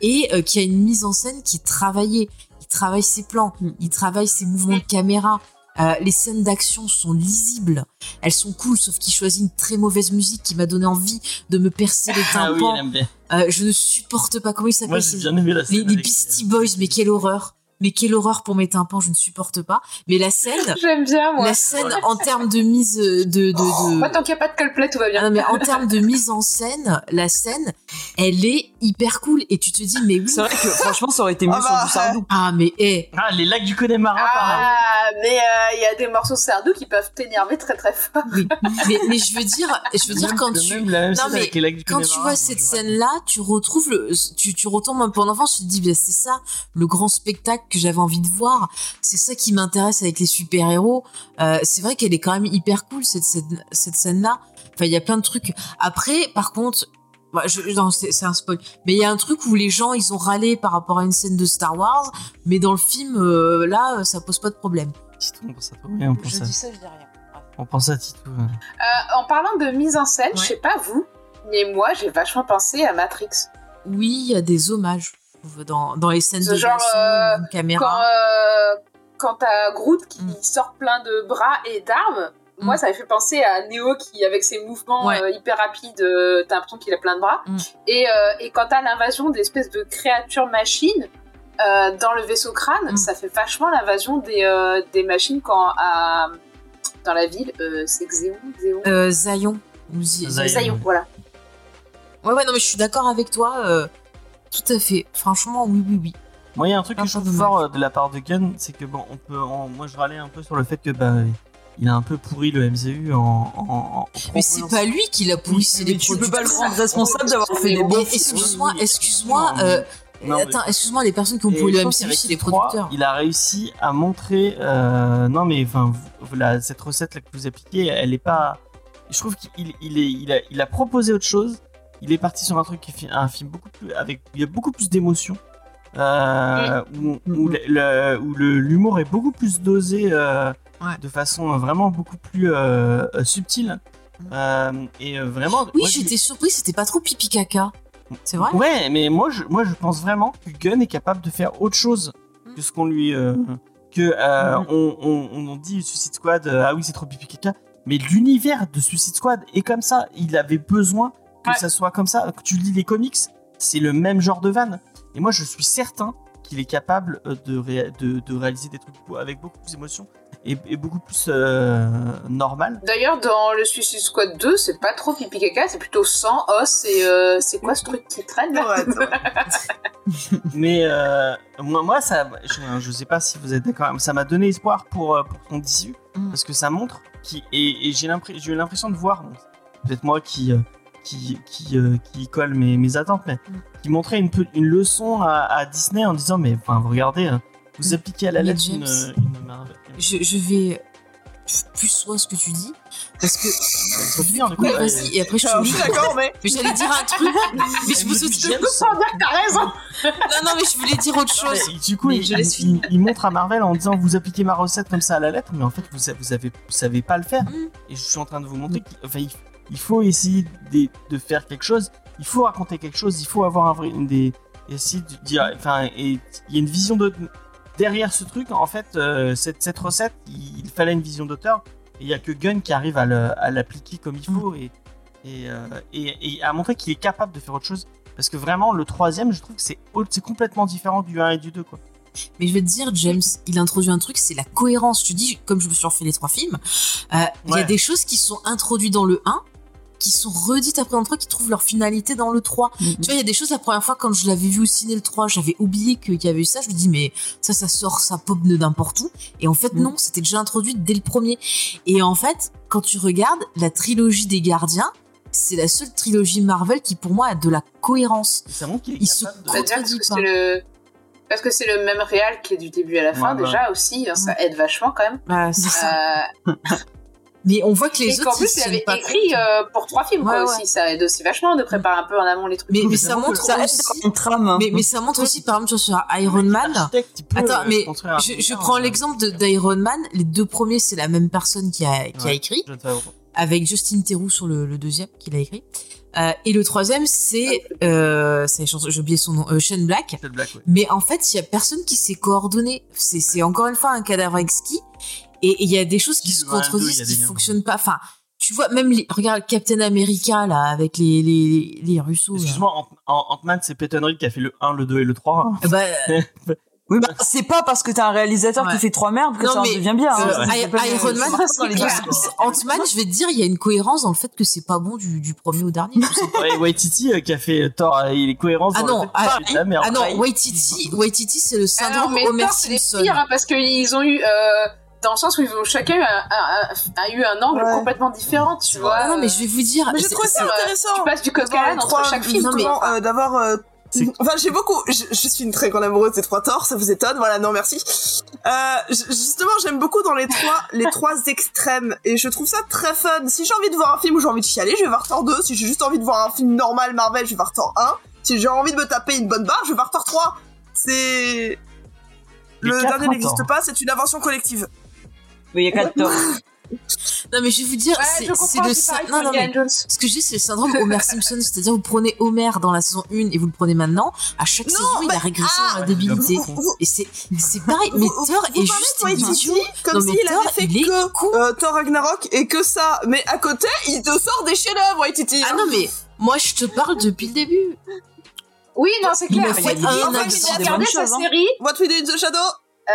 C: et euh, qui a une mise en scène qui est travaillée. Il travaille ses plans,
B: Mm.
C: il travaille ses mouvements de caméra, euh, les scènes d'action sont lisibles, elles sont cool, sauf qu'il choisit une très mauvaise musique qui m'a donné envie de me percer les tympans.
B: Ah oui,
C: euh, je ne supporte pas comment ils s'appellent.
B: les,
C: les Beastie Boys, mais quelle horreur mais quelle horreur pour mes tympans, je ne supporte pas. Mais la
D: (laughs)
C: scène,
E: j'aime bien moi.
C: La scène en termes de mise de de, de...
F: euh,
D: Oh,
E: Moi, tant qu'il n'y a pas de Coldplay, tout va bien.
C: Ah non, mais en termes de mise en scène, la scène, elle est hyper cool et tu te dis mais oui.
D: C'est vrai que franchement, ça aurait été mieux ah sur bah, du Sardou.
C: Ah mais eh.
B: Ah les lacs du Connemara. Ah par là.
E: mais il euh, y a des morceaux de Sardou qui peuvent t'énerver très très fort.
C: Oui. Mais, mais, je veux dire, je veux dire quand tu
B: même la même non, mais les lacs du
C: quand tu vois cette scène là, tu retrouves le, tu tu retombes un peu en enfance, tu te dis bien c'est ça le grand spectacle que j'avais envie de voir. C'est ça qui m'intéresse avec les super-héros. Euh, c'est vrai qu'elle est quand même hyper cool, cette, cette, cette scène-là. Enfin, il y a plein de trucs. Après, par contre, bah, c'est un spoil. Mais il y a un truc où les gens, ils ont râlé par rapport à une scène de Star Wars. Mais dans le film, euh, là, ça pose pas de problème.
B: Titou, on pense à toi. Oui, on pense
E: je
B: à...
E: dis ça, je dis rien. Ouais.
B: On pense à Titou. Ouais.
E: Euh, en parlant de mise en scène, ouais. je sais pas vous, mais moi, j'ai vachement pensé à Matrix.
C: Oui, il y a des hommages. Dans, dans, les scènes
E: Ce
C: de
E: genre,
C: euh, caméra.
E: Quand, euh, t'as Groot qui mm. sort plein de bras et d'armes, mm. moi ça m'a fait penser à Neo qui, avec ses mouvements ouais. euh, hyper rapides, euh, t'as l'impression qu'il a plein de bras. Mm. Et, et, quand t'as l'invasion d'espèces de créatures machines euh, dans le vaisseau crâne, ça fait vachement l'invasion des, euh, des, machines quand à, dans la ville, euh, c'est Xéon
C: Xéon Zion.
E: Euh, Zion. Zion. voilà.
C: Ouais, ouais, non, mais je suis d'accord avec toi. euh, Tout à fait. Franchement, oui, oui, oui.
B: Moi, il y a un truc que je trouve fort euh, de la part de Gunn, c'est que bon, on peut. En... Moi, je râlais un peu sur le fait que bah, il a un peu pourri le MCU en. en, en
C: mais c'est pas lui qui l'a pourri, c'est les
D: Tu peux pas le rendre responsable d'avoir fait des bons
C: Excuse-moi, excuse-moi. Euh, mais... Attends, excuse-moi, les personnes qui ont pourri le MCU, c'est les producteurs.
B: Il a réussi à montrer. Euh, non, mais enfin, voilà, cette recette là que vous appliquez, elle est pas. Je trouve qu'il il est, il a, il a proposé autre chose il est parti sur un truc qui est un film beaucoup plus avec il y a beaucoup plus d'émotions euh, ouais. où, où
C: Mm-hmm.
B: l'humour le, le, est beaucoup plus dosé euh, ouais. de façon vraiment beaucoup plus euh, subtile Euh, et vraiment
C: oui j'étais surpris c'était pas trop pipi caca c'est vrai
B: ouais mais moi je, moi je pense vraiment que Gunn est capable de faire autre chose
C: Mm.
B: que ce qu'on lui euh, que mmh. on, on, on, dit Suicide Squad ah oui c'est trop pipi caca mais l'univers de Suicide Squad est comme ça il avait besoin que ouais. ça soit comme ça. Que tu lis les comics, c'est le même genre de vanne. Et moi, je suis certain qu'il est capable euh, de, ré de, de, réaliser des trucs avec beaucoup plus d'émotion et, et, beaucoup plus euh, normal.
E: D'ailleurs, dans le Suicide Squad 2, c'est pas trop pipi caca, c'est plutôt sang, os et euh, c'est quoi ce truc qui traîne là
F: euh,
B: Mais euh, moi, moi, ça, je, je, sais pas si vous êtes d'accord, mais ça m'a donné espoir pour, euh, pour son tissu mm. parce que ça montre qui et, et j'ai eu l'impression de voir, bon, peut-être moi qui euh, qui, qui, euh, qui, colle mes, mes attentes, mais mm. qui montrait une, une leçon à, à, Disney en disant Mais enfin, regardez, hein,
C: Mm.
B: vous appliquez à la lettre une, une,
C: une, Je, je vais plus soit ce que tu dis parce que
B: euh, bien,
C: oui, vas-y et après je
F: Ah,
C: suis
D: d'accord mais,
C: mais j'allais dire un truc mais je me souviens
E: je peux pas dire t'as raison
C: non non mais je voulais dire autre chose
B: mais, du coup il,
C: je
B: il, il, il, montre à Marvel en disant vous appliquez ma recette comme ça à la lettre mais en fait vous, vous, avez, vous savez pas le faire mm. et je suis en train de vous montrer enfin, il, il faut essayer de, de, faire quelque chose, il faut raconter quelque chose, il faut avoir un vrai, des, essayer de dire, enfin, il y a une vision de derrière ce truc. En fait, euh, cette, cette, recette, il, il, fallait une vision d'auteur. Et il y a que Gunn qui arrive à l'appliquer comme il faut et, et, euh, et, et à montrer qu'il est capable de faire autre chose. Parce que vraiment, le troisième, je trouve que c'est complètement différent du 1 et du 2. Quoi.
C: Mais je vais te dire, James, il introduit un truc, c'est la cohérence. Je te dis, comme je me suis refait les trois films, euh, il y a
B: Ouais.
C: des choses qui sont introduites dans le 1, qui sont redites après dans le 3, qui trouvent leur finalité dans le 3. Tu vois, il y a des choses, la première fois, quand je l'avais vu au ciné le 3, j'avais oublié que- qu'il y avait eu ça. Je me dis, mais ça, ça sort, ça pop de n'importe où. Et en fait,
E: Mm.
D: Mhm.
C: non, c'était déjà introduit dès le premier. Et en fait, quand tu regardes la trilogie des gardiens, c'est la seule trilogie Marvel qui, pour moi, a de la cohérence.
B: Ça montre qu'il est
C: Ils se
B: capable de-
C: coupent.
E: Bah, déjà, parce
C: Contredit
E: que
C: pas.
E: c'est le parce que c'est le même réal qui est du début à la fin
B: Ouais,
E: déjà aussi, hein, ça aide vachement quand même. Euh,
C: Mais on voit que les
E: et
C: autres,
E: qu'en plus
C: ils
E: il
C: tiennent
E: avait
C: pas
E: écrit
C: compte.
E: euh, pour trois films quoi,
C: Ouais,
E: aussi, ça aide aussi vachement de préparer un peu en amont les trucs.
C: mais, mais ça montre
D: Ça aide
C: aussi.
D: d'avoir une trame. hein.
C: Mais, mais ça montre aussi, par exemple, sur- sur Iron Man.
B: Architecte, il peut,
C: Attends,
B: euh,
C: mais
B: construire un
C: Je, je
B: bouquin,
C: prends
B: euh,
C: l'exemple de- d'Iron Man. Les deux premiers, c'est la même personne qui a, qui a
B: Ouais.
C: écrit,
B: John Favreau.
C: avec Justin Theroux sur le, le deuxième qu'il a écrit. Euh, et le troisième, c'est euh, c'est- j'ai oublié son nom, euh, Shane Black.
B: C'est le Black, ouais.
C: Mais en fait, il y a personne qui s'est coordonné. C'est c'est encore une fois un cadavre exquis. Et et il y a des choses qui
B: Steve
C: se
B: Orlando, il y
C: contredisent,
B: a des
C: qui
B: liens.
C: fonctionnent pas. Enfin, tu vois, même les, regarde Captain America là avec les les, les Russos. là.
B: Excuse-moi, Ant- Ant- Ant-Man, c'est Peyton Reed qui a fait le 1, le hein. 2 et le 3.
C: (laughs) Euh, bah,
D: Oui, bah, c'est pas parce que t'as un réalisateur
C: Ouais.
D: qui fait trois merdes que
C: Non,
D: ça en
C: mais,
D: devient bien. hein.
C: euh,
D: Ça,
C: I-
D: c'est pas-
C: Iron Man,
D: c'est pas dans les
C: Ouais.
D: deux.
C: Ant-Man, je vais te dire, il y a une cohérence dans le fait que c'est pas bon du, du premier au dernier. tout simplement.
B: Ouais, Waititi euh, qui a fait Thor, euh, il est cohérent
C: Ah
B: dans
C: non,
B: le fait
C: ah,
B: que c'est de la merde.
C: ah non, Waititi, Waititi c'est le
E: Alors,
C: syndrome
E: Ah mais
C: Homer
E: Thor, c'est les
C: Simpson.
E: pires, hein, parce qu'ils ont eu euh, dans le sens où ils ont chacun eu un, un- un- a eu un angle
F: Ouais.
E: complètement différent, tu vois.
C: Ah non, mais je vais vous dire,
F: Mais je
C: c'est-
F: trouve ça
E: c'est-
F: intéressant.
E: Tu passes du coq à l'âne entre chaque film.
C: non, mais-
E: quoi.
F: justement, euh, d'avoir. euh,
B: C'est-
F: (laughs) Enfin, j'ai beaucoup. Je, je suis une très grande amoureuse des trois torts, ça vous étonne. Voilà, non, merci. Euh, j- justement, j'aime beaucoup dans les
E: (laughs)
F: trois, les trois extrêmes, et je trouve ça très fun. Si j'ai envie de voir un film où j'ai envie de chialer, je vais voir Thor 2. Si j'ai juste envie de voir un film normal Marvel, je vais voir Thor 1. Si j'ai envie de me taper une bonne barre, je vais voir Thor 3. C'est
B: Les
F: le
B: quatre
F: dernier
B: en
F: n'existe
B: Thor.
F: pas, c'est une invention collective.
D: (laughs) Oui, il y a quatre tomes.
C: non mais je vais vous dire,
E: Ouais,
C: c'est
E: je
C: c'est
E: comprends,
C: le
E: c'est pareil
C: sy- non,
E: pour
C: non, mais
E: Indiana Jones.
C: ce que je dis, c'est le syndrome Homer Simpson, c'est-à-dire vous prenez Homer dans la saison 1 et vous le prenez maintenant, à chaque
F: Non,
C: saison il
F: mais-
C: a régressé dans
B: Ah
C: la débilité.
F: Vous- vous-
C: Et c'est c'est pareil, mais
F: Vous-
C: Thor
F: vous
C: est
F: parlez
C: juste
F: de Waititi
C: idiot.
F: comme
C: Non, mais
F: s'il
C: Thor,
F: avait fait
C: il est con.
F: que euh, Thor Ragnarok et que ça. Mais à côté, il te sort des chefs-d'œuvre, Waititi. hein.
C: Ah non mais moi je te parle depuis le début.
E: Oui, non, c'est
C: Il
E: clair.
C: a
E: mais-
C: fait
E: mais
C: un
E: en fait,
C: accent
E: j'ai
D: des
E: regardé
D: bonnes
E: sa
D: choses, hein.
E: série.
F: What We Do in the Shadow
E: euh,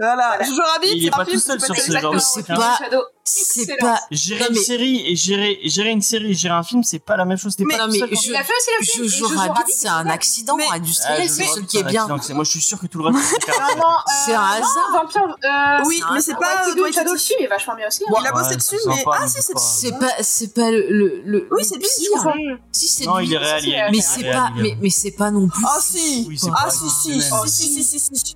F: Voilà,
E: Voilà.
F: Jojo Rabbit,
B: Il est
F: c'est un
B: pas
F: film
B: tout seul
F: qui
B: sur
F: fait
B: ce
F: des
B: genre de
E: exactement,
C: c'est
B: truc. hein.
E: Wonder
C: pas-
E: Shadow.
C: C'est
E: Excellent.
C: pas
B: Gérer
C: Non,
B: une
C: mais-
B: série et gérer, gérer une série et gérer un film, c'est pas la même chose. T'es
F: Mais-
B: pas
C: Non,
B: tout
C: mais
B: seul.
C: je-
E: Il a fait aussi le film.
C: Jojo Rabbit, c'est un accident
F: Mais-
B: Ah,
C: industriel,
B: je
C: c'est
B: vois
C: le seul
B: que
C: qui est
B: c'est un
C: bien.
B: accident, c'est- Moi, je suis sûr que tout le reste. c'est
C: (laughs)
B: carrément-
E: Vraiment, euh,
C: C'est un
E: non,
C: hasard.
E: Vampire. euh,
F: Oui, mais c'est pas
E: What
F: euh,
E: to Do in
F: Dwight
E: Shadow, le
F: Schrute.
E: film est vachement bien aussi. hein.
F: Il a bossé dessus,
B: c'est
F: mais-
B: sympa,
F: ah,
B: mais
F: si,
B: faut
F: c'est-
B: pas-
C: C'est pas, c'est pas le, le, le-
F: Oui,
C: le
F: c'est lui, je
C: pire.
F: crois.
C: Si c'est
B: Non,
C: lui.
B: il est réel. il est-
C: Mais
E: Mais
C: c'est
B: réel,
C: pas,
B: il est-
C: mais, mais c'est pas non plus.
F: Ah si
B: Oui, c'est
F: Ah
B: pas
F: si si
B: exceptionnel.
F: si si si si si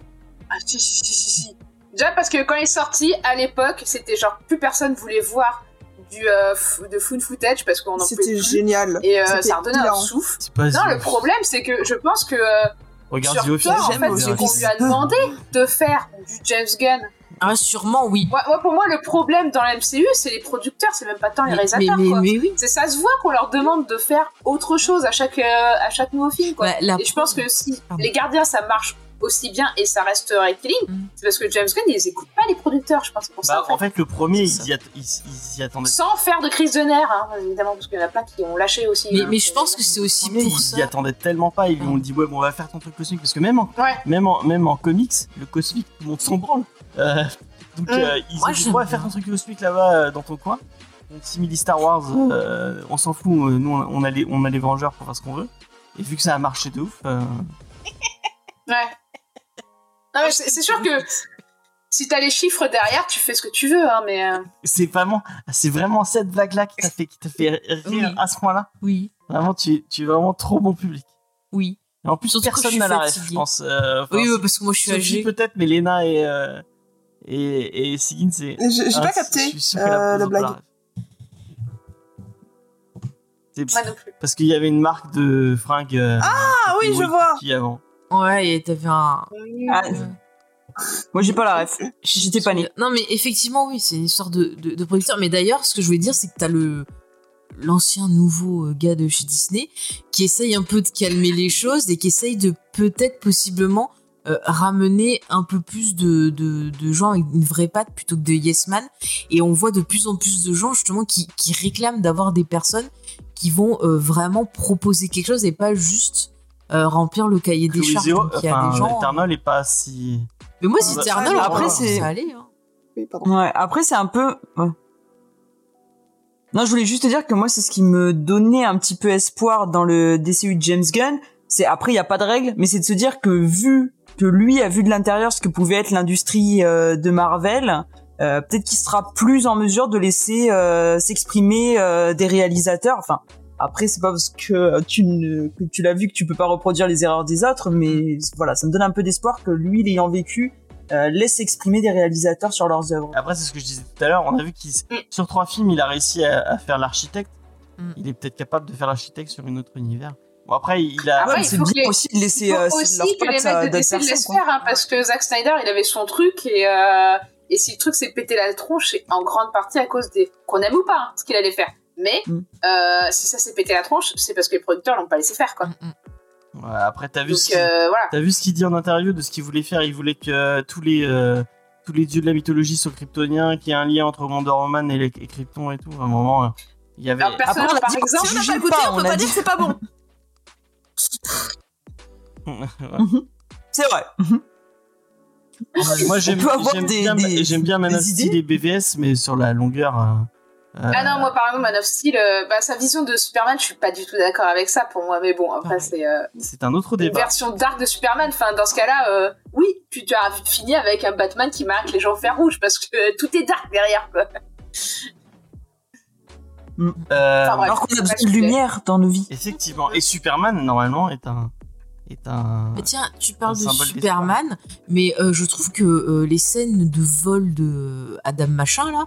E: Ah, si, si, si, si, si. Déjà parce que quand il est sorti, à l'époque, c'était genre plus personne voulait voir du euh, f- de food footage parce qu'on en pouvait
F: C'était
E: plus.
F: génial
E: Et euh,
F: C'était
E: ça redonnait un
F: hilarant.
E: souffle.
B: C'est pas
E: Non,
B: The
E: le
B: Office.
E: problème, c'est que je pense que euh,
B: Regarde The
E: sur
B: Office.
E: Thor, en
F: j'aime
E: fait, c'est
F: The
E: qu'on
F: Office.
E: lui a demandé de faire du James Gunn.
C: Ah, sûrement oui.
E: Moi, moi, pour moi, le problème dans la MCU, c'est les producteurs, c'est même pas tant les
C: Mais,
E: réalisateurs.
C: mais-
E: Ah, quoi.
C: mais oui.
E: C'est ça se voit qu'on leur demande de faire autre chose à chaque euh, à chaque nouveau film quoi.
C: Bah, la
E: et je pense que si
C: Pardon.
E: les gardiens ça marche aussi bien et ça reste right killing,
C: Mm.
E: c'est parce que James Gunn ils écoutent pas les producteurs, je pense c'est pour ça.
B: Bah,
E: en fait.
B: en fait, le premier,
C: C'est
B: ils y, att- ils- ils y attendaient.
E: Sans faire de crise de nerfs, hein, évidemment, parce qu'il y en a plein qui ont lâché aussi.
C: Mais,
E: hein.
C: mais je pense que c'est aussi
B: Mais
C: pour
B: ils y
C: ça.
B: attendaient tellement pas. Ils lui ont dit, ouais, bon, on va faire ton truc cosmique. Parce que même en,
E: Ouais.
B: même en, même en comics, le cosmique, tout le monde s'en branle. Euh, donc,
E: Mm.
B: euh, ils
C: Moi,
B: ont dit,
C: j'aime
B: ouais, faire
C: bien.
B: ton truc cosmique là-bas, euh, dans ton coin. On simili Star Wars, euh, on s'en fout. euh, Nous, on on a, les, on a les Vengeurs pour faire ce qu'on veut. Et vu que ça a marché de ouf, euh,
E: Ouais. Non, mais c'est c'est sûr que si t'as les chiffres derrière, tu fais ce que tu veux, hein, mais. euh,
B: c'est vraiment, c'est vraiment cette blague-là qui t'a fait, qui t'a fait rire
C: Oui.
B: à ce point-là.
C: Oui,
B: Vraiment, tu, es- tu es vraiment trop bon public.
C: oui.
B: Et en plus,
C: Surtout que je
B: personne
C: suis
B: n'a la ref,
C: fatiguée.
B: je pense. euh, enfin,
C: Oui, ouais, parce que moi je suis
B: Sophie
C: âgée.
B: peut-être, mais Lena et, euh, et, et Sigyn, c'est.
F: J'ai j'ai
B: Ah,
F: pas
B: c'est- je
F: capté
B: suis sûr
F: euh,
B: qu'elle a
F: la
B: pas
F: blague.
B: ref. C'est
E: Moi non plus.
B: parce qu'il y avait une marque de fringues. euh,
F: Ah oui, je vois
B: Qui avant.
C: Ouais, et t'avais un.
D: Ah,
C: Ouais.
D: moi, j'ai pas la ref. J'étais pas née.
C: Non, mais effectivement, oui, c'est une histoire de, de, de producteur. Mais d'ailleurs, ce que je voulais dire, c'est que t'as le l'ancien nouveau euh, gars de chez Disney qui essaye un peu de calmer les choses et qui essaye de peut-être possiblement euh, ramener un peu plus de, de, de gens avec une vraie patte plutôt que de yes man et on voit de plus en plus de gens justement qui, qui réclament d'avoir des personnes qui vont euh, vraiment proposer quelque chose et pas juste euh, remplir le cahier des
B: Louis
C: charges.
B: Zéro,
C: Donc, il y a des
B: enfin,
C: gens. hein.
B: Eternal n'est pas si.
C: Mais moi, si
F: Bah,
C: c'était Arnold,
F: après,
C: après,
D: c'est-
C: c'est. Ça allait, hein.
F: Oui, pardon.
D: Ouais, après, c'est un peu. ouais. Non, je voulais juste te dire que moi, c'est ce qui me donnait un petit peu espoir dans le DCU de James Gunn. C'est après, il n'y a pas de règle, mais c'est de se dire que vu que lui a vu de l'intérieur ce que pouvait être l'industrie euh, de Marvel, euh, peut-être qu'il sera plus en mesure de laisser euh, s'exprimer euh, des réalisateurs. Enfin, après, c'est pas parce que tu, ne- que tu l'as vu que tu peux pas reproduire les erreurs des autres, mais voilà, ça me donne un peu d'espoir que lui, l'ayant vécu, euh, laisse s'exprimer des réalisateurs sur leurs œuvres.
B: Après, c'est ce que je disais tout à l'heure. On a vu qu'il
F: Mm.
B: s- sur trois films, il a réussi à, à faire l'architecte.
C: Mm.
B: Il est peut-être capable de faire l'architecte sur un autre univers. Bon, après, il a.
E: Ah ouais,
D: Ouais, mais
E: il
D: c'est
E: faut que
D: bien
E: les-
D: aussi de laisser
E: Il faut
D: euh,
E: aussi
D: leurs
E: que les
D: pattes à
E: mecs de
D: d'autres
E: DC le
D: personnes,
E: laissent
D: quoi.
E: faire, hein, parce que Zack Snyder, il avait son truc et, euh, et si le truc s'est pété la tronche, c'est en grande partie à cause des qu'on aime ou pas hein, ce qu'il allait faire. Mais
D: Mm.
E: euh, si ça s'est pété la tronche, c'est parce que les producteurs l'ont pas laissé faire, quoi.
C: Mm, mm.
B: Ouais, après, t'as vu
E: Donc
B: ce qu'il-
E: euh, voilà.
B: T'as vu ce qu'il dit en interview de ce qu'il voulait faire Il voulait que euh, tous les euh, tous les dieux de la mythologie soient kryptoniens, qu'il y ait un lien entre Wonder Woman et, les, et Krypton et tout. À un moment, euh, il y avait.
E: Un personnage,
D: on l'a
E: par
D: dit,
E: exemple,
D: on
F: On n'a
D: juge
F: pas goûté,
D: pas,
F: on
D: on
F: peut
D: a
F: pas
D: dit.
F: dire que c'est pas bon.
D: C'est vrai.
B: Moi, j'aime
D: (laughs) peut avoir
B: j'aime
D: des-
B: bien,
D: des-
B: j'aime bien Man
D: des
B: of Steel
D: idées.
B: et BVS, mais sur la longueur. euh, euh,
E: Ah non, moi par exemple, Man of Steel, euh, bah, sa vision de Superman, je suis pas du tout d'accord avec ça pour moi, mais bon, après
B: Pareil.
E: c'est euh,
B: c'est un autre
E: une
B: débat.
E: version dark de Superman. Enfin, dans ce cas-là, euh, oui, tu tu as fini avec un Batman qui marque les gens au fer rouge parce que euh, tout est dark derrière, quoi.
B: Euh,
E: Enfin, bref.
D: Alors qu'on
E: c'est pas
D: a besoin de
E: ce que je
D: lumière dans nos vies.
B: effectivement, et Superman normalement est un est un.
C: Mais tiens, tu parles de
B: symbole
C: Superman, mais euh, je trouve que euh, les scènes de vol de Adam Machin, là,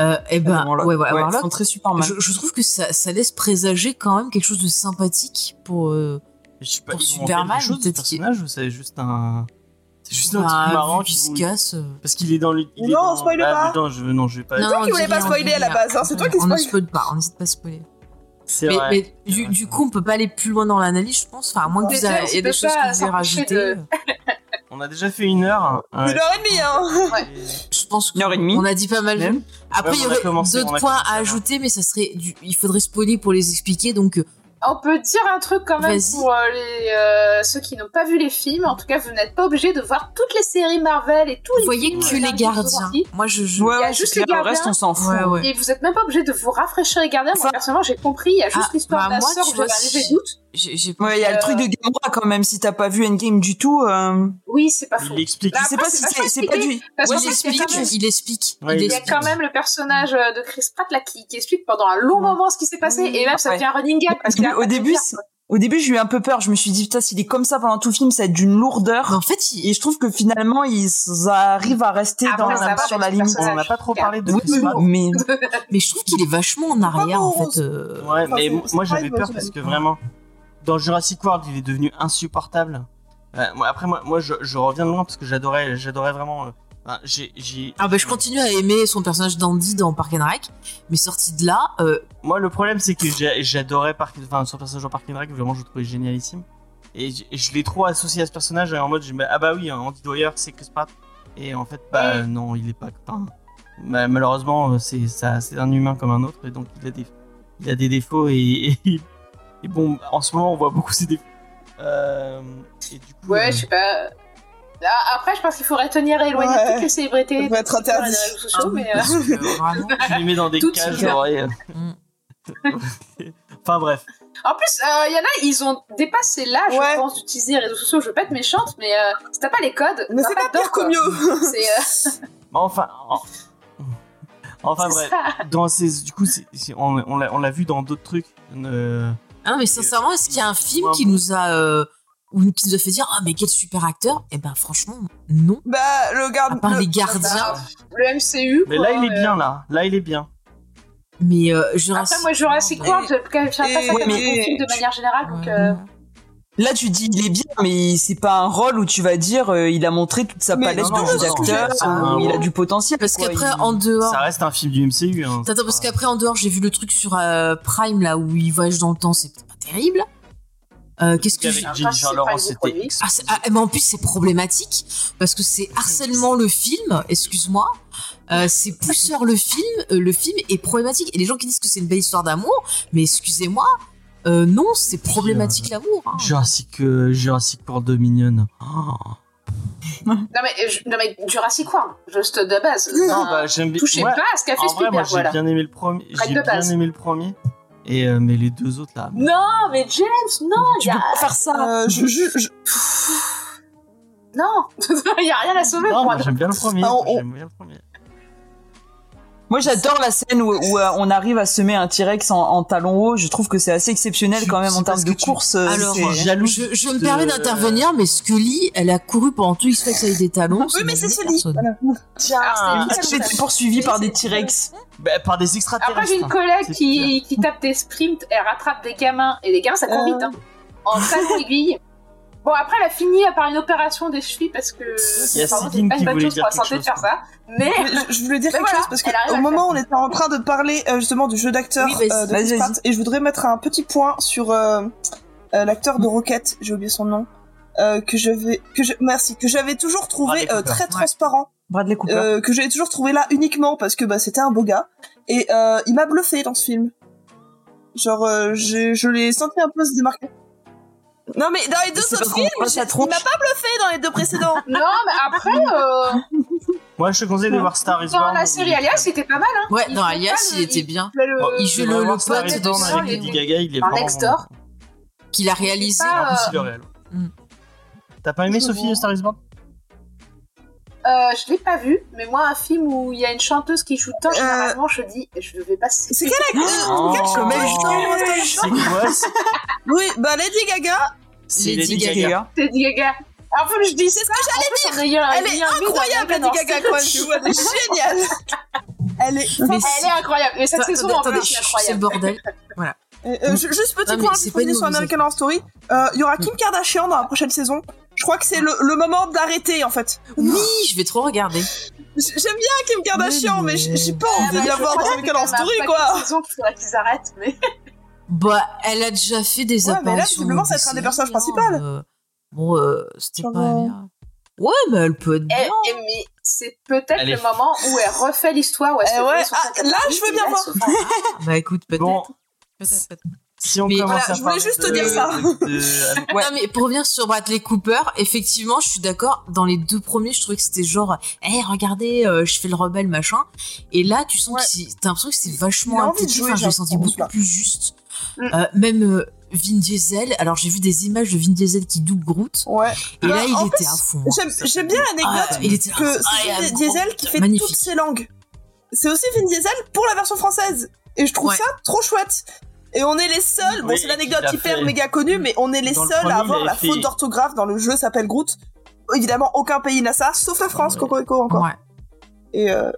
C: euh, eh ben,
D: Adam Warlock.
C: ouais, voilà,
D: Ouais,
C: Warlock,
D: ils sont très Superman.
C: je, je trouve que ça, ça laisse présager quand même quelque chose de sympathique pour. euh,
B: Je sais pas.
C: Pour
B: ils vont en faire
C: Superman,
B: quelque chose, ce
C: peut-être qu'il-
B: personnage ou c'est juste un. C'est juste un
C: bah,
B: truc
C: vu
B: marrant
C: qu'il
B: qu'ils
C: se
B: vont-
C: casse. euh,
B: Parce qu'il est dans le. il est
F: Non,
B: dans-
F: spoil
B: Ah,
F: pas.
B: putain, je, non, je vais pas.
C: Non,
F: qui voulais
C: on
F: pas
C: dit rien,
F: spoiler
C: on dit
F: à la
C: rien.
F: base, hein, c'est toi qui
C: On ne
F: spoil.
C: spoil pas, on n'hésite pas à spoiler.
B: C'est
C: Mais,
B: vrai.
C: mais
B: c'est
C: du,
B: vrai.
C: du coup, on peut pas aller plus loin dans l'analyse, je pense. Enfin, à moins que
E: Mais
C: vous ayez-
E: on
C: il y ait des
E: peut
C: choses
E: pas
C: que vous voulez
E: s'empêcher
C: rajouter.
E: de-
B: On a déjà fait une heure. hein,
F: Une heure et demie, hein.
E: Ouais.
B: et-
C: Je pense
D: Une heure et demie.
C: qu'on a dit pas mal.
D: Même.
C: Après,
B: Ouais,
C: il y
B: on a
C: aurait
B: commencé, on a
C: d'autres points
B: commencé,
C: à
B: hein.
C: ajouter, mais ça serait, du- il faudrait spoiler pour les expliquer. Donc, euh,
E: On peut dire un truc quand même
C: Vas-y.
E: pour euh, les, euh, ceux qui n'ont pas vu les films. En tout cas, vous n'êtes pas obligés de voir toutes les séries Marvel et tous
C: vous
E: les
C: voyez
E: films
C: que les
E: Marvel qui sont
C: gardiens.
E: sortis.
C: Moi, je, je-
D: Ouais,
E: Il y a
D: ouais,
E: juste
D: c'est
E: les
D: clair, le
E: gardiens.
D: reste, on s'en fout.
C: Ouais, ouais.
E: Et vous n'êtes même pas obligés de vous rafraîchir les gardiens. Moi,
D: Ça-
E: personnellement, j'ai compris. Il y a juste
C: Ah,
E: l'histoire
C: bah,
E: de la
C: moi,
E: sœur
C: tu
E: où
C: vois,
E: j'avais un léger
C: si-
E: doute.
C: j'ai- j'ai pas-
D: Ouais, il y a
E: Euh,
D: le truc de Gamora quand même. Si t'as pas vu Endgame du tout, euh,
E: Oui, c'est pas
B: Il
E: faux.
B: l'explique.
E: Bah,
D: je sais
E: après,
D: pas si
E: c'est
D: c'est
E: vachement
D: c'est pas du.
E: Parce
D: Ouais,
E: qu'en
C: il,
E: fait, il y
C: explique,
E: a quand même-
C: il explique,
B: Ouais,
C: il
E: il y a
C: explique.
E: quand même le personnage euh, de Chris Pratt là qui, qui explique pendant un long moment ce qui s'est passé et même ça
D: Ouais.
E: devient un running gag parce qu'il a
D: Au
E: pas de
D: début,
E: faire.
D: c'est- au début, j'ai eu un peu peur. Je me suis dit, putain, s'il est comme ça pendant tout le film, ça va être d'une
C: Mais
D: lourdeur.
C: en fait, il-
D: Et je trouve que finalement, ils arrivent à rester
E: Après,
D: dans
E: ça
D: la,
E: va,
D: sur
E: mais
D: la
E: le
D: limite.
E: personnage-
B: On n'a pas trop
E: Regarde.
B: parlé de
D: Oui,
B: Chris Pratt.
D: mais
C: mais je trouve qu'il est vachement en arrière,
F: bon,
C: en
F: on
C: fait.
B: Ouais,
C: euh,
F: Enfin,
B: mais
F: c'est-
B: moi
F: c'est
B: moi,
F: pareil,
B: j'avais
F: moi,
B: peur
F: c'est
B: parce que
F: la-
B: vraiment, dans Jurassic World, il est devenu insupportable. Ouais, moi, après, moi, moi je, je reviens de loin parce que j'adorais, j'adorais vraiment. euh, enfin, j'ai, j'ai-
C: Ah bah je continue à aimer son personnage d'Andy dans Park and Rec, mais sorti de là, euh,
B: Moi, le problème, c'est que j'ai- j'adorais Park, enfin, son personnage en Park and Rec, vraiment, je le trouvais génialissime. Et j- et je l'ai trop associé à ce personnage, et en mode, je me- ah bah oui, hein, Andy Dwyer, c'est Chris Pratt. Et en fait, bah euh, non, il est pas. enfin, ma- malheureusement, euh, c'est ça- c'est un humain comme un autre, et donc il a des, il a des défauts, et, et- et bon, en ce moment, on voit beaucoup ses défauts. Euh, et du coup, euh,
E: Ouais, je sais pas. Ah, Après, je pense qu'il faudrait tenir éloigné
F: Ouais.
E: toutes les célébrités.
F: Ça va être
E: toutes les
F: interdit.
E: réseaux
B: Ah
E: sociaux, mais, euh,
C: parce que, vraiment,
B: tu les mets dans des
E: (laughs) Tout de
B: cages,
E: suite.
B: genre, et- euh,
C: Mm.
B: (laughs) enfin bref.
E: euh, En plus, il y en a, ils ont dépassé l'âge,
F: Ouais.
E: je pense, d'utiliser les réseaux sociaux. Je veux pas être méchante, mais euh, si t'as pas les codes,
F: Mais
E: t'as
F: c'est pas
E: dedans,
F: pire qu'au
E: quoi.
F: mieux.
E: (laughs) C'est euh,
B: Mais
E: (laughs)
B: Enfin, en- enfin
E: c'est
B: bref.
E: ça.
B: dans ces, du coup, c'est- c'est- on, on l'a- on l'a vu dans d'autres trucs. Euh,
C: Hein, mais sincèrement, est-ce qu'il y a un film qui nous a euh, ou qui nous a fait dire ah mais quel super acteur Eh ben franchement non.
F: Bah, le
C: À
F: garde.
C: part
F: le-
C: les gardiens,
E: Bah, le MCU.
B: mais
E: quoi,
B: là, il est
E: euh.
B: bien là. Là, il est bien.
C: mais euh, Jurassic.
E: Après, moi, Jurassic World, je je tiens pas
F: Et-
E: ça comme un bon
D: mais-
E: film de manière générale, donc.
C: Ouais.
E: euh,
D: là, tu dis, il est bien, mais c'est pas un rôle où tu vas dire, euh, il a montré toute sa
F: Mais
D: palette
B: non, non,
D: de jeux
B: non,
D: d'acteurs,
B: c'est un
D: euh, où il a
B: rôle.
D: du potentiel.
C: Parce
D: quoi.
C: qu'après
D: Il-
C: en dehors.
B: Ça reste un film du MCU. hein.
C: Attends, parce qu'après en dehors, j'ai vu le truc sur euh, Prime là où il voyage dans le temps, c'est peut-être pas terrible. Euh, Qu'est-ce que
B: avec
C: j'ai
E: Ah,
B: Jennifer
E: c'est pas
B: Lawrence,
E: du
B: c'était
E: produit.
C: Ah, c'est- ah, mais en plus, c'est problématique parce que c'est harcèlement le film, excuse-moi. Euh, c'est pousseur le film, euh, le film est problématique. Et les gens qui disent que c'est une belle histoire d'amour, mais excusez-moi, euh, non, c'est problématique l'amour. hein.
B: Jurassic, euh, Jurassic World Dominion. Oh.
E: Non mais, je- non mais Jurassic World, juste de base.
B: Non,
E: Enfin,
B: bah, j'aime bien.
E: Ah, touchez
B: Ouais,
E: pas à ce qu'a fait
B: en vrai,
E: Spielberg,
B: moi, j'ai
E: voilà.
B: bien aimé le premier.
E: Fred
B: J'ai
E: de
B: bien
E: base.
B: aimé le premier. Et euh, mais les deux autres là.
E: Non, mais James, non, il y a...
F: Faire ça, euh, je, je- je-
E: Non, (laughs) il y a rien à sauver.
B: Non,
E: moi.
B: moi, j'aime bien le premier.
F: Ah, on-
B: Moi, J'aime bien le premier.
D: Moi, j'adore la scène où, où, euh, on arrive à semer un T-Rex en, en talon haut. Je trouve que c'est assez exceptionnel
B: Tu-
D: quand même en
B: c'est
D: termes
B: parce
D: de
B: que tu-
D: course. euh,
C: Alors,
D: c'est-
B: Jaloux.
C: Je, je me
B: de-
C: permets d'intervenir, mais Scully, elle a couru pendant tout X-Fax avec des talons.
F: Oui, mais c'est
C: celui.
F: celui. Voilà. Tiens.
E: Alors,
D: Ah, j'ai été poursuivi par des T-Rex.
B: Bah, par des
E: Après, j'ai
B: extraterrestres.
E: une collègue
B: C'est
E: qui, qui tape des sprints, elle rattrape des gamins, et les gamins, ça court
F: Euh.
E: vite, hein. En talons aiguille. Bon, après, elle a fini par une opération des chevilles parce que
B: Il y a
E: apparemment,
B: Céline
E: c'est pas
B: qui
E: une bonne
B: voulait
E: chose pour la
B: dire quelque
E: santé de
B: chose,
E: faire ça. Mais
F: je, je voulais dire
E: Mais
F: quelque
E: voilà,
F: chose parce que
E: elle arrive à
F: au
E: le
F: moment où on était en train de parler euh, justement du jeu d'acteur
C: Oui, vas-y.
F: euh, de
D: Vas-y,
F: Chris
D: vas-y.
F: Pratt, et je voudrais mettre un petit point sur euh, euh, l'acteur de Rocket, j'ai oublié son nom, euh, que j'avais que je merci que j'avais toujours trouvé
B: Bradley
F: euh,
B: Cooper.
F: très
B: Ouais.
F: transparent,
D: Bradley Cooper.
F: euh, que j'avais toujours trouvé là uniquement parce que bah c'était un beau gars et euh, il m'a bluffé dans ce film. Genre euh, j'ai- je l'ai senti un peu se démarquer. Non mais dans les deux
D: C'est
F: autres
D: pas
F: films,
D: pourquoi
F: j'ai-
D: ça
F: il
D: tronche.
F: m'a pas bluffé dans les deux précédents.
E: non, mais après, euh,
B: Moi, je te conseille de voir Star is
E: dans
B: Born.
E: la série Alias, c'était pas mal. Hein.
C: Ouais,
E: Il
C: dans
E: faut
C: Alias,
E: pas le-
C: il était bien.
E: Tu vois, le-
B: Oh,
C: il joue
B: vraiment,
C: le- le
B: Star
C: pote
B: is
C: de
B: Born
C: Star,
B: avec
E: il
B: Lady
E: est-
B: Gaga, il est
E: Par
B: vraiment
E: Next Door.
B: bon.
C: Qu'il a réalisé.
E: Ah,
B: En plus, il est réel.
C: Mm.
B: T'as pas aimé Sophie de Star is Born
E: Euh, je l'ai pas vu, mais moi, un film où il y a une chanteuse qui joue dedans,
F: Euh.
E: généralement, je dis, je ne vais pas.
F: C'est quel acteur
B: Oh.
F: Quel chanteur
B: Oh. C'est quoi c'est-
F: Oui, bah Lady Gaga,
B: C'est Lady
C: Lady Gaga.
B: Gaga.
E: Lady Gaga. En plus, je dis c'est ça. En fait, on Ah, a eu un
F: Elle est
E: lien mis
F: incroyable,
E: dans
F: Lady
E: Lady
F: Gaga, quoi. Je vois, Elle est géniale. Elle est.
C: Mais
E: Elle est incroyable. Mais cette
C: Attends,
E: saison, en
C: attendez,
E: plus,
C: chut,
E: c'est
C: c'est le
E: incroyable.
C: bordel.
F: Euh, euh, ju- juste petit
C: Non, mais
F: point
C: c'est
F: pour
C: pas une
F: finir sur
C: mauvaise
F: American Horror Story. Euh, Il y aura Kim Kardashian dans la prochaine saison. Je crois que c'est le, le moment d'arrêter en fait.
C: Oui, je vais trop regarder.
F: J- J'aime bien Kim Kardashian,
C: Mais non.
F: mais, j- j'ai pas
E: Ah,
F: envie
E: bah,
F: de la
E: je
F: voir
E: crois
F: dans
E: que
F: American Horror
E: c'est
F: Story
E: ma
F: quoi.
E: faute de saison qu'il faudrait qu'ils arrêtent, mais
C: Bah, elle a déjà fait des
F: Ouais, mais là,
C: apparitions.
F: visiblement,
C: dans
F: ça va être un des
C: séries,
F: personnages
C: hein,
F: principaux.
C: euh, Bon, euh, c'était
F: Ça
C: pas
F: va.
C: bien. Ouais, mais elle peut être
E: Eh,
C: bien.
E: eh, mais c'est peut-être
B: Elle
E: le
B: est-
E: moment où elle refait l'histoire. où elle se
F: Eh ouais,
E: fait son
F: ah,
E: sac à
F: là,
E: dos,
F: je veux
E: et
F: bien
E: là, elle
F: voir.
E: se (laughs) fait-
C: Bah écoute, peut-être.
B: Bon.
C: Peut-être, peut-être.
B: Si on
C: Mais
B: commence
F: voilà,
B: à
F: je voulais
B: parler
F: juste te
B: de-
F: dire ça.
B: de- de-
D: Ouais.
C: Non, mais pour revenir sur Bradley Cooper, effectivement, je suis d'accord. Dans les deux premiers, je trouvais que c'était genre, hé, regardez, euh, je fais le rebelle, machin. Et là, tu sens
F: Ouais.
C: que c'est- t'as l'impression que c'est
F: Il a
C: vachement
F: envie de
C: intelligent.
F: jouer,
C: Enfin, je l'ai
F: genre,
C: senti
F: en
C: beaucoup
F: plus, là.
C: plus juste.
E: Mm.
C: Euh, même euh, Vin Diesel. Alors, j'ai vu des images de Vin Diesel qui double Groot.
F: Ouais.
C: Et
F: Bah,
C: là, il
F: en
C: était
F: plus,
C: à fond. hein.
F: J'aime- J'aime bien
C: Ah,
F: l'anecdote
C: il était là,
F: que
C: ah, il
F: c'est
C: a
F: Vin
C: un
F: Diesel
C: gros-
F: qui fait
C: magnifique.
F: toutes ses langues. C'est aussi Vin Diesel pour la version française. Et je trouve
C: Ouais.
F: ça trop chouette. Et on est les seuls, bon
B: Oui,
F: c'est l'anecdote
B: il a
F: hyper
B: fait-
F: méga connue, mais on est les
B: Dans le
F: seuls
B: premier,
F: à
B: il
F: avoir la
B: avait fait-
F: faute d'orthographe dans le jeu s'appelle Groot. Évidemment, aucun pays n'a ça, sauf la France,
C: Ah Ouais.
F: Cocorico encore.
C: Ouais.
F: Et euh,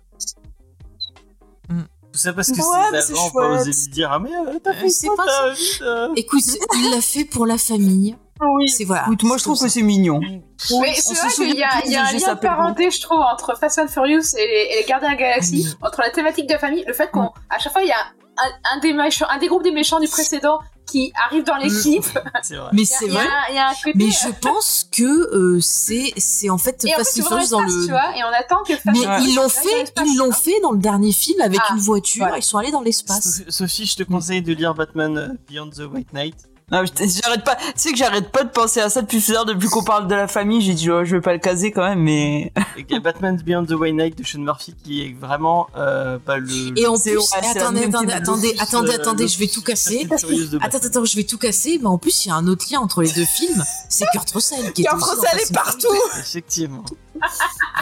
B: Tout ça parce que
F: Ouais, mais
B: ses
F: c'est
B: agents ont pas osé
F: chouette.
B: lui dire Ah, mais euh, t'as
C: Euh,
B: fait
C: c'est
B: ça,
C: pas
B: t'as vite, euh.
C: Écoute, il l'a fait pour la famille.
F: oui.
C: C'est voilà.
D: Écoute, moi, je trouve que c'est mignon.
E: Mais
D: on
E: c'est
D: se
E: vrai qu'il y
D: souvient
E: a,
D: plus
E: il y a
D: de
E: un
D: jeu
E: lien de
D: s'appelle
E: parenté, je trouve, entre Fast and Furious et les, et les Gardiens de la Galaxie,
C: Ah,
E: entre la thématique de la famille, le fait qu'on, à chaque fois, il y a un, un des méchants, un des groupes des méchants du précédent qui arrive dans
F: Mm.
E: l'équipe.
B: C'est vrai.
C: Mais
E: Il y a-
C: c'est
E: il y a
C: vrai.
E: un- Il y a un côté. euh,
C: Mais je pense que euh, c'est c'est en fait
E: Et en fait,
C: Fast
E: c'est
C: and
E: vraiment
C: Furious dans
E: l'espace,
C: le
E: tu vois, hein, et on attend que Fast
C: Mais
E: and Furious
C: ils l'ont
E: arrive dans
C: fait,
E: l'espace.
C: ils l'ont fait dans le dernier film avec
E: hein. Ah,
C: une voiture.
E: voilà.
C: Ils sont allés dans l'espace.
B: So- Sophie, je te conseille de lire Batman euh, Beyond the White Knight.
D: Ah, putain, j'arrête pas. Tu sais que j'arrête pas de penser à ça depuis tout à l'heure, depuis qu'on parle de la famille. J'ai dit, oh, je vais pas le caser quand même, mais.
B: Et qu'il y a Batman Beyond the White Knight de Sean Murphy qui est vraiment euh, bah, le.
C: Et en
D: C'est-
C: plus,
D: ouais, c'est la
C: attendez, attendez,
D: même thématique.
C: attendez,
B: le-
C: attendez,
B: euh,
C: attendez,
B: le-
C: je vais tout casser.
B: Fast and Furious de
C: (laughs) Attends,
B: Batman.
C: attends, je vais tout casser. Mais en plus, il y a un autre lien entre les deux films. C'est Kurt Russell qui est
F: Car
C: aussi dans
F: Frost, elle
C: Fast
F: est
C: and
F: partout
B: Effectivement.
C: Furious.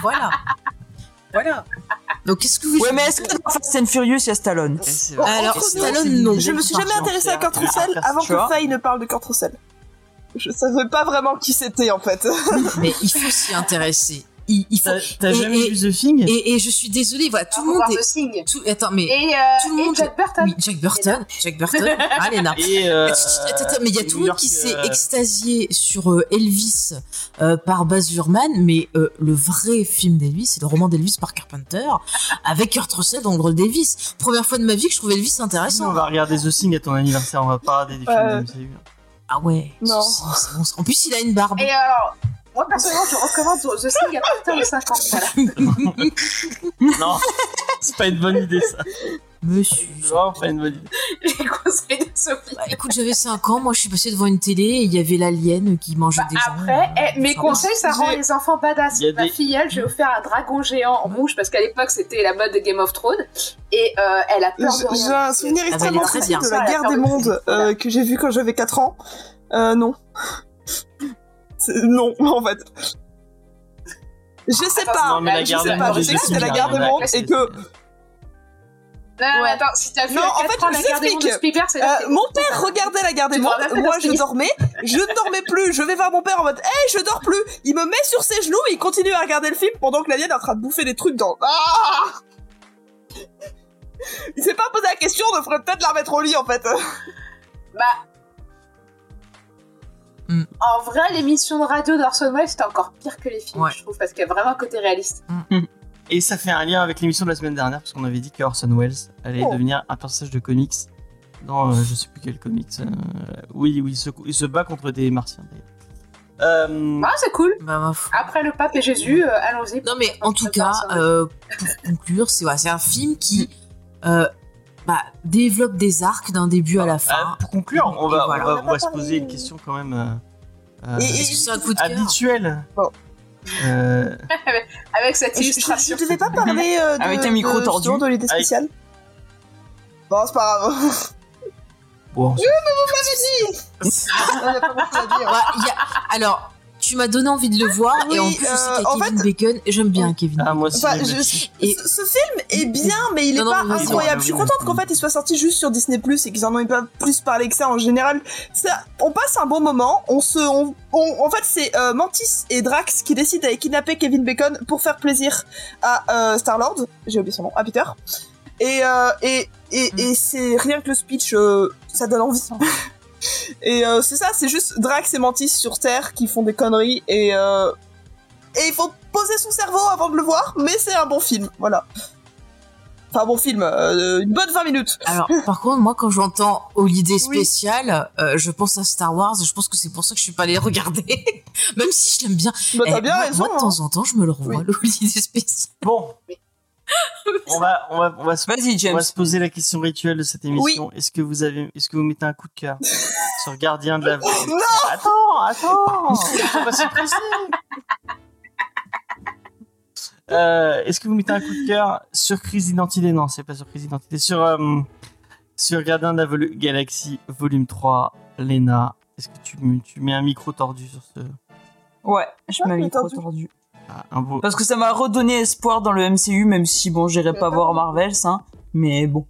C: Voilà. Voilà. Donc, qu'est-ce que vous
D: Ouais, mais est-ce que dans Fast and Furious, il y a Stallone
B: Et c'est vrai.
C: Alors,
F: Entre nous,
C: Stallone, non.
F: Je me suis jamais intéressée à Kurt Russell avant
D: Tu vois
F: que Faye ne parle de Kurt Russell. Je savais pas vraiment qui c'était en fait.
C: Mais il faut s'y intéresser. Il, il faut.
B: T'as t'as
C: Et-
B: jamais
C: et-
B: vu The Thing
C: Et, et je suis désolée, voilà, tout
E: Faut
C: le
E: voir
C: monde
E: The
C: est.
E: Thing.
C: tout- Attends, mais.
E: Et, euh,
C: tout le monde-
E: et Jack Burton.
C: Oui, Jack Burton. Jack
E: (laughs)
C: Burton. Ah, Léna.
B: Et, euh,
C: Attends, attends, mais il y a
B: New
C: tout le monde
B: York,
C: qui s'est
B: euh,
C: extasié sur euh, Elvis euh, par Baz Luhrmann, mais euh, le vrai film d'Elvis, c'est le roman d'Elvis par Carpenter, avec Kurt Russell dans le rôle d'Elvis. Première fois de ma vie que je trouvais Elvis
B: Sinon, on
C: intéressant.
B: va regarder The Thing à ton anniversaire, on va pas regarder des films
F: Euh,
B: de MCU.
C: Ah ouais.
F: Non.
C: c'est- c'est bon. En plus, il a une barbe.
E: Et alors, moi personnellement, je recommande The Thing à (laughs) partir de 5 ans.
C: (laughs)
E: Voilà.
B: Non, c'est pas une bonne idée ça.
C: Monsieur.
B: Enfin, une bonne idée.
E: Les conseils de Sophie.
C: Bah, écoute, j'avais 5 ans, moi je suis passée devant une télé et il y avait l'alien qui mangeait des gens.
E: Après, eh, mes
C: Ça
E: conseils, ça rend
B: J'ai-
E: les enfants badass.
B: Il y a
E: Ma
B: des-
E: fille, elle, j'ai offert un dragon géant en rouge parce qu'à l'époque, c'était la mode de Game of Thrones. Et euh, elle a peur de rien.
F: J'ai un souvenir
C: Ah bah, est
F: extrêmement
C: très
F: précis
C: bien.
F: de la
E: Ouais,
F: guerre
E: la
F: des
E: guerre des
F: mondes
E: mondes,
F: euh, que j'ai vu quand j'avais 4 ans. Euh, non. C'est- Non, (laughs) en fait. Je sais
E: Attends,
F: pas,
B: non, mais la
F: je
B: guerre
F: sais
B: des
F: pas,
B: mondes,
F: je
B: j'ai
F: sais
B: des
F: que c'était la
B: souvenirs,
F: guerre
B: il y
F: des
B: en a
F: mondes
B: classé.
F: et que
E: Non, non,
F: Ouais.
E: attends, si t'as vu
F: Non,
E: la
F: en
E: quatre
F: fait,
E: ans, la
F: je
E: guerre des mondes de
F: t'explique.
E: Spielberg, c'est là
F: Euh, mon père regardait la garde des
E: Tu te
F: mondes,
E: rappelles
F: moi
E: de
F: je
E: Félix
F: dormais, je ne dormais plus, je vais voir mon père en mode Hé, je dors plus Il me met sur ses genoux et il continue à regarder le film pendant que l'alien est en train de bouffer des trucs dans. Ah il s'est pas posé la question, on devrait peut-être la remettre au lit en
C: Ah,
F: fait.
E: En vrai, l'émission de radio d'Orson Welles, c'était encore pire que les films,
C: Ouais.
E: je trouve, parce qu'il y a vraiment un côté réaliste.
B: Et ça fait un lien avec l'émission de la semaine dernière, parce qu'on avait dit que Orson Welles allait
F: Oh.
B: devenir un personnage de comics dans euh, je sais plus quel comics. euh, oui, oui, il se, il se bat contre des martiens d'ailleurs. Euh,
E: Ah, c'est cool.
C: Bah, ma foi.
E: Après le pape et Jésus, euh, allons-y.
C: Non, mais en tout cas, euh, pour conclure, c'est ouais, c'est un film qui euh, bah, développe des arcs d'un début à la
B: ah,
C: fin.
B: pour conclure, on
C: Et
B: va, on
C: voilà.
F: On
B: va,
F: a
B: on va
F: pas
B: se
F: parlé-
B: poser une question quand même euh, euh,
F: Et- et-
C: Est-ce que c'est un coup de cœur
B: habituelle.
F: Bon.
B: Euh,
E: Avec cette
F: Je, je,
E: illustration.
F: je devais pas parler euh, de,
D: Avec un micro
F: de,
D: tordu.
F: justement, de l'idée
B: Avec-
F: spéciale. Bon, c'est pas grave.
B: bon,
F: (laughs) On a pas beaucoup à dire.
D: (laughs)
C: Ouais, il y a- Alors, tu m'as donné envie de le voir et en
F: Oui,
C: plus, je sais
F: euh,
C: qu'il y a
F: en
C: Kevin Bacon et j'aime bien Kevin.
B: ah, moi aussi.
F: Enfin,
B: j'ai-
F: je-
C: Et-
F: ce, ce film est bien, mais il est
C: Non, non,
F: pas
C: mais oui,
F: incroyable.
B: oui,
F: Je suis
B: oui,
F: contente
B: oui.
F: qu'en fait il soit sorti juste sur Disney Plus et qu'ils en aient pas plus parlé que ça en général. Ça, on passe un bon moment. On se, on, on- en fait, c'est euh, Mantis et Drax qui décident d'aller kidnapper Kevin Bacon pour faire plaisir à Star Lord. J'ai oublié son nom, à Peter. Et euh, et et,
C: Mm.
F: et c'est rien que le speech, euh, ça donne envie. (laughs) et euh, c'est ça, c'est juste Drax et Mantis sur Terre qui font des conneries et euh, et il faut poser son cerveau avant de le voir, mais c'est un bon film, voilà. Enfin, un bon film, euh, une bonne 20 minutes.
C: Alors, par contre, moi, quand j'entends Holiday
F: Oui.
C: spéciale, euh, je pense à Star Wars et je pense que c'est pour ça que je suis pas allée regarder. (laughs) Même si je l'aime bien.
F: Bah, t'as
C: Eh,
F: bien
C: moi,
F: raison.
C: moi, de
F: hein.
C: temps en temps, je me le revois,
F: Oui.
C: le (laughs) Holiday spéciale.
F: (laughs)
B: Bon, on va, on va, on va se
D: Vas-y,
B: On
D: James.
B: va se poser la question rituelle de cette émission. Est-ce que vous avez, est-ce que vous mettez un coup de
F: (laughs)
B: cœur sur Gardien de la Voix
F: Non
B: Attends, attends. Faut pas se presser. Euh, Est-ce que vous mettez un coup de cœur sur Crise d'identité Non, c'est pas sur Crise d'identité. Sur euh, sur Gardien de la Volu- Galaxie Volume 3, Lena. Est-ce que tu, m- tu mets un micro tordu sur ce
D: Ouais, je
F: Ah,
D: m'avais
F: mais
D: trop
F: tordu.
D: tordu.
B: ah, un beau
D: Parce que ça m'a redonné espoir dans le MCU, même si, bon, j'irai pas voir Marvel, ça. Mais bon.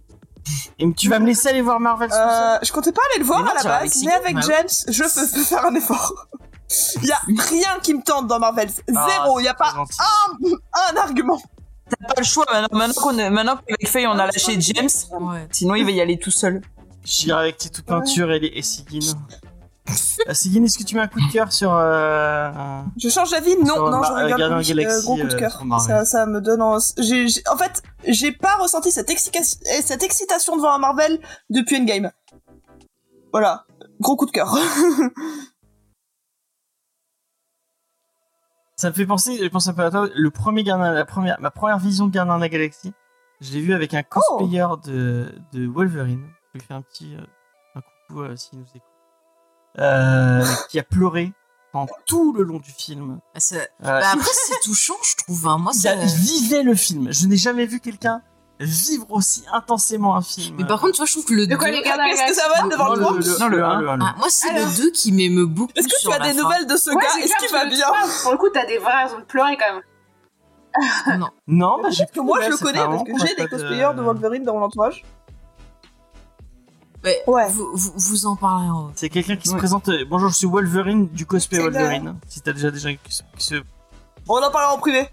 B: Et tu vas me laisser aller voir Marvel ce soir
F: Euh, je comptais pas aller le voir
C: Mais non,
F: à la
C: tu vas avec
F: base, mais
C: Sigurd,
F: avec
C: bah oui.
F: James, je peux peux (laughs) faire un effort. Il y a rien qui me tente dans Marvel.
B: Ah,
F: Zéro. Il y a
B: c'est
F: pas
B: gentil.
F: un argument.
D: T'as pas le choix, maintenant, maintenant qu'on est- maintenant qu'avec Faye,
F: Ah,
D: on a lâché James.
C: Ouais.
D: Sinon, il va y aller tout seul.
B: J'irai avec Tito Peinture et, les- et Sigyn. Euh, Sigyn, est-ce que tu mets un coup de cœur sur. euh, un-
F: Je change d'avis. Non,
B: Sur
F: non,
B: Mar-
F: je regarde
B: Gardien
F: Luigi,
B: Galaxy,
F: euh, gros coup de
B: euh,
F: cœur.
B: sur Marvel.
F: Ça, ça me donne. En... j'ai- j'ai- en fait, j'ai pas ressenti cette, excica- eh, cette excitation devant un Marvel depuis Endgame. Voilà, gros coup de cœur.
B: Ça me fait penser, je pense un peu à toi, le premier Gardien, la première, ma première vision de Gardien de la Galaxie, je l'ai vu avec un cosplayer
F: Oh.
B: de, de Wolverine. Je lui fais un petit euh, un coucou euh, s'il nous écoute. Euh, qui a pleuré pendant tout le long du film.
C: Bah, ça-
B: Euh,
C: bah, après, c'est touchant, je trouve. hein. Moi,
B: (laughs) il,
C: ça...
B: a- il vivait le film. Je n'ai jamais vu quelqu'un vivre aussi intensément un film.
C: Mais par contre, tu vois, je trouve que le
E: De
C: 2...
E: quoi les gars dans la
F: (laughs) Qu'est-ce que
E: galaxie
F: ça va devant
B: non,
F: le
B: le,
F: monde
B: le-
D: Non, le
B: le
D: un.
B: un, le un, le un.
C: Ah, moi, c'est
E: Alors-
C: le 2 qui m'émeut beaucoup
F: Est-ce que tu
C: sur
F: as
C: la
F: des
C: fin.
F: nouvelles de ce
E: Ouais,
F: gars
E: c'est
F: Est-ce
E: clair,
F: qu'il
E: parce
F: va
E: que le
F: bien
E: trois, Pour le coup, t'as des vraies raisons de pleurer quand même.
C: Non.
B: Non, bah, j'ai
F: Parce que moi je
B: Ouais,
F: le
B: c'est
F: connais
B: pas
F: parce
B: bon,
F: que
B: on a
F: j'ai
B: pas
F: des
B: de-
F: cosplayers de Wolverine dans mon entourage.
C: Ouais.
F: Ouais.
C: Vous, vous, vous en hein. parlerez en
B: C'est quelqu'un qui se
D: Ouais.
B: présente. euh, Bonjour, je suis Wolverine du cosplay
F: C'est
B: Wolverine. Si t'as déjà des gens qui se. qui se-
F: On en parlera en privé.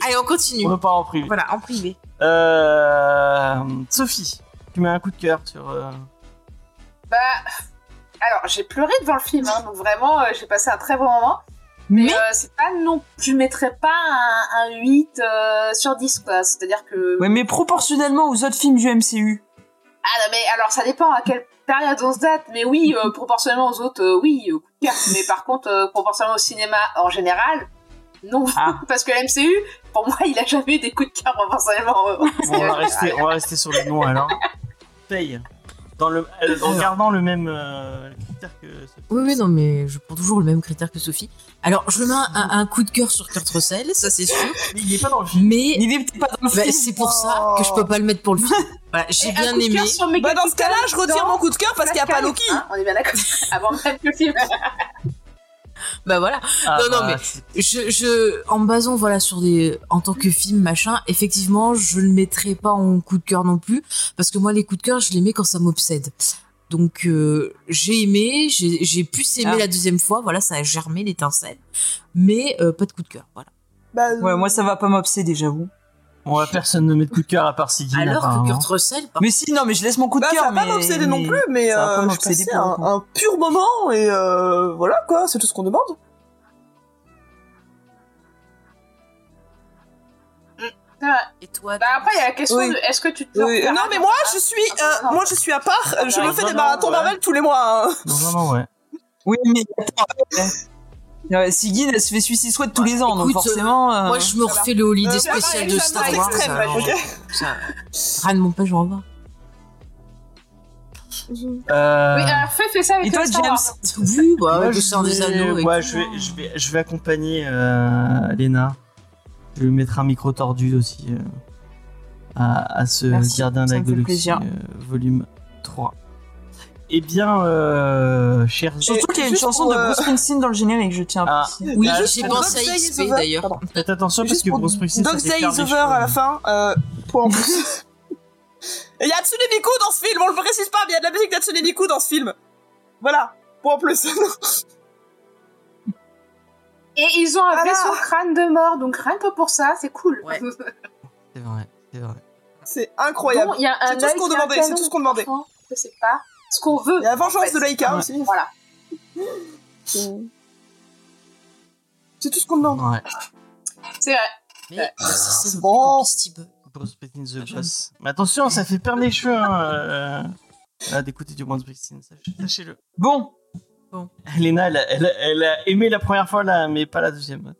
C: Allez, on
B: (laughs)
C: continue.
B: On repart en privé.
C: Voilà, en privé.
B: Euh, Sophie, tu mets un coup de cœur sur. euh,
E: Bah, alors j'ai pleuré devant le film, hein, donc vraiment euh, j'ai passé un très bon moment.
C: Mais,
E: Mais euh, c'est pas non, je mettrais pas un, un 8 euh, sur 10 quoi. C'est-à-dire que
D: Ouais, mais proportionnellement aux autres films du MCU.
E: ah non mais alors ça dépend à quelle période on se date, mais oui euh, proportionnellement aux autres, euh, oui, euh, coup de cœur. mais par contre euh, proportionnellement au cinéma en général, non.
D: Ah.
E: (laughs) Parce que la MCU, pour moi, il a jamais eu des coups de cœur, moi, personnellement. euh,
B: Bon, on, va rester, on va rester sur le nom alors. Paye. Dans le, euh, en gardant le même euh, critère que ce-
C: Oui, oui, non, mais je prends toujours le même critère que Sophie. Alors, je mets un, un coup de cœur sur Kurt Russell, ça c'est sûr.
B: Mais il n'est pas dans le film.
C: Mais
D: Il est peut-être pas dans le
C: bah,
D: film.
C: c'est pour ça que je peux pas le mettre pour le film. Voilà,
E: et
C: j'ai
E: un
C: bien
E: coup de
C: aimé.
E: cœur sur Megan
F: Bah dans ce cas-là, je retire
E: Dans
F: mon coup de cœur parce qu'il n'y a pas
E: Pascal,
F: Loki.
E: hein, on est bien
F: (laughs)
E: d'accord. Avant même que le film.
C: Bah voilà.
B: Ah,
C: Non, non, mais-
B: c'est-
C: Je, je, en me basant voilà sur des, en tant que film machin, effectivement, je le mettrai pas en coup de cœur non plus, parce que moi les coups de cœur, je les mets quand ça m'obsède. Donc euh, j'ai aimé, j'ai j'ai plus aimé
D: Ah.
C: la deuxième fois, voilà, ça a germé l'étincelle, mais euh, pas de coup de cœur, voilà.
F: Bah,
D: Ouais, moi ça va pas m'obséder, j'avoue.
B: Moi, personne ne met de coup de cœur à part Siggy.
C: Alors que
B: apparemment. hein.
C: Kurt Russell, bah, par-
D: Mais si, non, mais je laisse mon coup de
F: bah,
D: cœur.
F: ça va pas
D: mais-
F: m'obséder non
D: mais-
F: plus, mais
D: ça va pas
F: euh, je
D: m'obséder
F: passais
D: pour
F: un,
D: autant.
F: un pur moment et euh, voilà quoi, c'est tout ce qu'on demande.
E: C'est vrai.
C: et toi
E: Bah après, il y a la question
F: Oui.
E: de est-ce que tu te.
F: Oui, euh, non mais moi je suis,
E: Ah,
F: euh,
E: non, non.
F: moi je suis à part. euh, Je
E: Ah,
F: me fais
B: non,
F: des
B: non,
F: marathons
B: ouais.
F: Marvel tous les mois. hein.
B: Non, non, non, ouais.
D: Oui, mais attends. euh, euh, Sigyn, elle se fait Suicide Squad tous les ans, donc
C: Écoute, euh,
D: forcément. euh,
C: Moi, je me
F: ça
C: refais le holiday
F: Euh,
E: ça va,
C: spécial
E: il
C: de
E: va,
C: Star
E: il va,
C: Wars. hein.
E: extrême,
C: alors,
E: ouais,
C: ça- Rien de mon page, au revoir.
B: Euh,
E: Oui, alors fais, fais ça avec
D: Et toi,
E: le Star
D: James
E: Wars.
C: Oui, bah,
B: (laughs) moi,
C: avec
B: je
C: le Seigneur des
B: vais-
C: Anneaux. et
B: ouais,
C: tout,
B: je vais,
C: hein.
B: je vais, je vais accompagner euh, Léna. Je vais lui mettre un micro tordu aussi euh, à, à ce
D: Merci,
B: Gardien de
D: ça
B: la
D: me fait
B: Galaxie
D: plaisir.
B: euh, volume 3. Eh bien, euh, chers
D: Surtout
F: Et
D: qu'il y a une
F: juste
D: chanson
F: pour,
D: de
F: euh,
D: Bruce Springsteen dans le générique, je tiens à
B: Ah.
D: préciser.
F: Bah,
C: Oui,
B: Ah,
C: j'ai
B: je-
C: pensé à
F: Dog's Day is
C: XP
F: over.
C: d'ailleurs.
F: Pardon.
B: Faites attention parce
F: Juste
B: que
F: pour
B: Bruce Springsteen.
F: Dog's Day is over à la fin. Euh, point en plus. (laughs) Il y a Hatsune Miku dans ce film, on le précise pas, mais il y a de la musique d'Hatsune Miku dans ce film. Voilà, point en plus. (laughs)
E: Et ils ont un
F: Voilà.
E: vaisseau crâne de mort, donc rien que pour ça, c'est cool. (laughs)
C: Ouais.
B: C'est vrai, c'est vrai.
F: c'est
E: Bon,
F: incroyable.
E: il y a un
F: c'est tout ce
E: œil
F: qu'on
E: qui a un
F: demandait, c'est
E: canon.
F: tout ce qu'on demandait.
E: Franchement, Je sais pas ce qu'on veut.
F: Il y a la vengeance
E: en fait.
F: de Laïka
B: Ouais.
F: aussi.
E: Voilà.
F: C'est tout ce qu'on demande.
B: Ouais.
E: C'est vrai.
C: Mais bah, ça, c'est
F: Bon.
C: bon.
B: Bruce Springsteen the boss. Mais attention, ça fait perdre les cheveux hein, euh, euh, d'écouter du Bruce Springsteen. sach- Sachez-le.
D: Bon,
B: Léna, elle, a- elle a- elle a aimé la première fois là, mais pas la deuxième.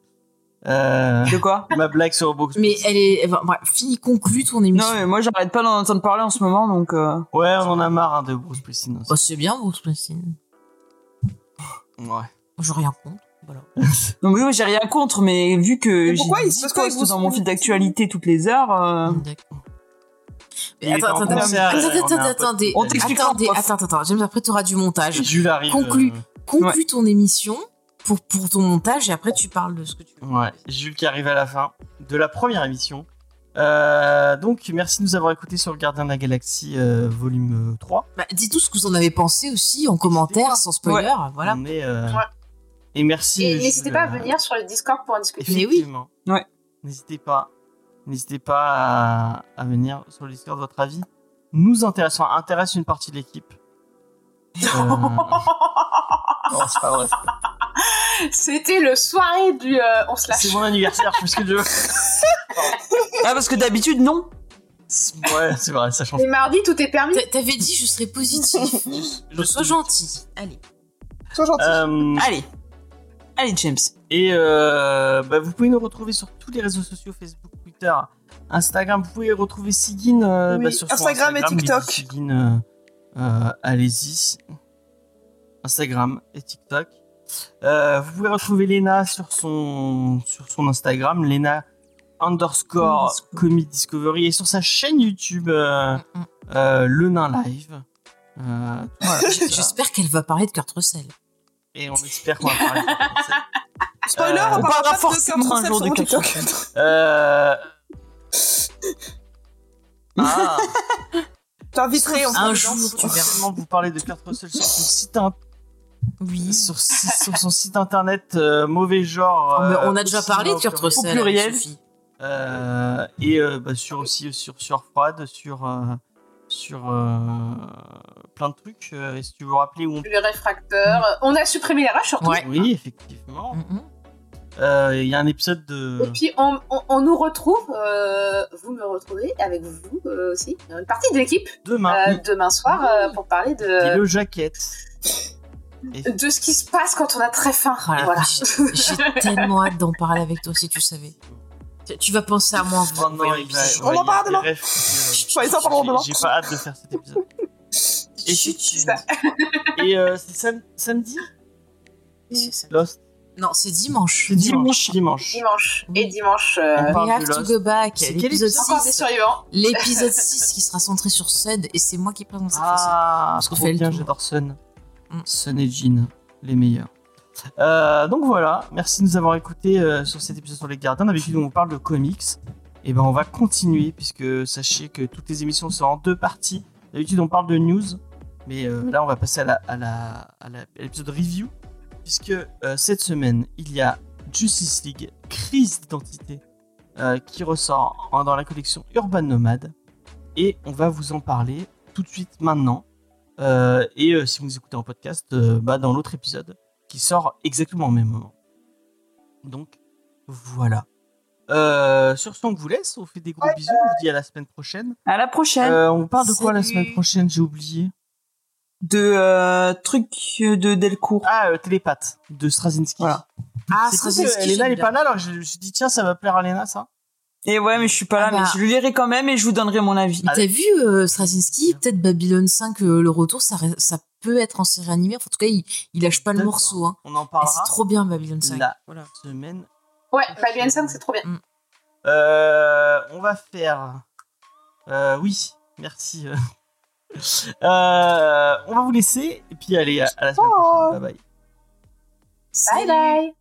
B: Euh,
D: de quoi
B: ma blague sur Bruce.
C: Mais
B: Springsteen.
C: elle est. enfin, bref, fini, conclue ton émission.
D: Non, mais moi j'arrête pas d'en entendre parler en ce moment, donc. euh,
B: Ouais, on en a marre hein, de Bruce Springsteen.
C: Bah, c'est bien, Bruce Springsteen. Oh.
B: Ouais.
C: J'ai rien contre. Voilà.
D: Non, mais oui, j'ai rien contre, mais vu que
F: Mais
D: j'ai
F: pourquoi il se
D: dix
F: passe quoi avec
D: posts
F: Bruce
D: dans mon fil d'actualité toutes les heures, euh,
C: D'accord.
B: Il
C: Mais
B: était
C: Attends,
B: en
C: attends,
B: concert,
C: attends,
B: euh, on a
C: attends,
B: un pote.
C: attendez.
D: On t'expliquera en
C: Attendez,
D: prof.
C: attends, attends. James, après, t'auras du montage.
B: Jules arrive.
C: Conclu.
B: euh,
C: Ah, Conclue ton émission pour, pour ton montage et après, tu parles de ce que tu veux.
B: euh, ouais, Jules qui arrive à la fin de la première émission. Euh, donc, merci de nous avoir écoutés sur le Gardien de la Galaxie euh, volume 3.
C: Bah, dis tout ce que vous en avez pensé aussi en commentaire, sans spoiler. Voilà.
B: On est, euh,
E: Ouais.
B: Et merci.
E: Et
B: Jules. euh,
E: n'hésitez pas à venir sur le Discord pour en discuter. (laughs)
C: Mais oui.
B: Effectivement.
D: Ouais.
B: N'hésitez pas. N'hésitez pas à, à venir sur le Discord votre avis. Nous intéressons, intéresse une partie de (laughs) l'équipe. Euh, non, Oh, c'est pas vrai.
E: C'était le soirée du euh, on se lâche.
B: C'est mon anniversaire, je fais ce que je veux. (laughs)
D: Ah, parce que d'habitude, non.
B: C'est- Ouais, c'est vrai, ça change.
E: Les mardis, tout est permis.
C: T'a- T'avais dit, je serais positif.
B: Je
C: Sois gentil. Allez.
F: Sois gentil.
B: Euh,
D: Allez. Allez, James.
B: Et euh, bah, vous pouvez nous retrouver sur tous les réseaux sociaux Facebook, Twitter, Instagram. Vous pouvez retrouver Sigyn euh,
F: Oui,
B: bah, sur son
F: Instagram et TikTok.
B: mais Sigyn, euh, euh, allez-y. Instagram et TikTok. Euh, vous pouvez retrouver Lena sur son, sur son Instagram, Lena underscore
D: Underscore.
B: comic discovery, et sur sa chaîne YouTube, euh,
C: Mm, mm.
B: euh, Le Nain Live. Euh,
F: (laughs)
B: voilà, c'est ça.
C: J'espère qu'elle va parler de Kurt Russell.
B: et on espère qu'on va parler de français.
F: (laughs)
B: euh,
F: Spoiler, on
D: on
F: parlera
D: parlera
F: pas de
D: forcément
F: Kurt
D: un
F: Russell
D: jour
F: sur
D: de
F: mon
D: Kurt
F: TikTok.
B: Euh... Ah,
F: T'inviterai, on se
C: Un
F: met
C: jour,
F: dedans.
C: tu verras.
B: forcément, vous parlez de Kurt Russell sur son site, in-
C: Oui.
B: sur, si- sur son site internet euh, mauvais genre.
C: Oh, mais
B: euh,
C: on a déjà
B: cinéma
C: parlé de
B: au
C: Kurt
B: pluriel.
C: Russell.
D: Au pluriel.
C: Sophie.
B: Euh, et euh, bah, sur aussi sur sur froide, sur euh, sur euh, plein de trucs. euh, Est-ce que tu veux rappeler où on
E: Le réfracteur. euh, On a supprimé les rats surtout.
C: Ouais.
B: Oui, effectivement.
C: Mm, mm.
B: Euh, Il y a un épisode
E: Et
B: de.
E: puis on, on- on nous retrouve, euh, vous me retrouvez avec vous euh, aussi, une partie de l'équipe
F: Euh,
B: Demain,
E: euh, demain soir euh, pour parler
B: qui est
E: de
B: le jaquette.
E: de ce qui se passe quand on a très faim.
C: Oh la
E: voilà.
C: vache,
B: (laughs)
C: J'ai tellement hâte d'en parler avec toi si tu savais. Tu- Tu vas penser à moi en
B: Oh non,
C: voyant
B: il va-
C: l'épisode.
F: On en
B: ouais, il-
F: parle
B: il
F: demain.
B: rêve que-
F: Enfin, ils en parleront
B: J'ai-
F: demain.
B: euh, J'ai pas hâte de faire cet épisode. Et,
C: Chut,
B: c'est-
C: chut.
B: et, euh, c'est sam- samedi
E: C'est ça.
B: Lost.
C: Non, c'est dimanche.
B: Dimanche. Dimanche.
E: Dimanche.
C: Oui.
E: Et dimanche, euh,
B: On parle
C: We
B: de
C: have to
B: Lost.
C: go back,
B: C'est quel
C: l'épisode
B: épisode
E: encore des
C: 6.
E: survivants.
B: (laughs)
C: L'épisode 6 qui sera centré sur Sud et c'est moi qui présente cette fois-ci.
B: Ah,
C: Parce qu'on
B: trop
C: fait le
B: bien,
C: tour.
B: j'adore Sun.
C: Mm.
B: Sun et Jean, les meilleurs. Euh, donc voilà, merci de nous avoir écoutés euh, sur cet épisode sur les gardiens. D'habitude, on vous parle de comics. Et ben, on va continuer puisque sachez que toutes les émissions sont en deux parties. D'habitude, on parle de news, mais
C: Mm.
B: euh, là, on va passer à la à la- à la- à l'épisode review puisque euh, cette semaine, il y a Justice League Crise d'identité euh, qui ressort en- dans la collection Urban Nomad et on va vous en parler tout de suite maintenant. Euh, et euh, si vous nous écoutez en podcast, euh, bah, dans l'autre épisode qui sort exactement au même moment. Donc voilà. Euh, sur ce, on vous laisse. On vous fait des gros bisous. On vous dit à la semaine prochaine.
D: À la prochaine.
B: Euh, on parle de quoi la
C: Salut.
B: semaine prochaine J'ai oublié.
D: De euh, truc de Delcourt.
B: Ah, euh, Télépathe de Straczynski.
D: Voilà.
C: Ah,
B: C'est
C: ça
B: cool que Elena n'est pas là, alors je je me suis dit, tiens, ça va plaire à Elena ça.
D: Et ouais, mais je suis pas là,
C: Ah bah.
D: mais je le lirai quand même et je vous donnerai mon avis.
C: Mais t'as vu euh, Straczynski, peut-être Babylone 5, euh, le retour, ça, re- ça peut être en série animée. Enfin, en tout cas, il, il lâche pas le
B: D'accord.
C: morceau. Hein.
B: On en
C: Et
B: parlera
C: C'est trop bien Babylone 5.
B: la semaine
E: Ouais, Fabienne 5, c'est trop bien.
B: Euh, on va faire. Euh, oui, merci. (laughs) euh. Euh, on va vous laisser et puis allez à, à la semaine prochaine. Bye bye.
E: Bye bye.